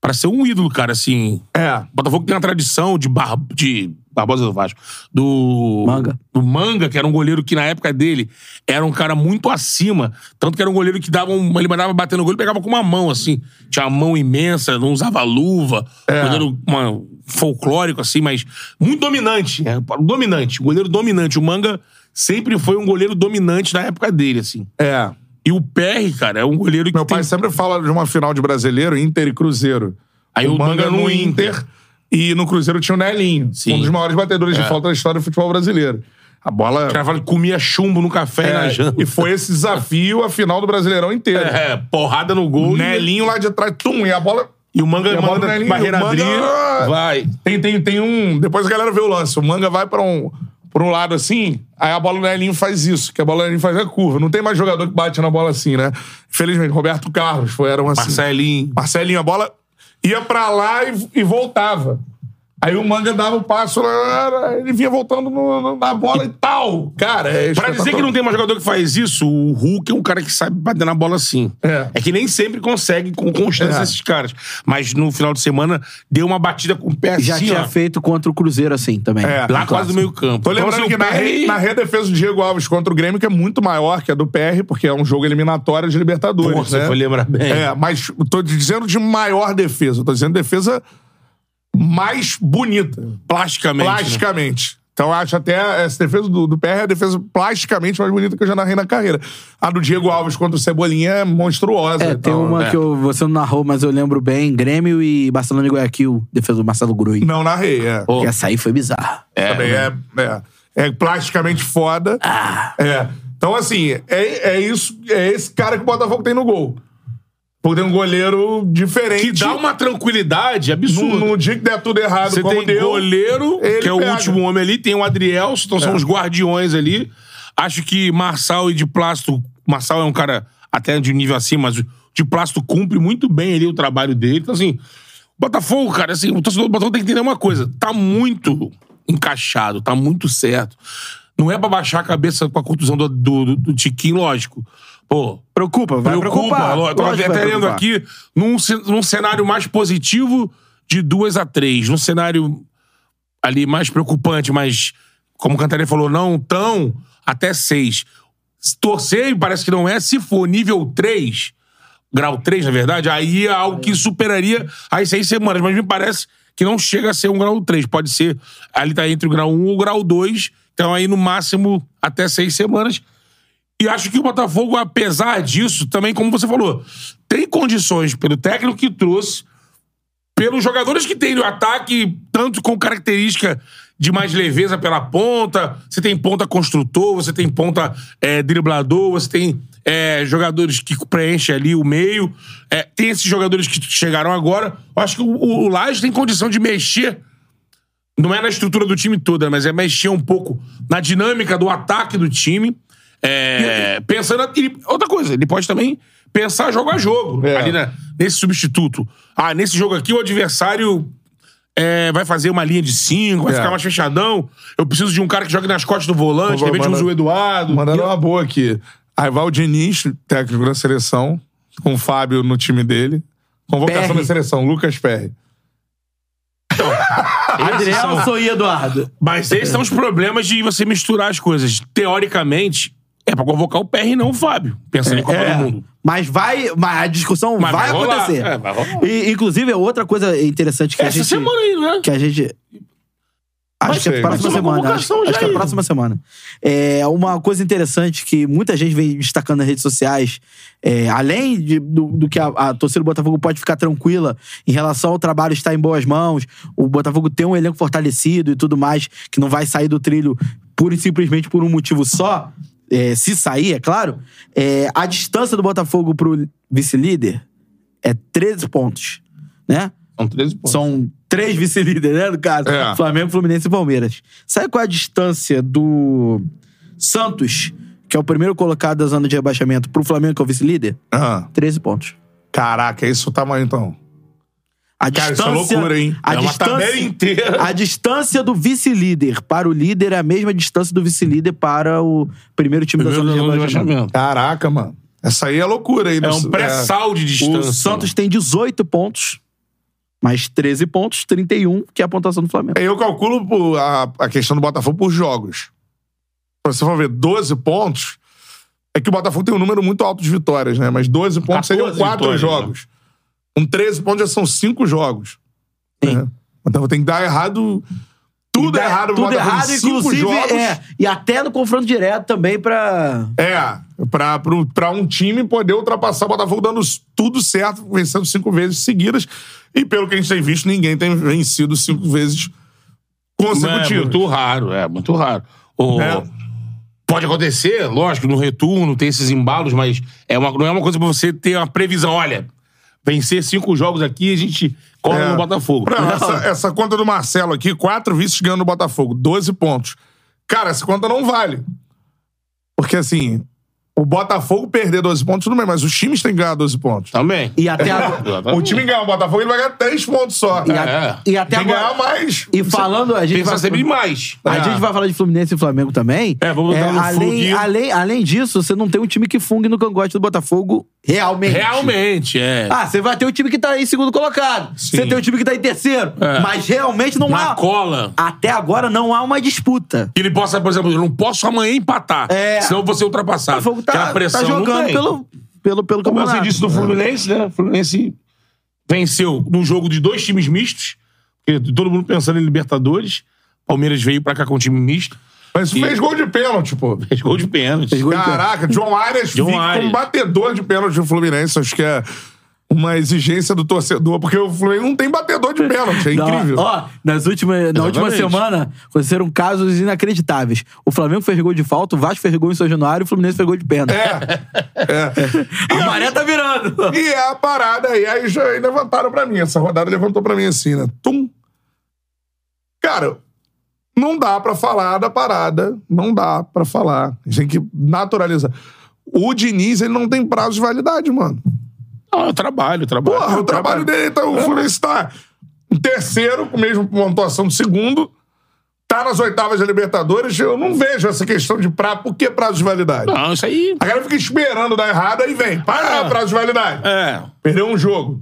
Speaker 4: pra ser um ídolo, cara, assim.
Speaker 3: É.
Speaker 4: O Botafogo tem uma tradição de, bar... de Barbosa do Vasco, do
Speaker 5: Manga.
Speaker 4: do Manga, que era um goleiro que na época dele era um cara muito acima, tanto que era um goleiro que dava um... ele mandava bater no gol e pegava com uma mão assim, tinha uma mão imensa, não usava luva,
Speaker 3: É.
Speaker 4: um goleiro uma... folclórico assim, mas muito dominante, né? dominante, goleiro dominante. O Manga sempre foi um goleiro dominante na época dele assim.
Speaker 3: É.
Speaker 4: E o PR, cara, é um goleiro que
Speaker 3: Meu
Speaker 4: tem...
Speaker 3: pai sempre fala de uma final de brasileiro, Inter e Cruzeiro.
Speaker 4: Aí o Manga no Inter.
Speaker 3: E no Cruzeiro tinha o Nelinho,
Speaker 4: Sim. É.
Speaker 3: um dos maiores batedores de falta da história do futebol brasileiro. A bola.
Speaker 4: O cara fala que comia chumbo no café e na
Speaker 3: É,
Speaker 4: janta.
Speaker 3: e foi esse desafio a final do Brasileirão inteiro.
Speaker 4: É, porrada no gol.
Speaker 3: O
Speaker 4: e-
Speaker 3: Nelinho lá de trás, tum, e a bola.
Speaker 4: E o manga
Speaker 3: E a bola
Speaker 4: manda
Speaker 3: pra ele,
Speaker 4: barreira
Speaker 3: o manga-
Speaker 4: abrir. Vai.
Speaker 3: Tem, tem, tem um. Depois a galera vê o lance. O manga vai pra um, pra um lado assim, aí a bola do Nelinho faz isso, que a bola do Nelinho faz a curva. Não tem mais jogador que bate na bola assim, né? Infelizmente, Roberto Carlos foi, era um assim.
Speaker 4: Marcelinho.
Speaker 3: Marcelinho, a bola ia pra lá e, e voltava. Aí o manga dava o passo, lá, lá, lá, ele vinha voltando no- no- na bola e tal. Cara, é
Speaker 4: Pra dizer que não tem mais jogador que faz isso, o Hulk é um cara que sabe bater na bola assim.
Speaker 3: É.
Speaker 4: que nem sempre consegue com constância
Speaker 3: É.
Speaker 4: esses caras. Mas no final de semana deu uma batida com o pé
Speaker 5: Já
Speaker 4: assim,
Speaker 5: tinha
Speaker 4: ó,
Speaker 5: feito contra o Cruzeiro assim também.
Speaker 3: É.
Speaker 4: lá quase no meio campo.
Speaker 3: Tô lembrando
Speaker 4: então, assim,
Speaker 3: que
Speaker 4: o
Speaker 3: na, re,
Speaker 4: PR
Speaker 3: na redefesa do Diego Alves contra o Grêmio, que é muito maior que a do PR, porque é um jogo eliminatório de Libertadores.
Speaker 4: Porra, você
Speaker 3: né?
Speaker 4: foi lembrar bem.
Speaker 3: É, mas tô te dizendo de maior defesa. Tô dizendo defesa mais bonita,
Speaker 4: plasticamente. né?
Speaker 3: plasticamente. Então eu acho até essa defesa do, do PR é a defesa plasticamente mais bonita que eu já narrei na carreira. A do Diego Alves contra o Cebolinha é monstruosa.
Speaker 5: É, tem
Speaker 3: então-
Speaker 5: uma
Speaker 4: é.
Speaker 5: que eu- você não narrou, mas eu lembro bem. Grêmio e Barcelona e Guayaquil, defesa do Marcelo Grui.
Speaker 3: Não narrei, é.
Speaker 5: Que Essa aí foi bizarra.
Speaker 3: É, Também é,
Speaker 4: né?
Speaker 3: é, é plasticamente foda.
Speaker 4: Ah.
Speaker 3: É. Então, assim, é, é isso. É esse cara que o Botafogo tem no gol. Porque tem um goleiro diferente.
Speaker 4: Que dá uma tranquilidade
Speaker 3: no,
Speaker 4: absurda.
Speaker 3: no dia que der tudo errado,
Speaker 4: Você
Speaker 3: como
Speaker 4: tem
Speaker 3: deu.
Speaker 4: goleiro,
Speaker 3: ele
Speaker 4: que é o
Speaker 3: pega.
Speaker 4: último homem ali, tem o Adrielson, então
Speaker 5: É.
Speaker 4: são os guardiões ali. Acho que Marçal e de Plasto. Marçal é um cara até de nível acima, mas o de Plasto cumpre muito bem ali o trabalho dele. Então, assim, o Botafogo, cara, assim, o torcedor do Botafogo tem que entender uma coisa: tá muito encaixado, tá muito certo. Não é pra baixar a cabeça com a contusão do, do, do- do Tiquinho, lógico. Pô,
Speaker 5: Preocupa, vai preocupar.
Speaker 4: Lógico,
Speaker 5: Lógico que
Speaker 4: até
Speaker 5: vai
Speaker 4: lendo
Speaker 5: preocupar.
Speaker 4: aqui num, ce- num cenário mais positivo de duas a três, Num cenário ali mais preocupante, mas como o Cantarelli falou, não tão até seis. Se Torcer, parece que não é, se for nível 3, grau 3, na verdade, aí é algo que superaria as seis semanas. Mas me parece que não chega a ser um grau 3. Pode ser, um ali tá entre o grau 1 e o grau 2. Então aí, no máximo, até seis semanas. E acho que o Botafogo, apesar disso, também, como você falou, tem condições pelo técnico que trouxe, pelos jogadores que tem no ataque, tanto com característica de mais leveza pela ponta, você tem ponta construtor, você tem ponta é, driblador, você tem é, jogadores que preenchem ali o meio, é, tem esses jogadores que chegaram agora. Eu acho que o, o Laje tem condição de mexer não é na estrutura do time toda, mas é mexer um pouco na dinâmica do ataque do time. É, pensando. e outra coisa, ele pode também pensar jogo a jogo,
Speaker 3: É.
Speaker 4: ali na- nesse substituto. Ah, nesse jogo aqui o adversário é, vai fazer uma linha de cinco, vai
Speaker 3: É.
Speaker 4: ficar mais fechadão. Eu preciso de um cara que jogue nas costas do volante, Então, de
Speaker 3: Vou-
Speaker 4: repente um
Speaker 3: manda-
Speaker 4: usa o Eduardo.
Speaker 3: Mandaram uma boa aqui. Aival Diniz, técnico da seleção, com o Fábio no time dele. Convocação
Speaker 5: Perry.
Speaker 3: da seleção, Lucas Perry.
Speaker 4: Ah,
Speaker 5: Adrielson e Eduardo.
Speaker 4: Mas esses são os problemas de você misturar as coisas. Teoricamente, é pra convocar o PR e não o Fábio, pensando em Copa
Speaker 5: É,
Speaker 4: do Mundo.
Speaker 5: Mas vai. Mas a discussão
Speaker 4: Mas
Speaker 5: vai,
Speaker 4: vai rolar.
Speaker 5: acontecer.
Speaker 4: É, vai rolar.
Speaker 5: E, inclusive, é outra coisa interessante que a
Speaker 4: Essa
Speaker 5: gente.
Speaker 4: semana aí, né?
Speaker 5: Que a gente. Acho
Speaker 3: Mas
Speaker 5: que é
Speaker 3: sei, mas
Speaker 5: a próxima
Speaker 4: uma
Speaker 5: semana. Acho,
Speaker 4: convocação já
Speaker 5: acho que é a
Speaker 4: aí.
Speaker 5: próxima semana. É uma coisa interessante que muita gente vem destacando nas redes sociais, é, além de- do, do que a, a torcida do Botafogo pode ficar tranquila em relação ao trabalho estar em boas mãos, o Botafogo tem um elenco fortalecido e tudo mais, que não vai sair do trilho pura e simplesmente por um motivo só. é, se sair, é claro. é, a distância do Botafogo pro vice-líder é 13 pontos, né?
Speaker 3: São 13 pontos.
Speaker 5: São três vice-líderes, né? No caso,
Speaker 3: É.
Speaker 5: Flamengo, Fluminense e Palmeiras. Sabe qual é a distância do Santos, que é o primeiro colocado da zona de rebaixamento, pro Flamengo, que é o vice-líder?
Speaker 3: Ah,
Speaker 5: 13 pontos.
Speaker 3: caraca, é isso o tamanho então.
Speaker 5: A
Speaker 3: Cara, isso é
Speaker 5: distância,
Speaker 3: loucura, hein?
Speaker 5: A
Speaker 4: é uma tabela
Speaker 5: distância,
Speaker 4: inteira.
Speaker 5: a distância do vice-líder para o líder é a mesma distância do vice-líder para o primeiro time da zona de rebaixamento.
Speaker 3: Caraca, mano. Essa aí é loucura aí.
Speaker 4: É um pré-sal de
Speaker 5: O
Speaker 4: distância.
Speaker 5: Santos tem 18 pontos, mais 13 pontos, 31, que é a pontuação do Flamengo.
Speaker 3: Eu calculo por- a, a questão do Botafogo por jogos. Se você for ver 12 pontos, é que o Botafogo tem um número muito alto de vitórias, né? Mas 12 pontos seriam
Speaker 4: 14
Speaker 3: quatro
Speaker 4: vitórias,
Speaker 5: né?
Speaker 3: jogos. Um 13 pontos já são cinco jogos.
Speaker 5: Sim.
Speaker 3: né? Então tem que dar errado.
Speaker 5: E
Speaker 3: Tudo
Speaker 5: dá-
Speaker 3: errado pro
Speaker 5: tudo
Speaker 3: Botafogo.
Speaker 5: errado,
Speaker 3: cinco
Speaker 5: inclusive,
Speaker 3: jogos.
Speaker 5: é, e até no confronto direto também pra...
Speaker 3: É, pra, pro, pra um time poder ultrapassar o Botafogo dando s- tudo certo, vencendo cinco vezes seguidas. E pelo que a gente tem visto, ninguém tem vencido cinco vezes
Speaker 4: É
Speaker 3: consecutivas.
Speaker 4: muito raro, é muito raro. O-
Speaker 3: É.
Speaker 4: Pode acontecer, lógico, no retorno tem esses embalos, mas é uma, não é uma coisa pra você ter uma previsão. Olha, vencer cinco jogos aqui, a gente cola
Speaker 3: É.
Speaker 4: no Botafogo.
Speaker 3: Não, Essa, essa conta do Marcelo aqui, quatro vices ganhando o Botafogo, 12 pontos. Cara, essa conta não vale. Porque assim, o Botafogo perder 12 pontos, tudo bem, mas os times têm que ganhar 12 pontos.
Speaker 4: Também.
Speaker 5: E até, a-
Speaker 3: O time ganhar o Botafogo, ele vai ganhar 3 pontos só.
Speaker 5: e, a-
Speaker 4: É.
Speaker 5: e até
Speaker 3: Tem que ganhar
Speaker 5: agora...
Speaker 3: mais.
Speaker 5: E falando, a gente,
Speaker 4: Pensa
Speaker 5: vai,
Speaker 4: sempre em mais.
Speaker 5: a
Speaker 3: É.
Speaker 5: gente vai falar de Fluminense e Flamengo também.
Speaker 4: É, vamos botar no
Speaker 5: além,
Speaker 4: funguinho.
Speaker 5: além, além disso, você não tem um time que fungue no cangote do Botafogo realmente.
Speaker 4: Realmente, é.
Speaker 5: Ah, você vai ter o time que tá em segundo colocado. Você tem o time que tá em terceiro.
Speaker 4: É.
Speaker 5: Mas realmente não
Speaker 4: Na
Speaker 5: há...
Speaker 4: cola.
Speaker 5: Até agora não há uma disputa.
Speaker 4: Que ele possa, por exemplo, eu não posso amanhã empatar.
Speaker 5: É.
Speaker 4: Senão eu vou ser ultrapassado.
Speaker 5: O Fogo
Speaker 4: Que a
Speaker 5: tá,
Speaker 4: pressão
Speaker 5: tá
Speaker 4: não
Speaker 5: jogando
Speaker 4: tem.
Speaker 5: pelo, né? pelo, pelo
Speaker 4: Como assim
Speaker 5: campeonato.
Speaker 4: você disse do Fluminense, né? O Fluminense venceu num jogo de dois times mistos, porque todo mundo pensando em Libertadores. Palmeiras veio pra cá com um time misto,
Speaker 3: Mas fez gol de pênalti, pô.
Speaker 4: fez gol de pênalti.
Speaker 5: Fez gol de
Speaker 3: Caraca, John Arias
Speaker 4: John
Speaker 3: fica
Speaker 4: Arias.
Speaker 3: como batedor de pênalti no Fluminense. Acho que é uma exigência do torcedor, porque o Fluminense não tem batedor de pênalti. É
Speaker 5: Não,
Speaker 3: incrível.
Speaker 5: Ó, nas últimas, na última semana aconteceram casos inacreditáveis. O Flamengo fez gol de falta, o Vasco fez gol em São Januário e o Fluminense fez gol de
Speaker 4: É,
Speaker 5: pênalti.
Speaker 3: É.
Speaker 5: A maré tá virando.
Speaker 3: E é a parada aí. Aí já aí levantaram pra mim. Essa rodada levantou pra mim assim, né? Tum. Cara, não dá pra falar da parada. Não dá pra falar. A gente tem que naturalizar. O Diniz, ele não tem prazo de validade, mano.
Speaker 4: Ah, eu trabalho, eu trabalho.
Speaker 3: Porra,
Speaker 4: Eu
Speaker 3: o trabalho dele tá.
Speaker 4: É.
Speaker 3: O Fluminense tá em terceiro, com a mesma pontuação do segundo. Tá nas oitavas da Libertadores. Eu não vejo essa questão de prazo. Por que prazo de validade?
Speaker 4: Não, Ah, isso aí.
Speaker 3: A galera fica esperando dar errado, aí vem. Para,
Speaker 4: Ah.
Speaker 3: prazo de validade.
Speaker 4: É.
Speaker 3: Perdeu um jogo.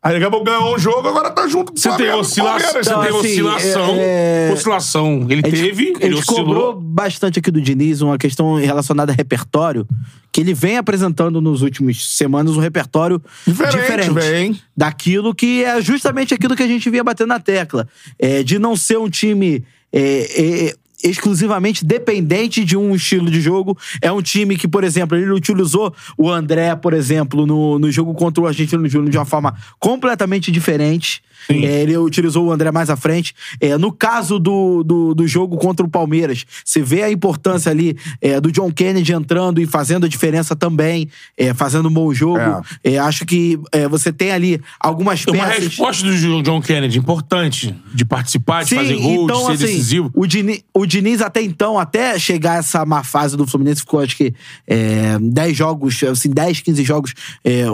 Speaker 3: Aí acabou ganhou um jogo, agora tá junto com o
Speaker 4: Você tem
Speaker 3: Flamengo. com o
Speaker 4: oscilação.
Speaker 3: Palmeiras.
Speaker 4: Você
Speaker 5: Então,
Speaker 4: tem
Speaker 5: assim,
Speaker 4: oscilação.
Speaker 5: é-
Speaker 4: Oscilação. Ele
Speaker 5: A gente-
Speaker 4: teve,
Speaker 5: a
Speaker 4: ele
Speaker 5: gente
Speaker 4: oscilou.
Speaker 5: cobrou bastante aqui do Diniz uma questão relacionada a repertório, que ele vem apresentando nos últimos semanas um repertório
Speaker 3: Diferente,
Speaker 5: diferente
Speaker 3: vem.
Speaker 5: daquilo que é justamente aquilo que a gente vinha batendo na tecla. É, de não ser um time. é, é, é, exclusivamente dependente de um estilo de jogo. É um time que, por exemplo, ele utilizou o André, por exemplo, no, no jogo contra o Argentino Júnior de uma forma completamente diferente. É, ele utilizou o André mais à frente. É, no caso do, do, do jogo contra o Palmeiras, você vê a importância ali é, do John Kennedy entrando e fazendo a diferença também, é, fazendo um bom jogo. É, acho que é, você tem ali algumas
Speaker 4: Uma
Speaker 5: peças.
Speaker 4: resposta do Ju- John Kennedy importante de participar, de fazer gol,
Speaker 5: então,
Speaker 4: de
Speaker 5: assim,
Speaker 4: ser decisivo.
Speaker 5: O Diniz, o Diniz até então, até chegar a essa má fase do Fluminense, ficou acho que é, 10 jogos, assim, 10, 15 jogos é,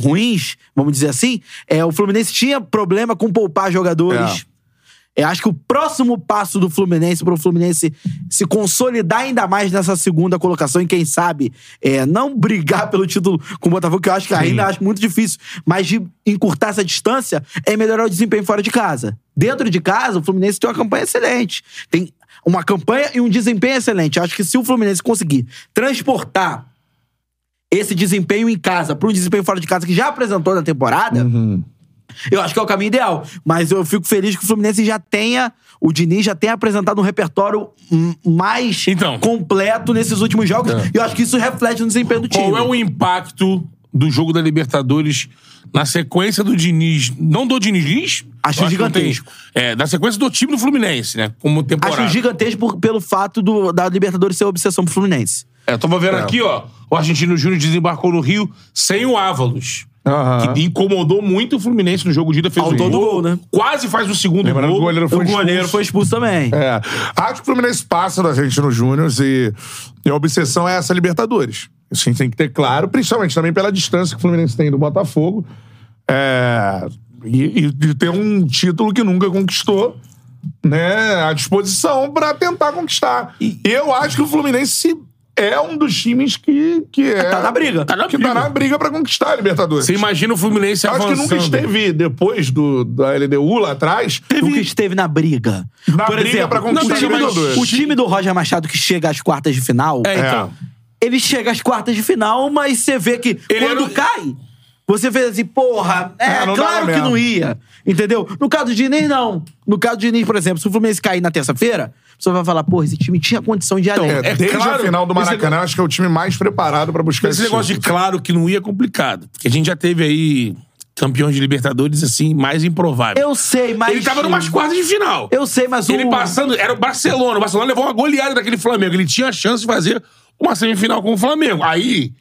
Speaker 5: ruins, vamos dizer assim. É, o Fluminense tinha problema com poupar
Speaker 4: É.
Speaker 5: jogadores. Eu acho que o próximo passo do Fluminense para o Fluminense se consolidar ainda mais nessa segunda colocação e quem sabe é, não brigar pelo título com o Botafogo, que eu acho que ainda acho muito difícil, mas de encurtar essa distância é melhorar o desempenho fora de casa. Dentro de casa, o Fluminense tem uma campanha excelente. Tem uma campanha e um desempenho excelente. Eu acho que se o Fluminense conseguir transportar esse desempenho em casa para um desempenho fora de casa que já apresentou na temporada, eu acho que é o caminho ideal. Mas eu fico feliz que o Fluminense já tenha, o Diniz já tenha apresentado um repertório hum, mais
Speaker 4: Então.
Speaker 5: completo nesses últimos jogos. E eu acho que isso reflete no desempenho do time.
Speaker 4: Qual é o impacto do jogo da Libertadores na sequência do Diniz? Não do Diniz Lins?
Speaker 5: Acho
Speaker 4: eu que não tem-
Speaker 5: gigantesco.
Speaker 4: É, na sequência do time do Fluminense, né? Como temporada.
Speaker 5: Acho gigantesco por- pelo fato do, da Libertadores ser obsessão pro Fluminense.
Speaker 4: É, eu tava vendo aqui, ó. O Argentino Júnior desembarcou no Rio sem o Ávalos.
Speaker 3: Aham.
Speaker 4: Que incomodou muito o Fluminense no jogo de ida. Fez
Speaker 5: Autor
Speaker 4: o
Speaker 5: do
Speaker 4: gol,
Speaker 5: gol, né?
Speaker 4: Quase faz o segundo
Speaker 3: Lembrando
Speaker 4: gol.
Speaker 3: que o goleiro
Speaker 5: O
Speaker 3: Foi
Speaker 5: goleiro
Speaker 3: expulso.
Speaker 5: foi expulso também.
Speaker 3: É. Acho que o Fluminense passa da gente no Júnior e, e a obsessão é essa Libertadores. Isso a gente tem que ter claro, principalmente também pela distância que o Fluminense tem do Botafogo. É, e, e de ter um título que nunca conquistou, né? À disposição pra tentar conquistar. E eu acho que o Fluminense é um dos times que, que é,
Speaker 5: Tá na briga.
Speaker 4: Tá na
Speaker 3: que
Speaker 4: briga.
Speaker 3: tá na briga pra conquistar a Libertadores.
Speaker 4: Você imagina o Fluminense
Speaker 3: eu acho
Speaker 4: Tá avançando.
Speaker 3: que nunca esteve depois do, da LDU lá atrás.
Speaker 5: Nunca esteve na briga.
Speaker 3: Na briga pra
Speaker 5: o
Speaker 3: conquistar
Speaker 5: time,
Speaker 4: a
Speaker 5: do,
Speaker 4: Libertadores.
Speaker 5: o time do Roger Machado que chega às quartas de final,
Speaker 4: É, então.
Speaker 5: ele chega às quartas de final, mas você vê que
Speaker 4: Ele
Speaker 5: quando
Speaker 4: era o-
Speaker 5: cai, você vê assim, porra, é,
Speaker 3: É, não dava
Speaker 5: claro que
Speaker 3: mesmo.
Speaker 5: não ia. Entendeu? No caso do Diniz, não. No caso do Diniz, por exemplo, se o Fluminense cair na terça-feira, você vai falar, porra, esse time tinha condição de ir além.
Speaker 3: É,
Speaker 4: É
Speaker 3: desde
Speaker 4: claro,
Speaker 3: a final do
Speaker 4: esse
Speaker 3: Maracanã, acho que é o time mais preparado pra buscar
Speaker 4: Esse negócio de claro que não ia é complicado. Porque a gente já teve aí campeões de Libertadores, assim, mais improvável.
Speaker 5: Eu sei, mas.
Speaker 4: Ele tava numas quartas de final.
Speaker 5: Eu um- sei, mas o.
Speaker 4: Ele passando, era o Barcelona. O Barcelona levou uma goleada daquele Flamengo. Ele tinha a chance de fazer uma semifinal com o Flamengo. Aí,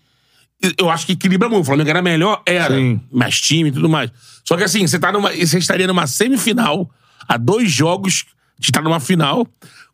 Speaker 4: eu acho que equilibra muito. O Flamengo era melhor? Era.
Speaker 3: Sim.
Speaker 4: Mais time e tudo mais. Só que assim, você, tá numa, você estaria numa semifinal, a dois jogos de estar numa final,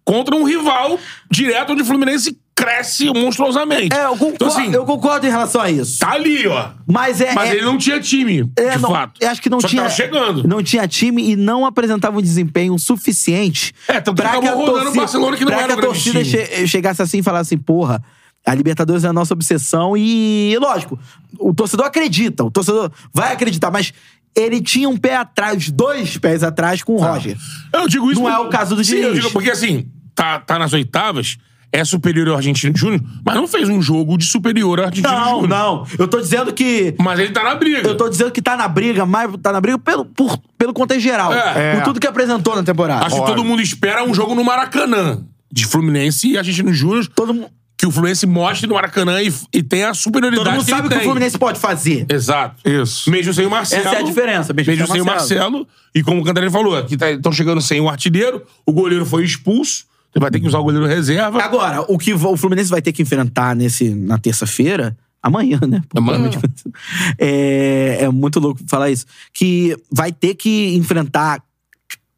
Speaker 4: contra um rival direto onde o Fluminense cresce monstruosamente.
Speaker 5: É, eu concordo,
Speaker 4: Então, assim,
Speaker 5: eu concordo em relação a isso.
Speaker 4: tá ali, ó.
Speaker 5: Mas é.
Speaker 4: Mas
Speaker 5: é-
Speaker 4: ele não tinha time,
Speaker 5: É,
Speaker 4: de
Speaker 5: não,
Speaker 4: fato.
Speaker 5: eu Acho que não
Speaker 4: Só
Speaker 5: tinha.
Speaker 4: tava chegando.
Speaker 5: Não tinha time e não apresentava um desempenho suficiente.
Speaker 4: É, tanto que
Speaker 5: pra
Speaker 4: acabou
Speaker 5: a
Speaker 4: rodando o Barcelona, que não
Speaker 5: pra
Speaker 4: era um
Speaker 5: que a
Speaker 4: grande
Speaker 5: torcida
Speaker 4: time.
Speaker 5: che- chegasse assim e falasse assim, porra. A Libertadores é a nossa obsessão e, lógico, o torcedor acredita, o torcedor vai acreditar, mas ele tinha um pé atrás, dois pés atrás com o
Speaker 4: Tá.
Speaker 5: Roger.
Speaker 4: Eu digo isso.
Speaker 5: Não é
Speaker 4: porque-
Speaker 5: o caso do
Speaker 4: Sim, eu
Speaker 5: Diniz.
Speaker 4: digo porque assim, tá, tá nas oitavas, é superior ao Argentino Júnior, mas não fez um jogo de superior ao Argentino
Speaker 5: Não,
Speaker 4: Júnior.
Speaker 5: não. Eu tô dizendo que
Speaker 4: Mas ele tá na briga.
Speaker 5: eu tô dizendo que tá na briga, mas tá na briga pelo, por- pelo contexto geral,
Speaker 4: É.
Speaker 5: por tudo que apresentou na temporada.
Speaker 4: Acho que todo mundo espera um jogo no Maracanã. De Fluminense e Argentino Júnior,
Speaker 5: Todo mu-
Speaker 4: que o Fluminense mostre no Maracanã e, e tenha a superioridade
Speaker 5: todo mundo
Speaker 4: que ele
Speaker 5: sabe o que o
Speaker 4: tem.
Speaker 5: Fluminense pode fazer.
Speaker 4: Exato.
Speaker 3: Isso.
Speaker 4: Mesmo sem o Marcelo.
Speaker 5: Essa é a diferença, mesmo
Speaker 4: Mesmo,
Speaker 5: sem o
Speaker 4: sem o
Speaker 5: Marcelo.
Speaker 4: Marcelo. E como o Cantarelli falou, aqui estão chegando sem o artilheiro, o goleiro foi expulso, ele vai ter que usar o goleiro reserva.
Speaker 5: Agora, o que vo- o Fluminense vai ter que enfrentar nesse, na terça-feira, amanhã, né? Pô,
Speaker 4: Amanhã.
Speaker 5: pelo amor de Deus. É, é muito louco falar isso. Que vai ter que enfrentar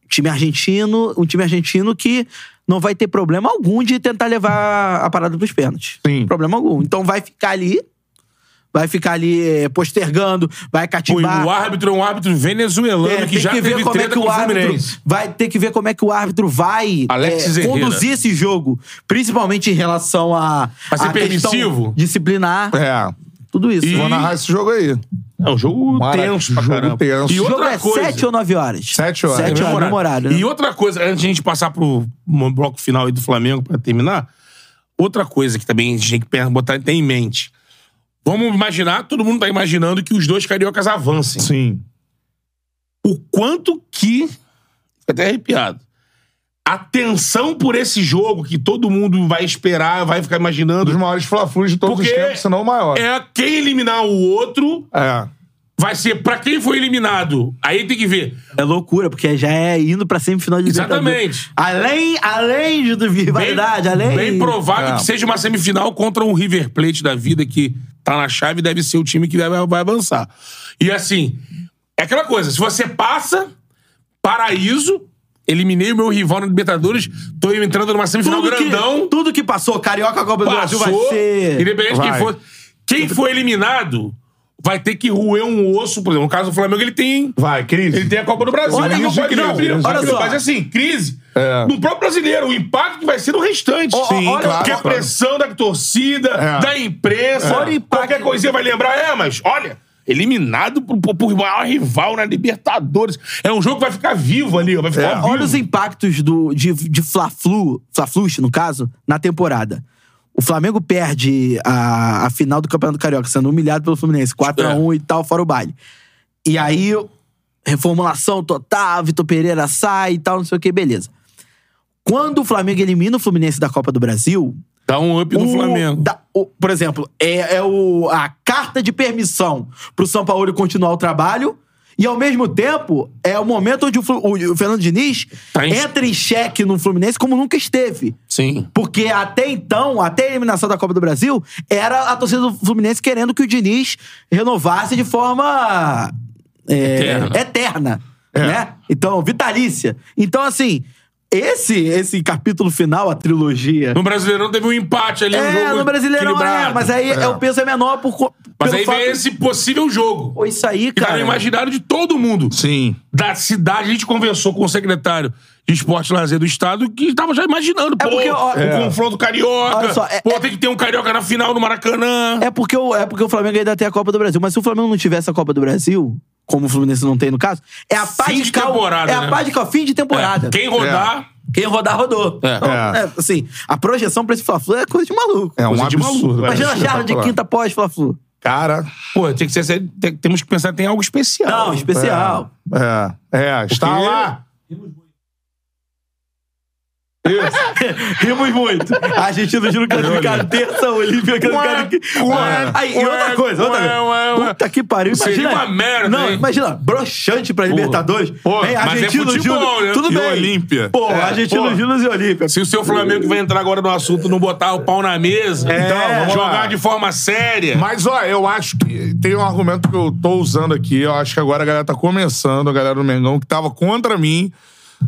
Speaker 5: time argentino, um time argentino que não vai ter problema algum de tentar levar a parada pros pênaltis.
Speaker 3: Sim.
Speaker 5: Problema algum. Então vai ficar ali. Vai ficar ali eh, postergando, vai
Speaker 4: Pô, e
Speaker 5: cativar.
Speaker 4: o árbitro é um árbitro venezuelano
Speaker 5: É,
Speaker 4: que já teve treta com o é Fluminense.
Speaker 5: vai ter que ver como é que o árbitro vai
Speaker 4: Alexis
Speaker 5: é,
Speaker 4: Herrera.
Speaker 5: conduzir esse jogo, principalmente em relação a
Speaker 4: Vai ser
Speaker 5: a questão
Speaker 4: permissivo?
Speaker 5: disciplinar,
Speaker 3: É.
Speaker 5: tudo isso.
Speaker 4: E-
Speaker 3: Vou narrar esse jogo aí.
Speaker 4: É um jogo
Speaker 3: Mara-
Speaker 4: tenso pra
Speaker 3: jogo
Speaker 4: caramba.
Speaker 3: tenso.
Speaker 4: E
Speaker 5: o jogo
Speaker 4: outra
Speaker 5: é
Speaker 4: coisa.
Speaker 5: 7 ou 9 horas?
Speaker 3: Sete horas.
Speaker 5: Sete
Speaker 3: É
Speaker 5: horas, mesmo horário. né?
Speaker 4: E outra coisa, antes de a gente passar pro bloco final aí do Flamengo pra terminar, outra coisa que também a gente tem que pe- botar tem em mente. Vamos imaginar, todo mundo tá imaginando que os dois cariocas avancem.
Speaker 3: Sim.
Speaker 4: O quanto que. Fico até arrepiado. a tensão por esse jogo que todo mundo vai esperar, vai ficar
Speaker 3: Um dos
Speaker 4: imaginando.
Speaker 3: maiores flafus de todos
Speaker 4: Porque
Speaker 3: os tempos, se não o maior.
Speaker 4: é quem eliminar o outro
Speaker 3: É.
Speaker 4: vai ser pra quem foi eliminado. Aí tem que ver.
Speaker 5: É loucura, porque já é indo pra semifinal de
Speaker 4: Exatamente.
Speaker 5: Libertadores. Além, além de do rivalidade, além...
Speaker 4: bem provável
Speaker 3: É.
Speaker 4: que seja uma semifinal contra um River Plate da vida que tá na chave e deve ser o time que deve, vai avançar. E assim, é aquela coisa, se você passa, paraíso, eliminei o meu rival no Libertadores, tô entrando numa semifinal
Speaker 5: tudo
Speaker 4: um grandão,
Speaker 5: que, tudo que passou, Carioca, Copa do Brasil,
Speaker 4: passou,
Speaker 5: vai ser...
Speaker 4: independente de quem
Speaker 3: Vai.
Speaker 4: for. Quem for eliminado vai ter que roer um osso, por exemplo, no caso do Flamengo ele tem...
Speaker 3: Vai, crise.
Speaker 4: Ele tem a Copa do Brasil.
Speaker 5: Olha,
Speaker 4: ele não
Speaker 5: isso
Speaker 4: pode
Speaker 5: incrível,
Speaker 4: não, ele não
Speaker 5: isso
Speaker 4: pode
Speaker 5: incrível.
Speaker 4: Mas assim, crise
Speaker 3: É.
Speaker 4: no próprio brasileiro, o impacto que vai ser no restante.
Speaker 5: Ó, Sim, olha-
Speaker 4: Porque é a
Speaker 3: claro.
Speaker 4: pressão da torcida,
Speaker 3: É.
Speaker 4: da imprensa,
Speaker 5: Olha o impacto.
Speaker 4: qualquer coisinha vai lembrar. É, mas olha, eliminado por, por, por maior rival na Libertadores. É um jogo que vai ficar vivo ali, ó, vai ficar
Speaker 3: É.
Speaker 4: vivo.
Speaker 5: Olha os impactos do, de, de Fla-Flu, Fla-Flux, no caso, na temporada. O Flamengo perde a, a final do Campeonato Carioca, sendo humilhado pelo Fluminense, 4x1 e tal, fora o baile. E aí, reformulação total, Vitor Pereira sai e tal, não sei o que, beleza. Quando o Flamengo elimina o Fluminense da Copa do Brasil,
Speaker 4: Dá um up
Speaker 5: o- da- o- por exemplo, é, é o, a carta de permissão pro São Paulo continuar o trabalho. E, ao mesmo tempo, é o momento onde o, Flu- o- o Fernando Diniz
Speaker 4: Tá em-
Speaker 5: entra em xeque no Fluminense como nunca esteve.
Speaker 4: Sim.
Speaker 5: Porque até então, até a eliminação da Copa do Brasil, era a torcida do Fluminense querendo que o Diniz renovasse de forma é,
Speaker 4: Eterna. É.
Speaker 5: eterna. Né? Então, vitalícia. Então, assim, esse, esse capítulo final, a trilogia
Speaker 4: No Brasileirão teve um empate ali, um
Speaker 5: é,
Speaker 4: jogo
Speaker 5: no Brasileirão
Speaker 4: equilibrado.
Speaker 5: é, mas aí é. o peso é menor por co-
Speaker 4: Mas
Speaker 5: pelo
Speaker 4: aí
Speaker 5: fato-
Speaker 4: vem esse possível jogo.
Speaker 5: Pô, isso aí,
Speaker 4: Que tá
Speaker 5: cara.
Speaker 4: no imaginário de todo mundo.
Speaker 3: Sim.
Speaker 4: da cidade, a gente conversou com o secretário de Esporte e Lazer do Estado que estava já imaginando, pô,
Speaker 5: porque, ó,
Speaker 4: o
Speaker 5: é.
Speaker 4: confronto carioca,
Speaker 5: Olha só, é-
Speaker 4: pô,
Speaker 5: é-
Speaker 4: tem que ter um carioca na final no Maracanã.
Speaker 5: É porque, o, é porque o Flamengo ainda tem a Copa do Brasil. Mas se o Flamengo não tivesse a Copa do Brasil, como o Fluminense não tem no caso, é a pá
Speaker 4: Fim de
Speaker 5: cal-
Speaker 4: temporada,
Speaker 5: É
Speaker 4: né? É.
Speaker 5: a pá de cal, fim de temporada.
Speaker 4: Quem rodar,
Speaker 5: Quem rodar, rodou.
Speaker 4: É.
Speaker 5: Então,
Speaker 3: É.
Speaker 5: é, assim, a projeção pra esse Fla-Flu é coisa de maluco.
Speaker 3: É um
Speaker 4: Coisa de maluco,
Speaker 3: absurdo.
Speaker 4: velho.
Speaker 5: Imagina a charla de quinta pós Fla-Flu.
Speaker 3: Cara,
Speaker 4: pô, tem que ser, tem- temos que pensar tem algo especial.
Speaker 5: Não, especial.
Speaker 3: é. É, está
Speaker 4: Porque-
Speaker 3: lá.
Speaker 5: Rimos muito. A Argentina do Giro classificado terça, Olímpia classificado.
Speaker 3: É.
Speaker 4: ué,
Speaker 5: É. Aí, e outra
Speaker 4: ué,
Speaker 5: coisa, outra
Speaker 4: ué,
Speaker 5: coisa.
Speaker 4: ué, ué.
Speaker 5: Puta que pariu, imagina.
Speaker 4: Seria uma merda,
Speaker 5: Não,
Speaker 4: hein?
Speaker 5: imagina, broxante pra Libertadores.
Speaker 4: Pô, mas
Speaker 5: Hein,
Speaker 4: é
Speaker 5: Argentino,
Speaker 4: futebol,
Speaker 5: Júnior,
Speaker 4: né?
Speaker 5: Tudo
Speaker 4: E
Speaker 5: bem.
Speaker 3: Olímpia.
Speaker 5: Pô,
Speaker 4: É,
Speaker 5: Argentino,
Speaker 4: pô.
Speaker 5: Júnior e Olímpia.
Speaker 4: Se o seu Flamengo vai entrar agora no assunto, não botar o pau na mesa,
Speaker 3: Então, vamos lá.
Speaker 4: jogar de forma séria.
Speaker 3: Mas, ó, eu acho que tem um argumento que eu tô usando aqui. Eu acho que agora a galera tá começando, a galera do Mengão, que tava contra mim.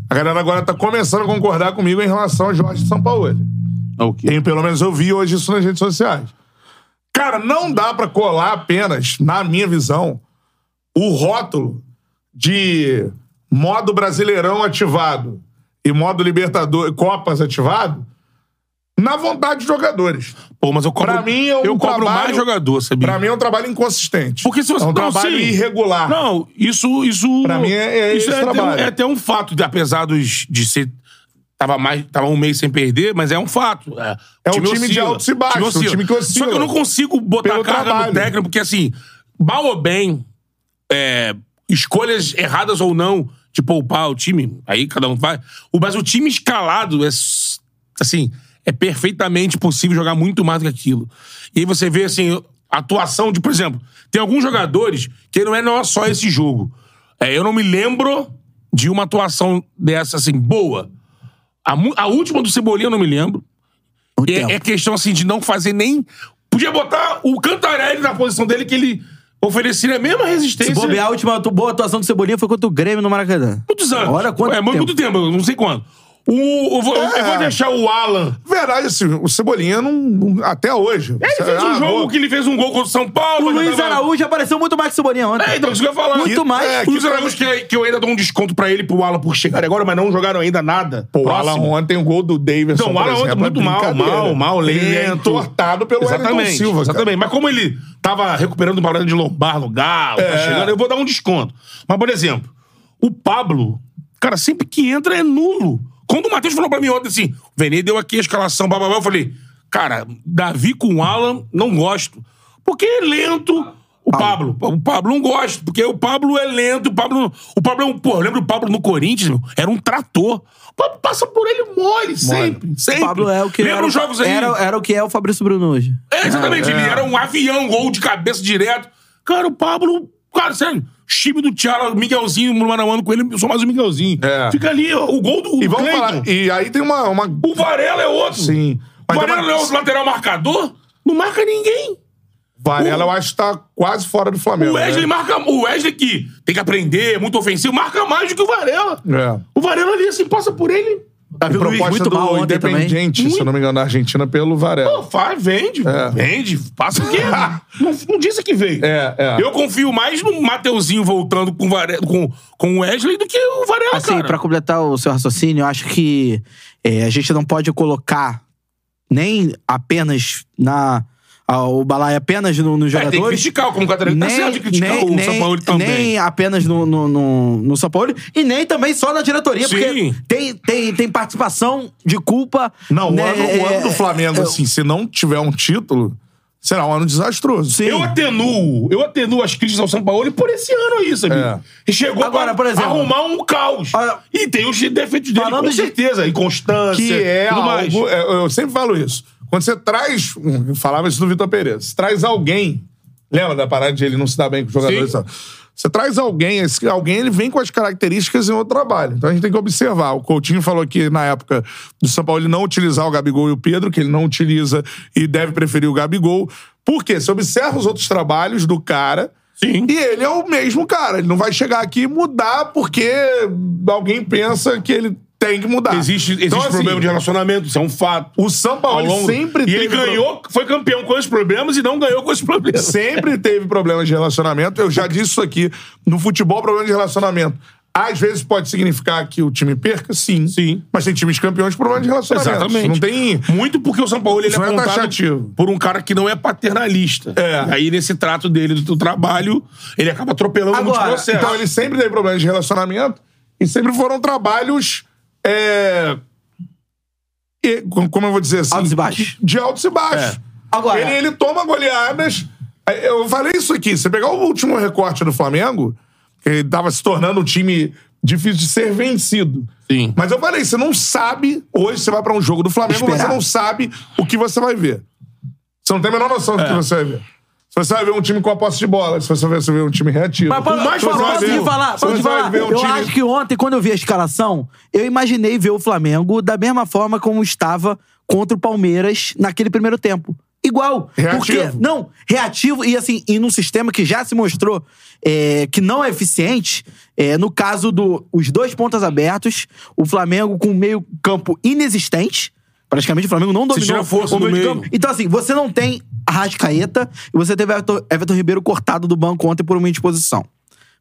Speaker 3: A galera agora tá começando a concordar comigo em relação a Jorge Sampaoli. Tem, pelo menos eu vi hoje isso nas redes sociais. Cara, não dá pra colar apenas, na minha visão, o rótulo de modo brasileirão ativado e modo Libertadores, Copas ativado, na vontade dos jogadores.
Speaker 4: pô, mas eu
Speaker 3: Pra mim, é um
Speaker 4: eu cobro
Speaker 3: trabalho-
Speaker 4: mais jogador, sabia?
Speaker 3: Pra mim é um trabalho inconsistente.
Speaker 4: Porque se você
Speaker 3: é um
Speaker 4: não,
Speaker 3: trabalho
Speaker 4: sim.
Speaker 3: irregular.
Speaker 4: Não, isso. isso
Speaker 3: Pra mim é- é
Speaker 4: isso
Speaker 3: esse
Speaker 4: até, um,
Speaker 3: trabalho.
Speaker 4: é até um fato, de- apesar dos, de ser. Tava, mais, tava um mês sem perder, mas é um fato. É,
Speaker 3: É um time de altos e baixos, um time que oscila.
Speaker 4: Só que eu não consigo botar
Speaker 3: Pelo
Speaker 4: carga no
Speaker 3: trabalho.
Speaker 4: técnico, porque assim, mal ou bem, é, escolhas erradas ou não de poupar o time, aí cada um faz. O, mas o time escalado é s- assim, é perfeitamente possível jogar muito mais do que aquilo. E aí você vê assim, a atuação de, por exemplo, tem alguns jogadores que não é não só esse jogo. É, eu não me lembro de uma atuação dessa assim boa. A, mu- a última do Cebolinha eu não me lembro.
Speaker 5: Muito
Speaker 4: E
Speaker 5: tempo.
Speaker 4: É, é questão assim de não fazer nem. Podia botar o Cantarelli na posição dele que ele ofereceria a mesma resistência.
Speaker 5: Se bobear, a última atu- boa atuação do Cebolinha foi contra o Grêmio no Maracanã.
Speaker 4: Muitos anos.
Speaker 5: Olha quanto
Speaker 4: é,
Speaker 5: tempo.
Speaker 4: muito tempo, eu não sei quando. O, eu, vou, eu
Speaker 3: É.
Speaker 4: vou deixar o Alan.
Speaker 3: Verdade, assim, o Cebolinha não, não- até hoje.
Speaker 4: Ele fez um
Speaker 3: Ah,
Speaker 4: jogo
Speaker 3: boa.
Speaker 4: que ele fez um gol contra o São Paulo.
Speaker 5: O
Speaker 4: mas
Speaker 5: Luiz
Speaker 4: tava-
Speaker 5: Araújo apareceu muito mais que o Cebolinha ontem.
Speaker 4: É, então, isso que eu ia falar.
Speaker 5: Muito mais.
Speaker 4: É, que o Luiz Araújo, que, que eu ainda dou um desconto pra ele e pro Alan por chegar agora, mas não jogaram ainda nada.
Speaker 3: Pô, o
Speaker 4: Próximo.
Speaker 3: Alan ontem, o gol do Davidson.
Speaker 4: Então, o Alan
Speaker 3: por
Speaker 4: ontem
Speaker 3: exemplo, é
Speaker 4: muito mal,
Speaker 3: brincadeira.
Speaker 4: mal, mal, lento.
Speaker 3: Ele é entortado pelo Wellington
Speaker 4: exatamente,
Speaker 3: Silva, cara.
Speaker 4: Exatamente. Mas como ele tava recuperando uma problema de lombar no galo,
Speaker 3: É.
Speaker 4: tá chegando, eu vou dar um desconto. Mas, por exemplo, o Pablo, cara, sempre que entra é nulo. Quando o Matheus falou pra mim ontem assim, o Vene deu aqui a escalação, bababá, eu falei, cara, Davi com Alan, não gosto. Porque é lento, O Pablo. O Pablo não gosta, porque o Pablo é lento. O Pablo, o Pablo é um. Pô, lembra o Pablo no Corinthians? meu? Era um trator. O Pablo passa por ele mole, sempre.
Speaker 5: O
Speaker 4: sempre.
Speaker 5: Pablo é o que
Speaker 4: Lembra
Speaker 5: era,
Speaker 4: os jogos aí?
Speaker 5: Era, era o que é o Fabrício Bruno hoje.
Speaker 4: É,
Speaker 3: Ah,
Speaker 4: exatamente. Ele era um avião, gol de cabeça direto. Cara, o Pablo, cara, sério, time do Thiago, Miguelzinho, mano a mano com ele, eu sou mais o Miguelzinho.
Speaker 3: É.
Speaker 4: Fica ali, ó, o gol do
Speaker 3: E vamos
Speaker 4: Cleiton.
Speaker 3: falar. E aí tem uma. uma...
Speaker 4: O Varela é outro.
Speaker 3: Sim.
Speaker 4: O
Speaker 3: Mas tem
Speaker 4: Varela
Speaker 3: uma-
Speaker 4: não é outro lateral marcador? Não marca ninguém.
Speaker 3: Varela, eu acho que tá quase fora do Flamengo.
Speaker 4: O Wesley
Speaker 3: né?
Speaker 4: marca. O Wesley que tem que aprender, é muito ofensivo, marca mais do que o Varela.
Speaker 3: É.
Speaker 4: O Varela ali, assim, passa por ele.
Speaker 3: E
Speaker 5: Davi Tá Luiz
Speaker 3: proposta
Speaker 5: muito
Speaker 3: do
Speaker 5: mal ontem também.
Speaker 3: Independiente, se eu não me engano, da Argentina, pelo Varela.
Speaker 4: Pô, faz, vende.
Speaker 3: É.
Speaker 4: Vende. Passa o quê? não, não disse que veio.
Speaker 3: É, é.
Speaker 4: Eu confio mais no Mateuzinho voltando com o Vare- com, com o Wesley do que o Varela,
Speaker 5: Assim,
Speaker 4: Ah, cara. É,
Speaker 5: pra completar o seu raciocínio, eu acho que é, a gente não pode colocar nem apenas na. a- o Balai apenas no- nos
Speaker 4: É, tem que
Speaker 5: jogadores.
Speaker 4: criticar o Concatari. Tá certo de criticar o São Paulo também.
Speaker 5: nem apenas no, no, no, no São Paulo e nem também só na diretoria,
Speaker 4: Sim.
Speaker 5: porque tem, tem, tem participação de culpa.
Speaker 3: Não,
Speaker 5: né,
Speaker 3: o, ano, o
Speaker 5: é,
Speaker 3: ano do Flamengo, assim, se não tiver um título, será um ano desastroso.
Speaker 5: Sim.
Speaker 4: Eu atenuo, eu atenuo as críticas ao São Paulo por esse ano aí, sabe?
Speaker 3: É.
Speaker 4: E Chegou pra
Speaker 5: Agora, por exemplo,
Speaker 4: arrumar um caos.
Speaker 5: olha-
Speaker 4: e tem os defeitos dele,
Speaker 5: Falando
Speaker 4: com
Speaker 5: de-
Speaker 4: certeza. Inconstância,
Speaker 3: que é
Speaker 4: tudo mais.
Speaker 3: algo. é, Eu sempre falo isso. Quando você traz. hum, Eu falava isso do Vitor Pereira. Você traz alguém. Lembra da parada de ele não se dar bem com os jogadores?
Speaker 4: Sim.
Speaker 3: sabe? Você traz alguém, esse alguém ele vem com as características em outro trabalho. Então a gente tem que observar. O Coutinho falou que na época do São Paulo ele não utilizar o Gabigol e o Pedro, que ele não utiliza e deve preferir o Gabigol. Por quê? Você observa os outros trabalhos do cara.
Speaker 4: Sim.
Speaker 3: E ele é o mesmo cara. Ele não vai chegar aqui e mudar porque alguém pensa que ele tem que mudar.
Speaker 4: Ah, Existe, existe
Speaker 3: Então, assim,
Speaker 4: problema de relacionamento, isso é um fato.
Speaker 3: o São
Speaker 4: Ao
Speaker 3: Paulo
Speaker 4: longo-
Speaker 3: sempre
Speaker 4: e
Speaker 3: teve
Speaker 4: ele ganhou, foi campeão com esses problemas e não ganhou com esses
Speaker 3: pro-
Speaker 4: problemas.
Speaker 3: sempre teve problemas de relacionamento. Eu já disse isso aqui. No futebol, problema de relacionamento. Às vezes pode significar que o time perca, sim.
Speaker 4: Sim.
Speaker 3: Mas tem times campeões com problema de relacionamento.
Speaker 4: Exatamente.
Speaker 3: Não tem.
Speaker 4: Muito porque o São Paulo ele é
Speaker 3: Isso não é
Speaker 4: apontado
Speaker 3: taxativo.
Speaker 4: por um cara que não é paternalista.
Speaker 3: É.
Speaker 4: E aí, nesse trato dele do, do trabalho, ele acaba atropelando muitos
Speaker 5: Agora,
Speaker 4: processos.
Speaker 3: Então ele sempre teve problemas de relacionamento e sempre foram trabalhos. É... e- como eu vou dizer assim?
Speaker 5: Altos e baixos. É.
Speaker 3: De altos e baixos.
Speaker 5: Agora-
Speaker 3: Ele, ele toma goleadas. É, Eu falei isso aqui. Você pegar o último recorte do Flamengo, que ele tava se tornando um time difícil de ser vencido.
Speaker 4: Sim.
Speaker 3: Mas eu falei, você não sabe. Hoje você vai pra um jogo do Flamengo,
Speaker 5: Esperar.
Speaker 3: você não sabe o que você vai ver. Você não tem a menor noção
Speaker 5: É.
Speaker 3: do que você vai ver. Se você vai ver um time com a posse de bola, se você vai ver um time reativo.
Speaker 5: Mas
Speaker 3: O
Speaker 5: posso,
Speaker 3: mais
Speaker 5: posso,
Speaker 3: provável-
Speaker 5: posso te falar?
Speaker 3: você
Speaker 5: Posso te
Speaker 3: vai
Speaker 5: falar?
Speaker 3: ver um
Speaker 5: eu
Speaker 3: time-
Speaker 5: acho que ontem, quando eu vi a escalação, eu imaginei ver o Flamengo da mesma forma como estava contra o Palmeiras naquele primeiro tempo. Igual.
Speaker 3: Reativo.
Speaker 5: Porque, não, reativo e assim, e num sistema que já se mostrou é, que não é eficiente, é, no caso dos dois pontas abertos, o Flamengo com um meio campo inexistente, praticamente o Flamengo não dominou
Speaker 4: tira a força
Speaker 5: o
Speaker 4: do
Speaker 5: meio de
Speaker 4: meio.
Speaker 5: campo. Então, assim, você não tem Arrascaeta e você teve Everton, Everton Ribeiro cortado do banco ontem por uma indisposição.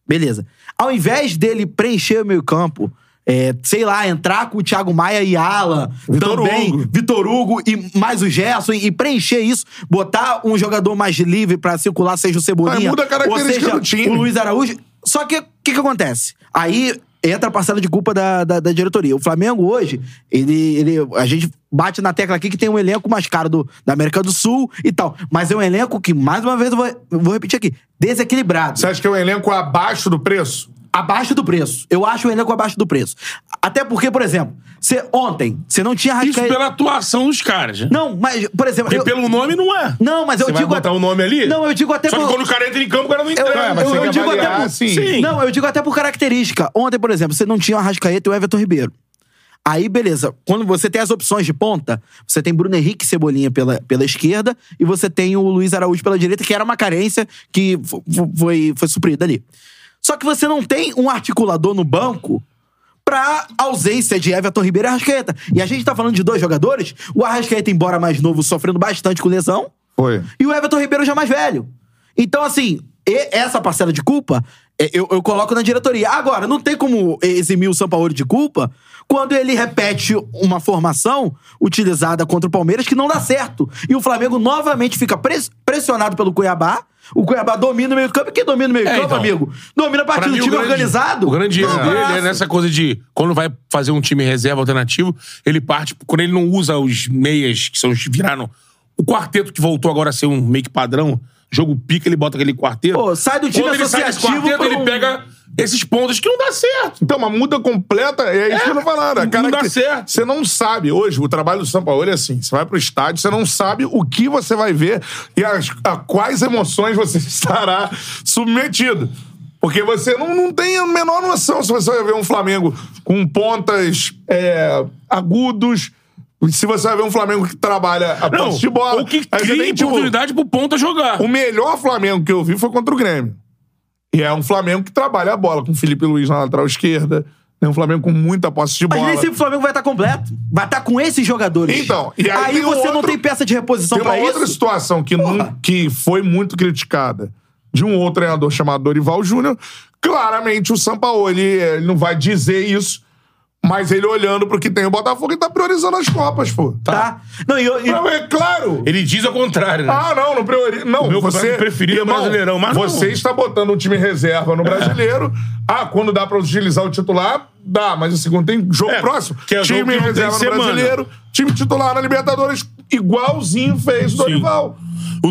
Speaker 5: Beleza. Ao invés dele preencher o meio-campo, é, sei lá, entrar com o Thiago Maia e Ala,
Speaker 3: Vitor
Speaker 5: também,
Speaker 3: Hugo.
Speaker 5: Vitor Hugo e mais o Gerson, e preencher isso, botar um jogador mais livre pra circular, seja o Cebolinha,
Speaker 3: Mas muda a característica
Speaker 5: ou seja,
Speaker 3: do time.
Speaker 5: o Luiz Araújo. Só que o que, que acontece? Aí entra a parcela de culpa da, da, da diretoria. O Flamengo hoje, ele, ele, a gente bate na tecla aqui que tem um elenco mais caro do, da América do Sul e tal. Mas é um elenco que, mais uma vez, eu vou, eu vou repetir aqui, desequilibrado
Speaker 3: Você acha que é um elenco abaixo do preço?
Speaker 5: abaixo do preço. Eu acho o elenco abaixo do preço. Até porque, por exemplo, você ontem, você não tinha
Speaker 4: Isso
Speaker 5: Arrascaeta.
Speaker 4: pela atuação dos caras. né?
Speaker 5: é Não, mas, por exemplo.
Speaker 4: Porque
Speaker 5: eu-
Speaker 4: pelo nome não é.
Speaker 5: Não, mas eu
Speaker 4: Você vai
Speaker 5: digo.
Speaker 4: botar o nome ali?
Speaker 5: Não, eu digo até
Speaker 4: Só que
Speaker 5: por-
Speaker 4: quando o cara entra em campo, o cara não
Speaker 5: Eu,
Speaker 4: entra.
Speaker 5: eu-
Speaker 3: mas
Speaker 5: eu
Speaker 3: tem que
Speaker 5: digo
Speaker 3: avaliar,
Speaker 5: até por...
Speaker 3: sim.
Speaker 4: Sim.
Speaker 5: Não, eu digo até por característica. Ontem, por exemplo, você não tinha o Arrascaeta e o Everton Ribeiro. Aí, beleza. Quando você tem as opções de ponta, você tem Bruno Henrique e Cebolinha pela, pela esquerda e você tem o Luiz Araújo pela direita, que era uma carência que fo- fo- foi, foi suprida ali. Só que você não tem um articulador no banco pra ausência de Everton Ribeiro e Arrascaeta. E a gente tá falando de dois jogadores, o Arrascaeta, embora mais novo, sofrendo bastante com lesão,
Speaker 3: Foi.
Speaker 5: e o Everton Ribeiro já é mais velho. Então, assim, e- essa parcela de culpa é, eu, eu coloco na diretoria. Agora, não tem como eximir o São Paulo de culpa quando ele repete uma formação utilizada contra o Palmeiras que não dá certo. E o Flamengo novamente fica pres- pressionado pelo Cuiabá. O Cuiabá domina o meio-campo. E Quem domina o meio-campo,
Speaker 4: É, então.
Speaker 5: amigo? Domina a
Speaker 4: Pra
Speaker 5: partir do
Speaker 4: mim,
Speaker 5: um time organizado.
Speaker 4: O grande erro
Speaker 5: Não,
Speaker 4: dele
Speaker 5: braço.
Speaker 4: é nessa coisa de quando vai fazer um time reserva alternativo, ele parte. Quando ele não usa os meias, que são os que viraram. O quarteto que voltou agora a ser um meio que padrão, jogo pica, ele bota aquele quarteto.
Speaker 5: Pô, sai do time
Speaker 4: Quando ele sai desse
Speaker 5: associativo
Speaker 4: quarteto,
Speaker 5: pra um-
Speaker 4: ele pega esses pontos que não dá certo.
Speaker 3: Então, uma muda completa, é isso que eu tô falando.
Speaker 4: não
Speaker 3: Cara,
Speaker 4: dá certo.
Speaker 3: Você não sabe. Hoje, o trabalho do São Paulo é assim: você vai pro estádio, você não sabe o que você vai ver e as- a quais emoções você estará submetido. Porque você não, não tem a menor noção se você vai ver um Flamengo com pontas é, agudos. Se você vai ver um Flamengo que trabalha a
Speaker 4: Não,
Speaker 3: posse de bola.
Speaker 4: o que
Speaker 3: Aí você
Speaker 4: cria
Speaker 3: tem, tipo,
Speaker 4: oportunidade pro ponta jogar.
Speaker 5: Um
Speaker 3: o melhor Flamengo que eu vi foi contra o Grêmio. E é um Flamengo que trabalha a bola, com o Felipe Luiz na lateral esquerda. É um Flamengo com muita posse de
Speaker 5: Mas
Speaker 3: bola.
Speaker 5: nem sempre o Flamengo vai estar completo. Vai estar com esses jogadores.
Speaker 3: Então, e aí tem
Speaker 5: você não
Speaker 3: outro-
Speaker 5: tem peça de reposição
Speaker 3: Tem uma
Speaker 5: pra
Speaker 3: outra
Speaker 5: isso.
Speaker 3: situação que,
Speaker 5: Porra.
Speaker 3: nun- que foi muito criticada de um outro treinador chamado Dorival Júnior. Claramente o Sampaoli ele não vai dizer isso, mas ele olhando pro que tem o Botafogo, ele tá priorizando as Copas, pô.
Speaker 5: Tá? Não, e, eu- e-
Speaker 3: Não, é claro.
Speaker 4: Ele diz ao contrário, né?
Speaker 3: Ah, não, não prioriza. Não,
Speaker 4: Meu
Speaker 3: você.
Speaker 4: clube preferido é Brasileirão, mas
Speaker 3: Você
Speaker 4: não. É.
Speaker 3: está botando um time reserva no brasileiro. Ah, quando dá pra utilizar o titular, dá, mas o segundo tem jogo
Speaker 4: É,
Speaker 3: próximo.
Speaker 4: que é jogo
Speaker 3: time
Speaker 4: que não tem
Speaker 3: reserva no
Speaker 4: semana.
Speaker 3: brasileiro, time titular na Libertadores, igualzinho fez o Dorival.
Speaker 4: O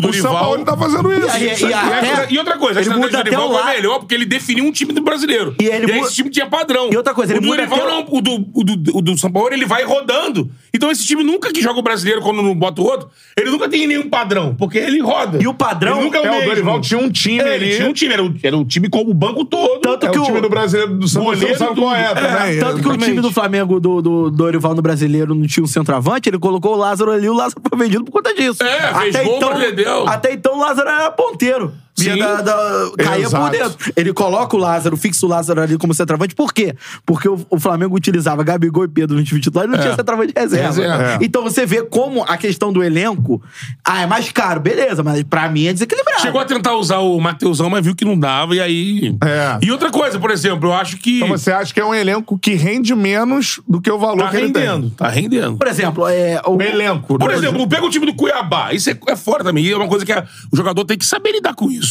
Speaker 3: São
Speaker 4: Dorival-
Speaker 3: Paulo ele tá fazendo isso.
Speaker 5: aí-
Speaker 3: Isso aí.
Speaker 5: e a-
Speaker 4: E outra- E outra coisa, a
Speaker 5: Ele
Speaker 4: estratégia
Speaker 5: muda
Speaker 4: do Dorival
Speaker 5: até o
Speaker 4: foi
Speaker 5: lado.
Speaker 4: melhor porque ele definiu um time do brasileiro.
Speaker 5: E ele
Speaker 4: aí
Speaker 5: mu-
Speaker 4: esse time tinha padrão.
Speaker 5: E outra coisa, ele
Speaker 4: o do
Speaker 5: muda
Speaker 4: Dorival
Speaker 5: até o-
Speaker 4: não, o do, o do, o do São Paulo, ele vai rodando. Então esse time nunca que joga o brasileiro quando não bota o outro, ele nunca tem nenhum padrão, porque ele roda.
Speaker 5: E o padrão
Speaker 4: Ele nunca é o,
Speaker 3: É, o
Speaker 4: mesmo.
Speaker 3: Dorival tinha um time
Speaker 4: É,
Speaker 3: ali.
Speaker 4: ele tinha um time, era o, era o time como o banco todo.
Speaker 5: Tanto
Speaker 4: É
Speaker 5: que
Speaker 4: o
Speaker 5: o-
Speaker 4: time
Speaker 3: do brasileiro do São Paulo, você não
Speaker 4: Goleiro,
Speaker 3: sabe
Speaker 4: tudo.
Speaker 3: qual é, também.
Speaker 5: É, tanto que o time do Flamengo do, do Dorival no brasileiro não tinha um centroavante, ele colocou o Lázaro ali, o Lázaro foi vendido por conta disso.
Speaker 4: É, fez gol, mas perdeu.
Speaker 5: Até então o Lázaro era ponteiro. Ia
Speaker 4: Sim.
Speaker 5: da- da- caía
Speaker 3: Exato.
Speaker 5: por dentro. Ele coloca o Lázaro, fixa o Lázaro ali como centroavante, por quê? Porque o, o Flamengo utilizava Gabigol e Pedro no time titular e
Speaker 4: É.
Speaker 5: não tinha centroavante de reserva.
Speaker 3: Reserva, é.
Speaker 5: Então você vê como a questão do elenco. Ah, é mais caro, beleza, mas pra mim é desequilibrado.
Speaker 4: Chegou a tentar usar o Mateusão, mas viu que não dava, e aí.
Speaker 3: É.
Speaker 4: E outra coisa, por exemplo, eu acho que.
Speaker 3: Então você acha que é um elenco que rende menos do que o valor
Speaker 4: tá
Speaker 3: que ele
Speaker 4: rendendo, tá rendendo.
Speaker 5: Por exemplo, é, o,
Speaker 3: tem? Elenco.
Speaker 4: Por
Speaker 3: né?
Speaker 4: exemplo, pega o time do Cuiabá. Isso é, é fora também. É uma coisa que a- o jogador tem que saber lidar com isso.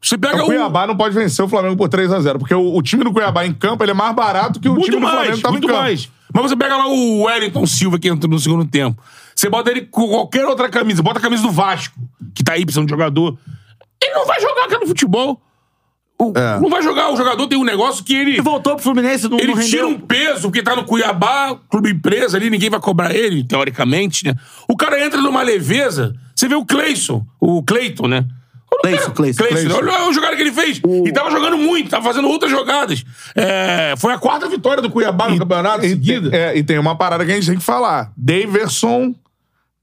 Speaker 4: Você pega
Speaker 3: É, O
Speaker 4: o.
Speaker 3: Cuiabá não pode vencer o Flamengo por 3x0, porque o, o time do Cuiabá em campo ele é mais barato que o
Speaker 4: muito
Speaker 3: time do
Speaker 4: mais,
Speaker 3: Flamengo tava
Speaker 4: muito
Speaker 3: em campo.
Speaker 4: mais. Mas você pega lá o Wellington Silva que entrou no segundo tempo. Você bota ele com qualquer outra camisa. Bota a camisa do Vasco, que tá aí precisando de jogador. Ele não vai jogar cara, no futebol. O-
Speaker 3: É.
Speaker 4: Não vai jogar. O jogador tem um negócio que ele.
Speaker 5: ele voltou pro Fluminense, não,
Speaker 4: Ele
Speaker 5: não rendeu.
Speaker 4: tira um peso, porque tá no Cuiabá, clube empresa ali, ninguém vai cobrar ele, teoricamente, né? O cara entra numa leveza. Você vê o Cleison, o Cleiton, né? Olha o
Speaker 5: Cleison,
Speaker 4: cara-
Speaker 5: Cleison,
Speaker 4: Cleison. Olha olha o jogada que ele fez. E tava jogando muito, tava fazendo outras jogadas. É, foi a quarta vitória do Cuiabá no campeonato
Speaker 3: E-
Speaker 4: seguida.
Speaker 3: É, e tem uma parada que a gente tem que falar. Daverson.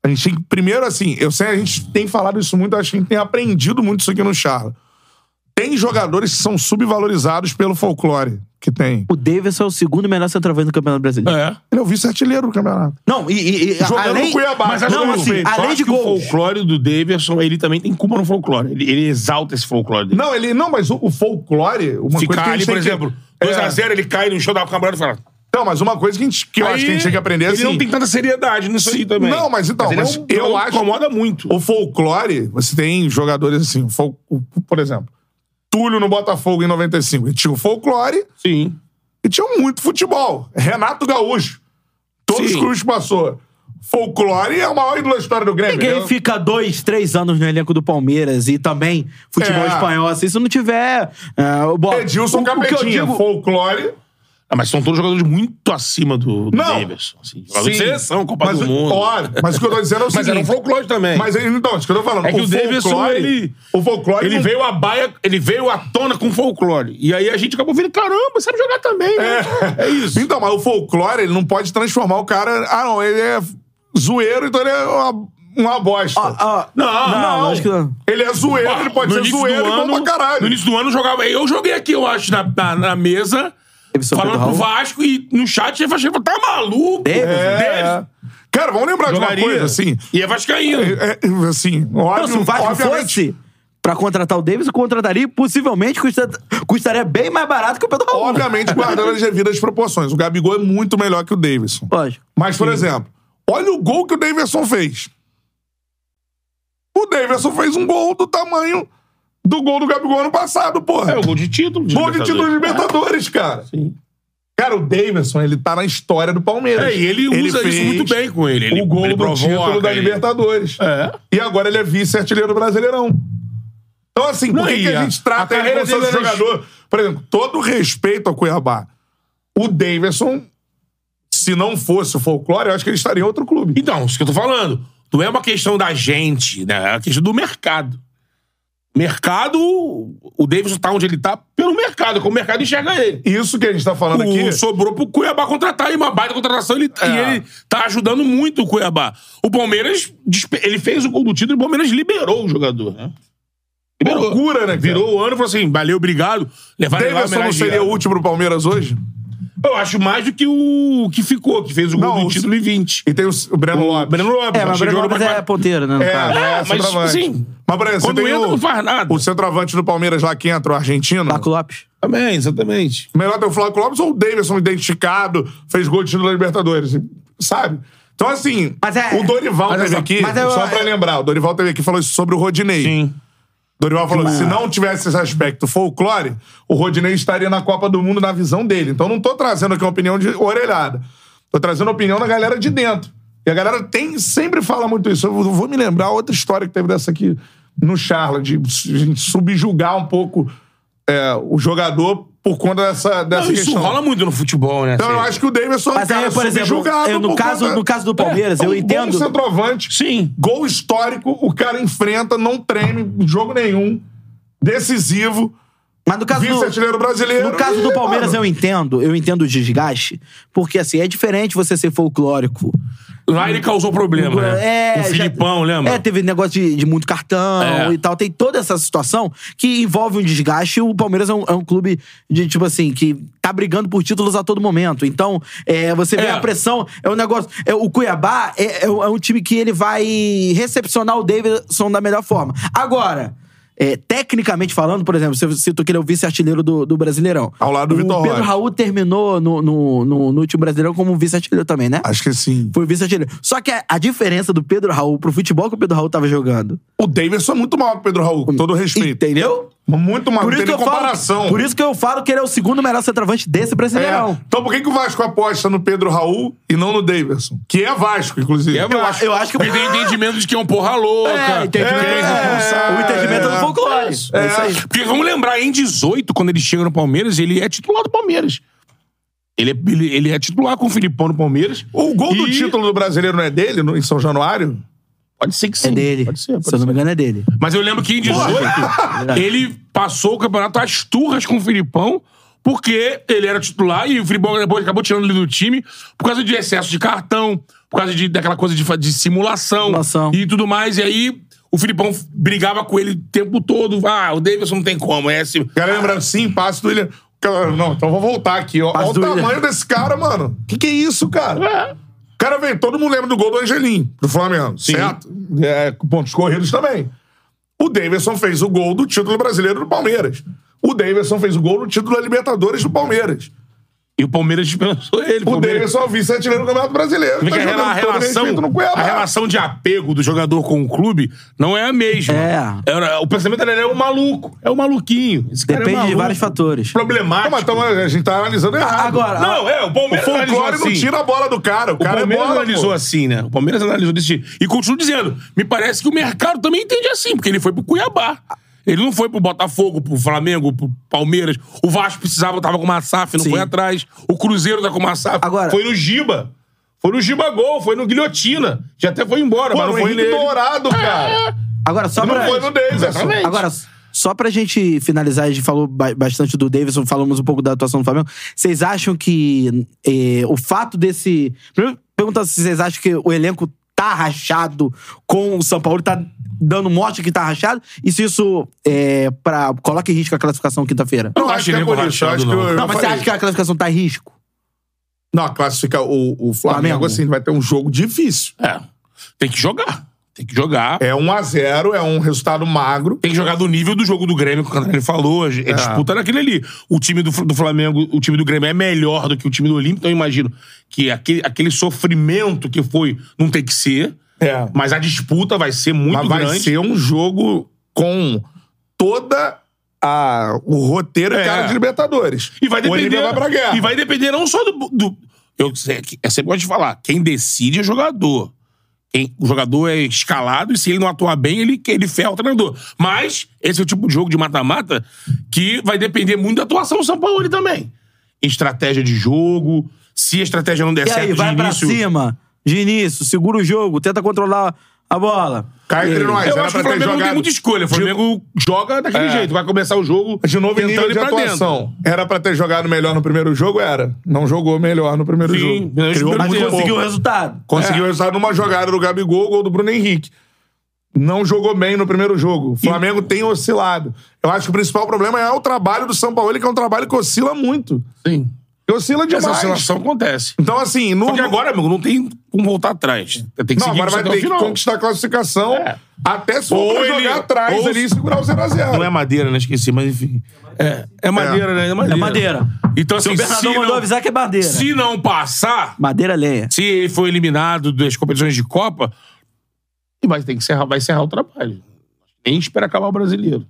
Speaker 3: A gente tem que, primeiro, assim, eu sei, a gente tem falado isso muito, acho que a gente tem aprendido muito isso aqui no Charla. Tem jogadores que são subvalorizados pelo folclore que tem.
Speaker 5: O Davidson é o segundo melhor centroavante do Campeonato Brasileiro.
Speaker 4: É.
Speaker 3: Ele é o vice-artilheiro do campeonato.
Speaker 5: É. Não, e. e, e
Speaker 3: Jogando
Speaker 5: além,
Speaker 3: no Cuiabá. né?
Speaker 5: Mas
Speaker 4: acho
Speaker 5: não,
Speaker 4: que o-
Speaker 5: assim,
Speaker 4: só
Speaker 5: além
Speaker 4: acho
Speaker 5: de
Speaker 4: que
Speaker 5: gols.
Speaker 4: o folclore do Davidson, ele também tem culpa no folclore. Ele, ele exalta esse folclore dele.
Speaker 3: Não, ele. Não, mas o, o folclore, uma coisa que
Speaker 4: Ficar
Speaker 3: a
Speaker 4: ali,
Speaker 3: gente
Speaker 4: por
Speaker 3: tem que-
Speaker 4: exemplo,
Speaker 3: É.
Speaker 4: 2x0, ele cai no show da câmera e fala.
Speaker 3: Não, mas uma coisa que, a gente, que eu acho que a gente tem que aprender é
Speaker 4: ele
Speaker 3: assim.
Speaker 4: não tem tanta seriedade nisso aí também.
Speaker 3: Não, mas então,
Speaker 4: ele é
Speaker 3: mas
Speaker 4: um-
Speaker 3: eu
Speaker 4: um-
Speaker 3: acho-
Speaker 4: incomoda muito.
Speaker 3: O folclore, você tem jogadores assim, fol- o- por exemplo, Túlio no Botafogo em 95. Ele tinha o folclore
Speaker 4: Sim.
Speaker 3: e tinha muito futebol. Renato Gaúcho. Todos
Speaker 4: Sim.
Speaker 3: os clubes passou. Folclore é o maior ídolo da história do Grêmio.
Speaker 5: Ninguém
Speaker 3: Eu-
Speaker 5: fica dois, três anos no elenco do Palmeiras e também futebol
Speaker 3: É.
Speaker 5: espanhol. Assim, se não tiver. é, o bo-
Speaker 3: Edilson
Speaker 5: o- o que eu
Speaker 3: Capetinha,
Speaker 5: digo-
Speaker 3: folclore.
Speaker 4: Ah, mas são todos jogadores muito acima do, do
Speaker 3: Não.
Speaker 4: Davidson. Assim, jogador de seleção, Copa
Speaker 3: mas,
Speaker 4: do Mundo.
Speaker 3: Olha, mas o que eu tô dizendo é o
Speaker 4: mas
Speaker 3: seguinte.
Speaker 4: era um folclore também.
Speaker 3: Mas ele- então, isso que eu tô falando.
Speaker 4: é que o, Davidson,
Speaker 3: folclore-
Speaker 4: ele.
Speaker 3: O folclore
Speaker 4: Ele
Speaker 3: não-
Speaker 4: veio à baia, ele veio à tona com folclore. E aí a gente acabou vendo, caramba, sabe jogar também, né?
Speaker 3: É. isso. Então, mas o folclore, ele não pode transformar o cara. Ah, não, ele é zoeiro, então ele é uma, uma bosta.
Speaker 5: Ó, ó,
Speaker 4: Não,
Speaker 5: não,
Speaker 4: não.
Speaker 5: acho que não.
Speaker 3: Ele é zoeiro,
Speaker 4: Ah,
Speaker 3: ele pode
Speaker 4: no
Speaker 3: ser
Speaker 4: início do
Speaker 3: zoeiro igual pra caralho.
Speaker 4: No início do ano eu jogava. Eu joguei aqui, eu acho, na, na, na mesa.
Speaker 5: Davidson
Speaker 4: Falando
Speaker 5: Pedro
Speaker 4: pro
Speaker 5: Raul.
Speaker 4: Vasco e no chat ele falou: tá maluco?
Speaker 5: Davidson.
Speaker 3: É. Cara, vamos lembrar de
Speaker 4: Jogaria.
Speaker 3: uma coisa, assim.
Speaker 4: E é Vascaíno.
Speaker 3: É, é, assim,
Speaker 5: Não,
Speaker 3: óbvio,
Speaker 5: se o Vasco
Speaker 3: obviamente,
Speaker 5: fosse pra contratar o Davidson, contrataria e possivelmente custa- custaria bem mais barato que o Pedro Raul.
Speaker 3: obviamente guardando as devidas proporções. O Gabigol é muito melhor que o Davidson.
Speaker 5: Lógico.
Speaker 3: Mas, por exemplo, olha o gol que o Davidson fez. O Davidson fez um gol do tamanho do gol do Gabigol ano passado, porra.
Speaker 4: É o gol de título. De
Speaker 3: Gol de título de
Speaker 4: Libertadores.
Speaker 3: Libertadores, cara. Cara, o Davidson, ele tá na história do Palmeiras.
Speaker 4: É, e ele usa isso muito bem com ele. Ele-
Speaker 3: o gol
Speaker 4: ele
Speaker 3: do
Speaker 4: provoca,
Speaker 3: título da
Speaker 4: ele-
Speaker 3: Libertadores.
Speaker 4: É.
Speaker 3: E agora ele é vice-artilheiro do Brasileirão. Então, assim, por
Speaker 4: Não,
Speaker 3: que,
Speaker 4: e
Speaker 3: que a
Speaker 4: a-
Speaker 3: gente trata ele
Speaker 4: a carreira
Speaker 3: como se fosse um
Speaker 4: dele é era-
Speaker 3: jogador? Por exemplo, todo respeito ao Cuiabá. O Davidson, se não fosse o folclore, eu acho que ele estaria em outro clube.
Speaker 4: Então, isso que eu tô falando. Não é uma questão da gente, né? É uma questão do mercado. Mercado, o Davidson tá onde ele tá pelo mercado, como o mercado enxerga ele.
Speaker 3: Isso que a gente tá falando
Speaker 4: O-
Speaker 3: aqui.
Speaker 4: Sobrou pro Cuiabá contratar e uma baita contratação ele, e
Speaker 3: É.
Speaker 4: ele tá ajudando muito o Cuiabá. O Palmeiras, despe- ele fez o gol do título e o Palmeiras liberou o jogador, né? Liberou.
Speaker 3: Loucura, né, cara?
Speaker 4: Virou o ano e falou assim: valeu, obrigado. Levar levar
Speaker 3: Davidson não
Speaker 4: homenagear.
Speaker 3: seria útil pro Palmeiras hoje?
Speaker 4: Eu acho mais do que o que ficou, que fez o gol
Speaker 3: Não,
Speaker 4: do
Speaker 3: o-
Speaker 4: título em 20.
Speaker 3: E tem o, o Breno Lopes.
Speaker 4: Breno Lopes,
Speaker 5: É, mas o
Speaker 4: acho que
Speaker 5: Breno
Speaker 4: jogou
Speaker 5: Lopes
Speaker 4: mais-
Speaker 5: é ponteiro, né? no
Speaker 3: É,
Speaker 5: caso.
Speaker 3: não é,
Speaker 4: Ah, mas,
Speaker 3: centroavante.
Speaker 4: sim.
Speaker 3: Mas, por exemplo,
Speaker 4: Quando
Speaker 3: você tem
Speaker 4: entra,
Speaker 3: o,
Speaker 4: não faz nada.
Speaker 3: O centroavante do Palmeiras lá que entra, o argentino.
Speaker 5: Paco Lopes.
Speaker 4: Também, exatamente.
Speaker 3: Melhor ter o Flávio Lopes ou o Davidson identificado, fez gol de título da Libertadores, sabe? Então, assim,
Speaker 5: Mas é-
Speaker 3: o Dorival
Speaker 5: Mas
Speaker 3: teve
Speaker 5: é-
Speaker 3: aqui,
Speaker 5: mas é-
Speaker 3: só pra lembrar, o Dorival teve aqui e falou isso sobre o Rodinei.
Speaker 4: Sim.
Speaker 3: Dorival falou que se não tivesse esse aspecto folclore, o Rodinei estaria na Copa do Mundo na visão dele. Então, não tô trazendo aqui uma opinião de orelhada. Tô trazendo a opinião da galera de dentro. E a galera tem, sempre fala muito isso. Eu vou vou me lembrar outra história que teve dessa aqui no Charla, de su- gente subjugar um pouco é, o jogador por conta dessa, dessa
Speaker 4: Não, isso
Speaker 3: questão.
Speaker 4: rola muito no futebol, né?
Speaker 3: Então eu
Speaker 4: Assim.
Speaker 3: acho que o Davidson é um
Speaker 5: Mas aí,
Speaker 3: cara
Speaker 5: por exemplo,
Speaker 3: subjugado
Speaker 5: eu, no,
Speaker 3: por
Speaker 5: caso,
Speaker 3: conta-
Speaker 5: no caso do Palmeiras,
Speaker 3: É,
Speaker 5: eu
Speaker 3: um
Speaker 5: entendo.
Speaker 3: Bom centroavante.
Speaker 4: Sim.
Speaker 3: Gol histórico, o cara enfrenta, não treme, jogo nenhum. Decisivo,
Speaker 5: Mas no caso do,
Speaker 3: vice-artilheiro brasileiro.
Speaker 5: No caso do
Speaker 3: e,
Speaker 5: Palmeiras,
Speaker 3: mano,
Speaker 5: eu entendo. Eu entendo o desgaste. Porque, assim, é diferente você ser folclórico.
Speaker 4: Lá ele causou problema, né?
Speaker 5: É,
Speaker 4: o
Speaker 5: já-
Speaker 4: Filipão, lembra?
Speaker 5: É, teve negócio de, de muito cartão
Speaker 4: É.
Speaker 5: e tal. Tem toda essa situação que envolve um desgaste. O Palmeiras é um, é um clube de, tipo assim, que tá brigando por títulos a todo momento. Então, é, você vê
Speaker 4: É.
Speaker 5: a pressão, é um negócio. é, o Cuiabá é, é um é um time que ele vai recepcionar o Davidson da melhor forma. Agora. é, tecnicamente falando, por exemplo, você citou que ele é o vice-artilheiro do, do Brasileirão.
Speaker 3: Ao lado do
Speaker 5: o
Speaker 3: Vitor
Speaker 5: Pedro
Speaker 3: Roque.
Speaker 5: Raul terminou no, no, no, no último Brasileirão como vice-artilheiro também, né?
Speaker 3: Acho que assim, sim.
Speaker 5: Foi o vice-artilheiro. Só que a, a diferença do Pedro Raul pro futebol que o Pedro Raul tava jogando.
Speaker 3: O Davidson é muito maior que o Pedro Raul, com todo respeito.
Speaker 5: Entendeu?
Speaker 3: Muito maior,
Speaker 5: Por
Speaker 3: não
Speaker 5: isso,
Speaker 3: tem
Speaker 5: que
Speaker 3: nem
Speaker 5: eu
Speaker 3: comparação.
Speaker 5: falo, por isso que eu falo que ele é o segundo melhor centroavante desse
Speaker 3: É.
Speaker 5: brasileirão.
Speaker 3: Então por que, que o Vasco aposta no Pedro Raul e não no Davidson? Que é Vasco, inclusive.
Speaker 4: É
Speaker 5: Eu, a- eu acho que o
Speaker 4: Ele tem entendimento de que é um porra louca.
Speaker 5: É, entendimento.
Speaker 4: que é
Speaker 3: É,
Speaker 4: irresponsável.
Speaker 5: o entendimento é do folclore. É isso aí.
Speaker 4: Porque vamos lembrar, em 18, quando ele chega no Palmeiras, ele é titular do Palmeiras. Ele é, ele, ele é titular com o Filipão no Palmeiras.
Speaker 3: O gol do
Speaker 4: E-
Speaker 3: título do brasileiro não é dele, no- em São Januário?
Speaker 4: Pode ser que sim.
Speaker 5: É dele.
Speaker 4: Pode ser, pode
Speaker 5: Se eu não me engano, é dele.
Speaker 4: Mas eu lembro que em 18,
Speaker 5: É.
Speaker 4: ele passou o campeonato às turras com o Filipão, porque ele era titular e o Filipão depois acabou tirando ele do time por causa de excesso de cartão, por causa de, daquela coisa de, fa- de simulação,
Speaker 5: Simulação.
Speaker 4: e tudo mais. E aí o Filipão brigava com ele o tempo todo. Ah, o Davidson não tem como, é assim.
Speaker 3: Galera, lembrando, sim, passe do William. Cara, Não, então vou voltar aqui. ó.
Speaker 5: Passe
Speaker 3: Olha o
Speaker 5: do
Speaker 3: tamanho
Speaker 5: Willian.
Speaker 3: desse cara, mano. Que que é isso, cara? O cara vem, todo mundo lembra do gol do Angelim, do Flamengo, certo? É, com pontos corridos também. O Davidson fez o gol do título brasileiro do Palmeiras. O Davidson fez o gol do título da Libertadores do Palmeiras.
Speaker 4: E o Palmeiras dispensou ele.
Speaker 3: O
Speaker 4: Palmeiras-
Speaker 3: Davidson é o vice-artilheiro do Campeonato Brasileiro.
Speaker 4: Vê que
Speaker 3: Tá
Speaker 4: a,
Speaker 3: jogando
Speaker 4: rela- a
Speaker 3: todo o
Speaker 4: relação,
Speaker 3: respeito no Cuiabá.
Speaker 4: a relação de apego do jogador com o clube não é a mesma.
Speaker 5: É.
Speaker 4: Era- o pensamento era, ele é o maluco, é o maluquinho. Esse cara é
Speaker 5: Depende de
Speaker 4: maluco.
Speaker 5: vários fatores.
Speaker 4: Problemático.
Speaker 3: Não, mas tamo- a gente tá analisando errado.
Speaker 5: Agora,
Speaker 4: Não, é, Ah, o
Speaker 3: o
Speaker 4: Palmeiras analisou
Speaker 3: folclore não
Speaker 4: assim.
Speaker 3: tira a bola do cara. O,
Speaker 4: O
Speaker 3: cara
Speaker 4: Palmeiras
Speaker 3: é bola,
Speaker 4: analisou
Speaker 3: pô.
Speaker 4: assim, né? O Palmeiras analisou desse jeito. E continuo dizendo, me parece que o mercado também entende assim, porque ele foi pro Cuiabá. Ele não foi pro Botafogo, pro Flamengo, pro Palmeiras. O Vasco precisava, tava com uma SAF, não
Speaker 5: Sim.
Speaker 4: foi atrás. O Cruzeiro tá com uma SAF.
Speaker 5: Agora-
Speaker 4: Foi no Giba. Foi no Giba Gol, foi no Guilhotina. Já até foi embora,
Speaker 3: Pô,
Speaker 4: mas não
Speaker 3: o
Speaker 4: foi
Speaker 3: Henrique
Speaker 4: nele.
Speaker 3: Dourado, cara.
Speaker 5: Agora, só
Speaker 3: Não
Speaker 5: pra.
Speaker 3: foi no é Davidson.
Speaker 4: Exatamente.
Speaker 5: Agora, só pra gente finalizar, a gente falou ba- bastante do Davidson, falamos um pouco da atuação do Flamengo. Vocês acham que eh, o fato desse. Primeiro, pergunta se vocês acham que o elenco tá rachado com o São Paulo, tá dando mostra que tá rachado, e se isso eh, pra, coloca em risco a classificação quinta-feira.
Speaker 4: Não acho nem
Speaker 3: por isso.
Speaker 4: rachado,
Speaker 3: Acho que
Speaker 4: não.
Speaker 3: é eu- eu
Speaker 5: Não, mas você
Speaker 3: falei.
Speaker 5: acha que a classificação tá em risco?
Speaker 3: Não, classifica o, o Flamengo,
Speaker 5: Flamengo.
Speaker 3: assim, vai ter um jogo difícil.
Speaker 4: É. Tem que jogar. Tem que jogar.
Speaker 3: É 1 a 0 é um resultado magro.
Speaker 4: Tem que jogar do nível do jogo do Grêmio, que o Cantarelli falou. É disputa naquele ali. O time do, Fl- do Flamengo, o time do Grêmio é melhor do que o time do Olímpico, então eu imagino que aquele, aquele sofrimento que foi não tem que ser.
Speaker 3: É.
Speaker 4: Mas a disputa vai ser muito
Speaker 3: Mas vai
Speaker 4: grande.
Speaker 3: ser um jogo com toda a o roteiro
Speaker 4: É.
Speaker 3: cara de Libertadores.
Speaker 4: E vai
Speaker 3: O Olímpia
Speaker 4: depender.
Speaker 3: vai pra guerra.
Speaker 4: e vai depender não só do. do eu sei que- eu sempre gosto de falar, quem decide é o é jogador. em- o jogador é escalado e se ele não atuar bem, ele, ele ferra o treinador. Mas esse é o tipo de jogo de mata-mata que vai depender muito da atuação do São Paulo também. Estratégia de jogo, se a estratégia não der
Speaker 5: E
Speaker 4: certo
Speaker 5: aí, vai
Speaker 4: de
Speaker 5: pra
Speaker 4: início...
Speaker 5: cima. De início, segura o jogo, tenta controlar a bola.
Speaker 3: Cá entre nós,
Speaker 4: Eu
Speaker 3: era
Speaker 4: acho que
Speaker 3: pra ter
Speaker 4: o Flamengo não tem
Speaker 3: jogado.
Speaker 4: muita escolha. O Flamengo joga daquele
Speaker 3: É.
Speaker 4: jeito. Vai começar o jogo
Speaker 3: De novo, em
Speaker 4: tentando
Speaker 3: nível
Speaker 4: ir
Speaker 3: de
Speaker 4: pra
Speaker 3: atuação. Era pra ter jogado melhor no primeiro jogo? Era. Não jogou melhor no primeiro
Speaker 4: Sim,
Speaker 3: jogo.
Speaker 4: mas
Speaker 3: Criou
Speaker 4: mas
Speaker 5: Mas
Speaker 3: muito
Speaker 4: ele
Speaker 5: conseguiu o
Speaker 3: pouco.
Speaker 5: resultado.
Speaker 3: Conseguiu o
Speaker 4: É.
Speaker 3: resultado numa jogada do Gabigol, gol do Bruno Henrique. Não jogou bem no primeiro jogo. O Flamengo tem oscilado. Eu acho que o principal problema é o trabalho do São Paulo, que é um trabalho que oscila muito.
Speaker 4: dentro. Sim.
Speaker 3: Que oscila demais.
Speaker 4: Essa oscilação acontece.
Speaker 3: Então, assim, no,
Speaker 4: Porque agora, amigo, não tem como voltar atrás. Tem que
Speaker 3: não,
Speaker 4: seguir
Speaker 3: agora
Speaker 4: isso
Speaker 3: vai
Speaker 4: até
Speaker 3: ter
Speaker 4: o
Speaker 3: que
Speaker 4: final.
Speaker 3: conquistar a classificação
Speaker 4: É.
Speaker 3: até se for
Speaker 4: Ou
Speaker 3: pra
Speaker 4: ele-
Speaker 3: jogar atrás
Speaker 4: ou-
Speaker 3: ali e segurar o 0x0.
Speaker 4: Não é madeira, né? Esqueci, mas enfim. É, é madeira, né? É madeira.
Speaker 5: É madeira.
Speaker 4: Então, assim,
Speaker 5: Seu Bernardo
Speaker 4: se
Speaker 5: mandou
Speaker 4: não-
Speaker 5: avisar que é madeira.
Speaker 4: Se não passar,
Speaker 5: Madeira lenha.
Speaker 4: se ele for eliminado das competições de Copa, e vai ter que encerrar, vai encerrar o trabalho. Nem espera acabar o brasileiro.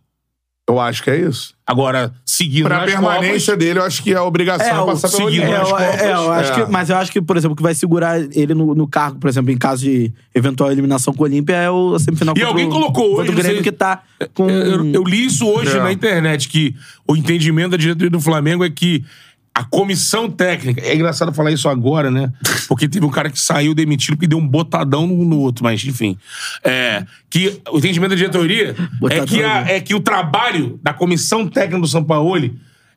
Speaker 3: Eu acho que é isso.
Speaker 4: Agora, seguindo
Speaker 3: Pra
Speaker 4: nas
Speaker 3: permanência dele, eu acho que a obrigação é,
Speaker 5: o-
Speaker 3: passar pelo
Speaker 4: seguindo
Speaker 5: é,
Speaker 3: Olímpico.
Speaker 4: nas
Speaker 5: eu-
Speaker 4: Copas,
Speaker 5: é, eu acho
Speaker 3: é.
Speaker 5: que- mas eu acho que, por exemplo, o que vai segurar ele no, no cargo, por exemplo, em caso de eventual eliminação com o Olímpia, é o a semifinal
Speaker 4: E
Speaker 5: contra
Speaker 4: alguém
Speaker 5: o-
Speaker 4: colocou
Speaker 5: contra
Speaker 4: hoje,
Speaker 5: o Grêmio
Speaker 4: não sei-
Speaker 5: que tá com...
Speaker 4: Eu, eu li isso hoje
Speaker 3: É.
Speaker 4: na internet, que o entendimento da diretoria do Flamengo é que a comissão técnica. É engraçado falar isso agora, né? Porque teve um cara que saiu demitido porque deu um botadão no, no outro, mas enfim. É, que o entendimento da diretoria é
Speaker 5: Botadão,
Speaker 4: que, a-
Speaker 5: né?
Speaker 4: é que o trabalho da comissão técnica do São Paulo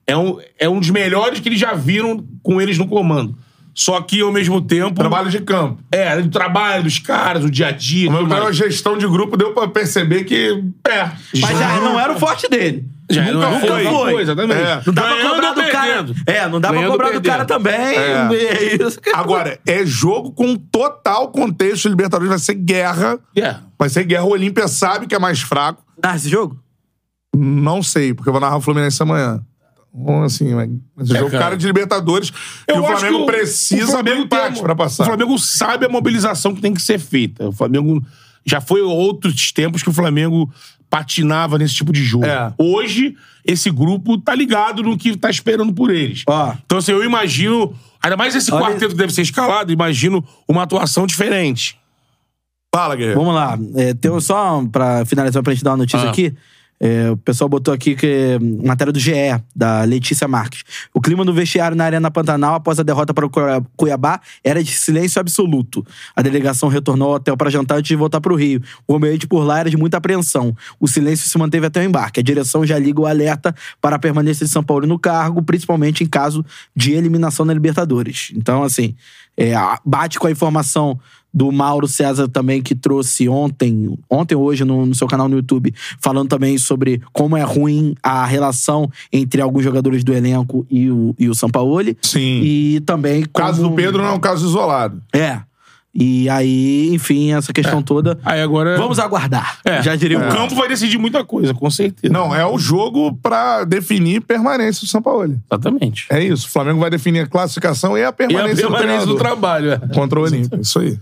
Speaker 4: é um, é um dos melhores que eles já viram com eles no comando. Só que, ao mesmo tempo.
Speaker 3: Trabalho de é campo.
Speaker 4: É, o trabalho dos caras, o dia a dia.
Speaker 3: O meu
Speaker 4: tudo
Speaker 3: maior
Speaker 4: mais.
Speaker 3: gestão de grupo deu pra perceber que. É.
Speaker 5: Mas já não era o forte dele.
Speaker 4: Já
Speaker 5: nunca
Speaker 4: não
Speaker 5: foi.
Speaker 4: Nunca foi, exatamente.
Speaker 3: É.
Speaker 5: Não dá pra
Speaker 4: Ganhando
Speaker 5: cobrar
Speaker 4: ou
Speaker 5: do cara.
Speaker 4: perdendo.
Speaker 5: É, não dá pra
Speaker 4: Ganhando ou
Speaker 5: cobrar do cara
Speaker 4: perdendo.
Speaker 5: também.
Speaker 3: É.
Speaker 5: É, isso que-
Speaker 3: Agora, é jogo com total contexto. Libertadores vai ser guerra.
Speaker 4: Yeah.
Speaker 3: Vai ser guerra. O Olímpia sabe que é mais fraco.
Speaker 5: Ah, esse jogo?
Speaker 3: Não sei, porque eu vou narrar o Fluminense amanhã. Então, assim, mas esse jogo,
Speaker 4: É, cara.
Speaker 3: cara de Libertadores. e o
Speaker 4: acho
Speaker 3: Flamengo
Speaker 4: que
Speaker 3: precisa
Speaker 4: o Flamengo
Speaker 3: do empate
Speaker 4: tem a-
Speaker 3: pra passar.
Speaker 4: O Flamengo sabe a mobilização que tem que ser feita. O Flamengo já foi outros tempos que o Flamengo patinava nesse tipo de jogo.
Speaker 3: É.
Speaker 4: Hoje esse grupo tá ligado no que tá esperando por eles.
Speaker 5: Ó.
Speaker 4: Então assim, eu imagino, ainda mais esse
Speaker 5: Olha-
Speaker 4: quarteto que deve ser escalado, imagino uma atuação diferente.
Speaker 3: Fala, Guerreiro.
Speaker 5: Vamos lá. É, tem um- só pra finalizar, pra gente dar uma notícia
Speaker 4: Ah.
Speaker 5: aqui. É, o pessoal botou aqui que hum, matéria do GE, da Letícia Marques. O clima no vestiário na Arena Pantanal após a derrota para o Cuiabá- Cuiabá era de silêncio absoluto. A delegação retornou ao hotel para jantar antes de voltar para o Rio. O ambiente por lá era de muita apreensão. O silêncio se manteve até o embarque. A direção já liga o alerta para a permanência de São Paulo no cargo, principalmente em caso de eliminação na Libertadores. Então, assim, é, a- bate com a informação do Mauro César também, que trouxe ontem, ontem ou hoje, no, no seu canal no YouTube, falando também sobre como é ruim a relação entre alguns jogadores do elenco e o, e o Sampaoli.
Speaker 3: Sim.
Speaker 5: E também
Speaker 3: O caso
Speaker 5: como-
Speaker 3: do Pedro não é um caso isolado.
Speaker 5: É. E aí, enfim, essa questão
Speaker 3: É.
Speaker 5: toda.
Speaker 4: Aí agora
Speaker 5: Vamos aguardar.
Speaker 4: É.
Speaker 5: Já diria
Speaker 4: o
Speaker 5: o campo.
Speaker 4: campo vai decidir muita coisa, com certeza.
Speaker 3: Não, é o jogo pra definir permanência do São Paulo.
Speaker 4: Exatamente.
Speaker 3: É isso. O Flamengo vai definir a classificação e a
Speaker 4: E a
Speaker 3: permanência,
Speaker 4: permanência É do
Speaker 3: do treinador.
Speaker 4: trabalho. é.
Speaker 3: Contra o Olímpia. Isso aí.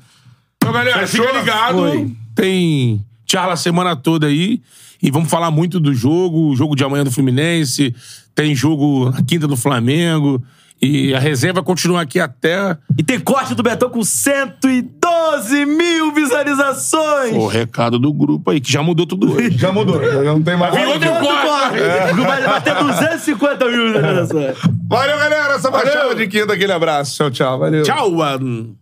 Speaker 4: Então, galera,
Speaker 3: Fechou?
Speaker 4: fica ligado.
Speaker 5: Foi.
Speaker 4: Tem charla a semana toda aí. E vamos falar muito do jogo, o jogo de amanhã do Fluminense. Tem jogo na quinta do Flamengo. E a resenha vai continuar aqui até
Speaker 5: E tem corte do Betão com 112 mil visualizações.
Speaker 4: o recado do grupo aí, que já mudou tudo hoje.
Speaker 3: Já mudou. Já não tem mais.
Speaker 4: Viu outro
Speaker 5: Outro
Speaker 4: corte.
Speaker 5: corte.
Speaker 3: É.
Speaker 5: Vai bater 250 mil visualizações.
Speaker 3: Valeu, galera. Essa baixada de quinta. Aquele abraço. Tchau, tchau. Valeu.
Speaker 4: Tchau, mano.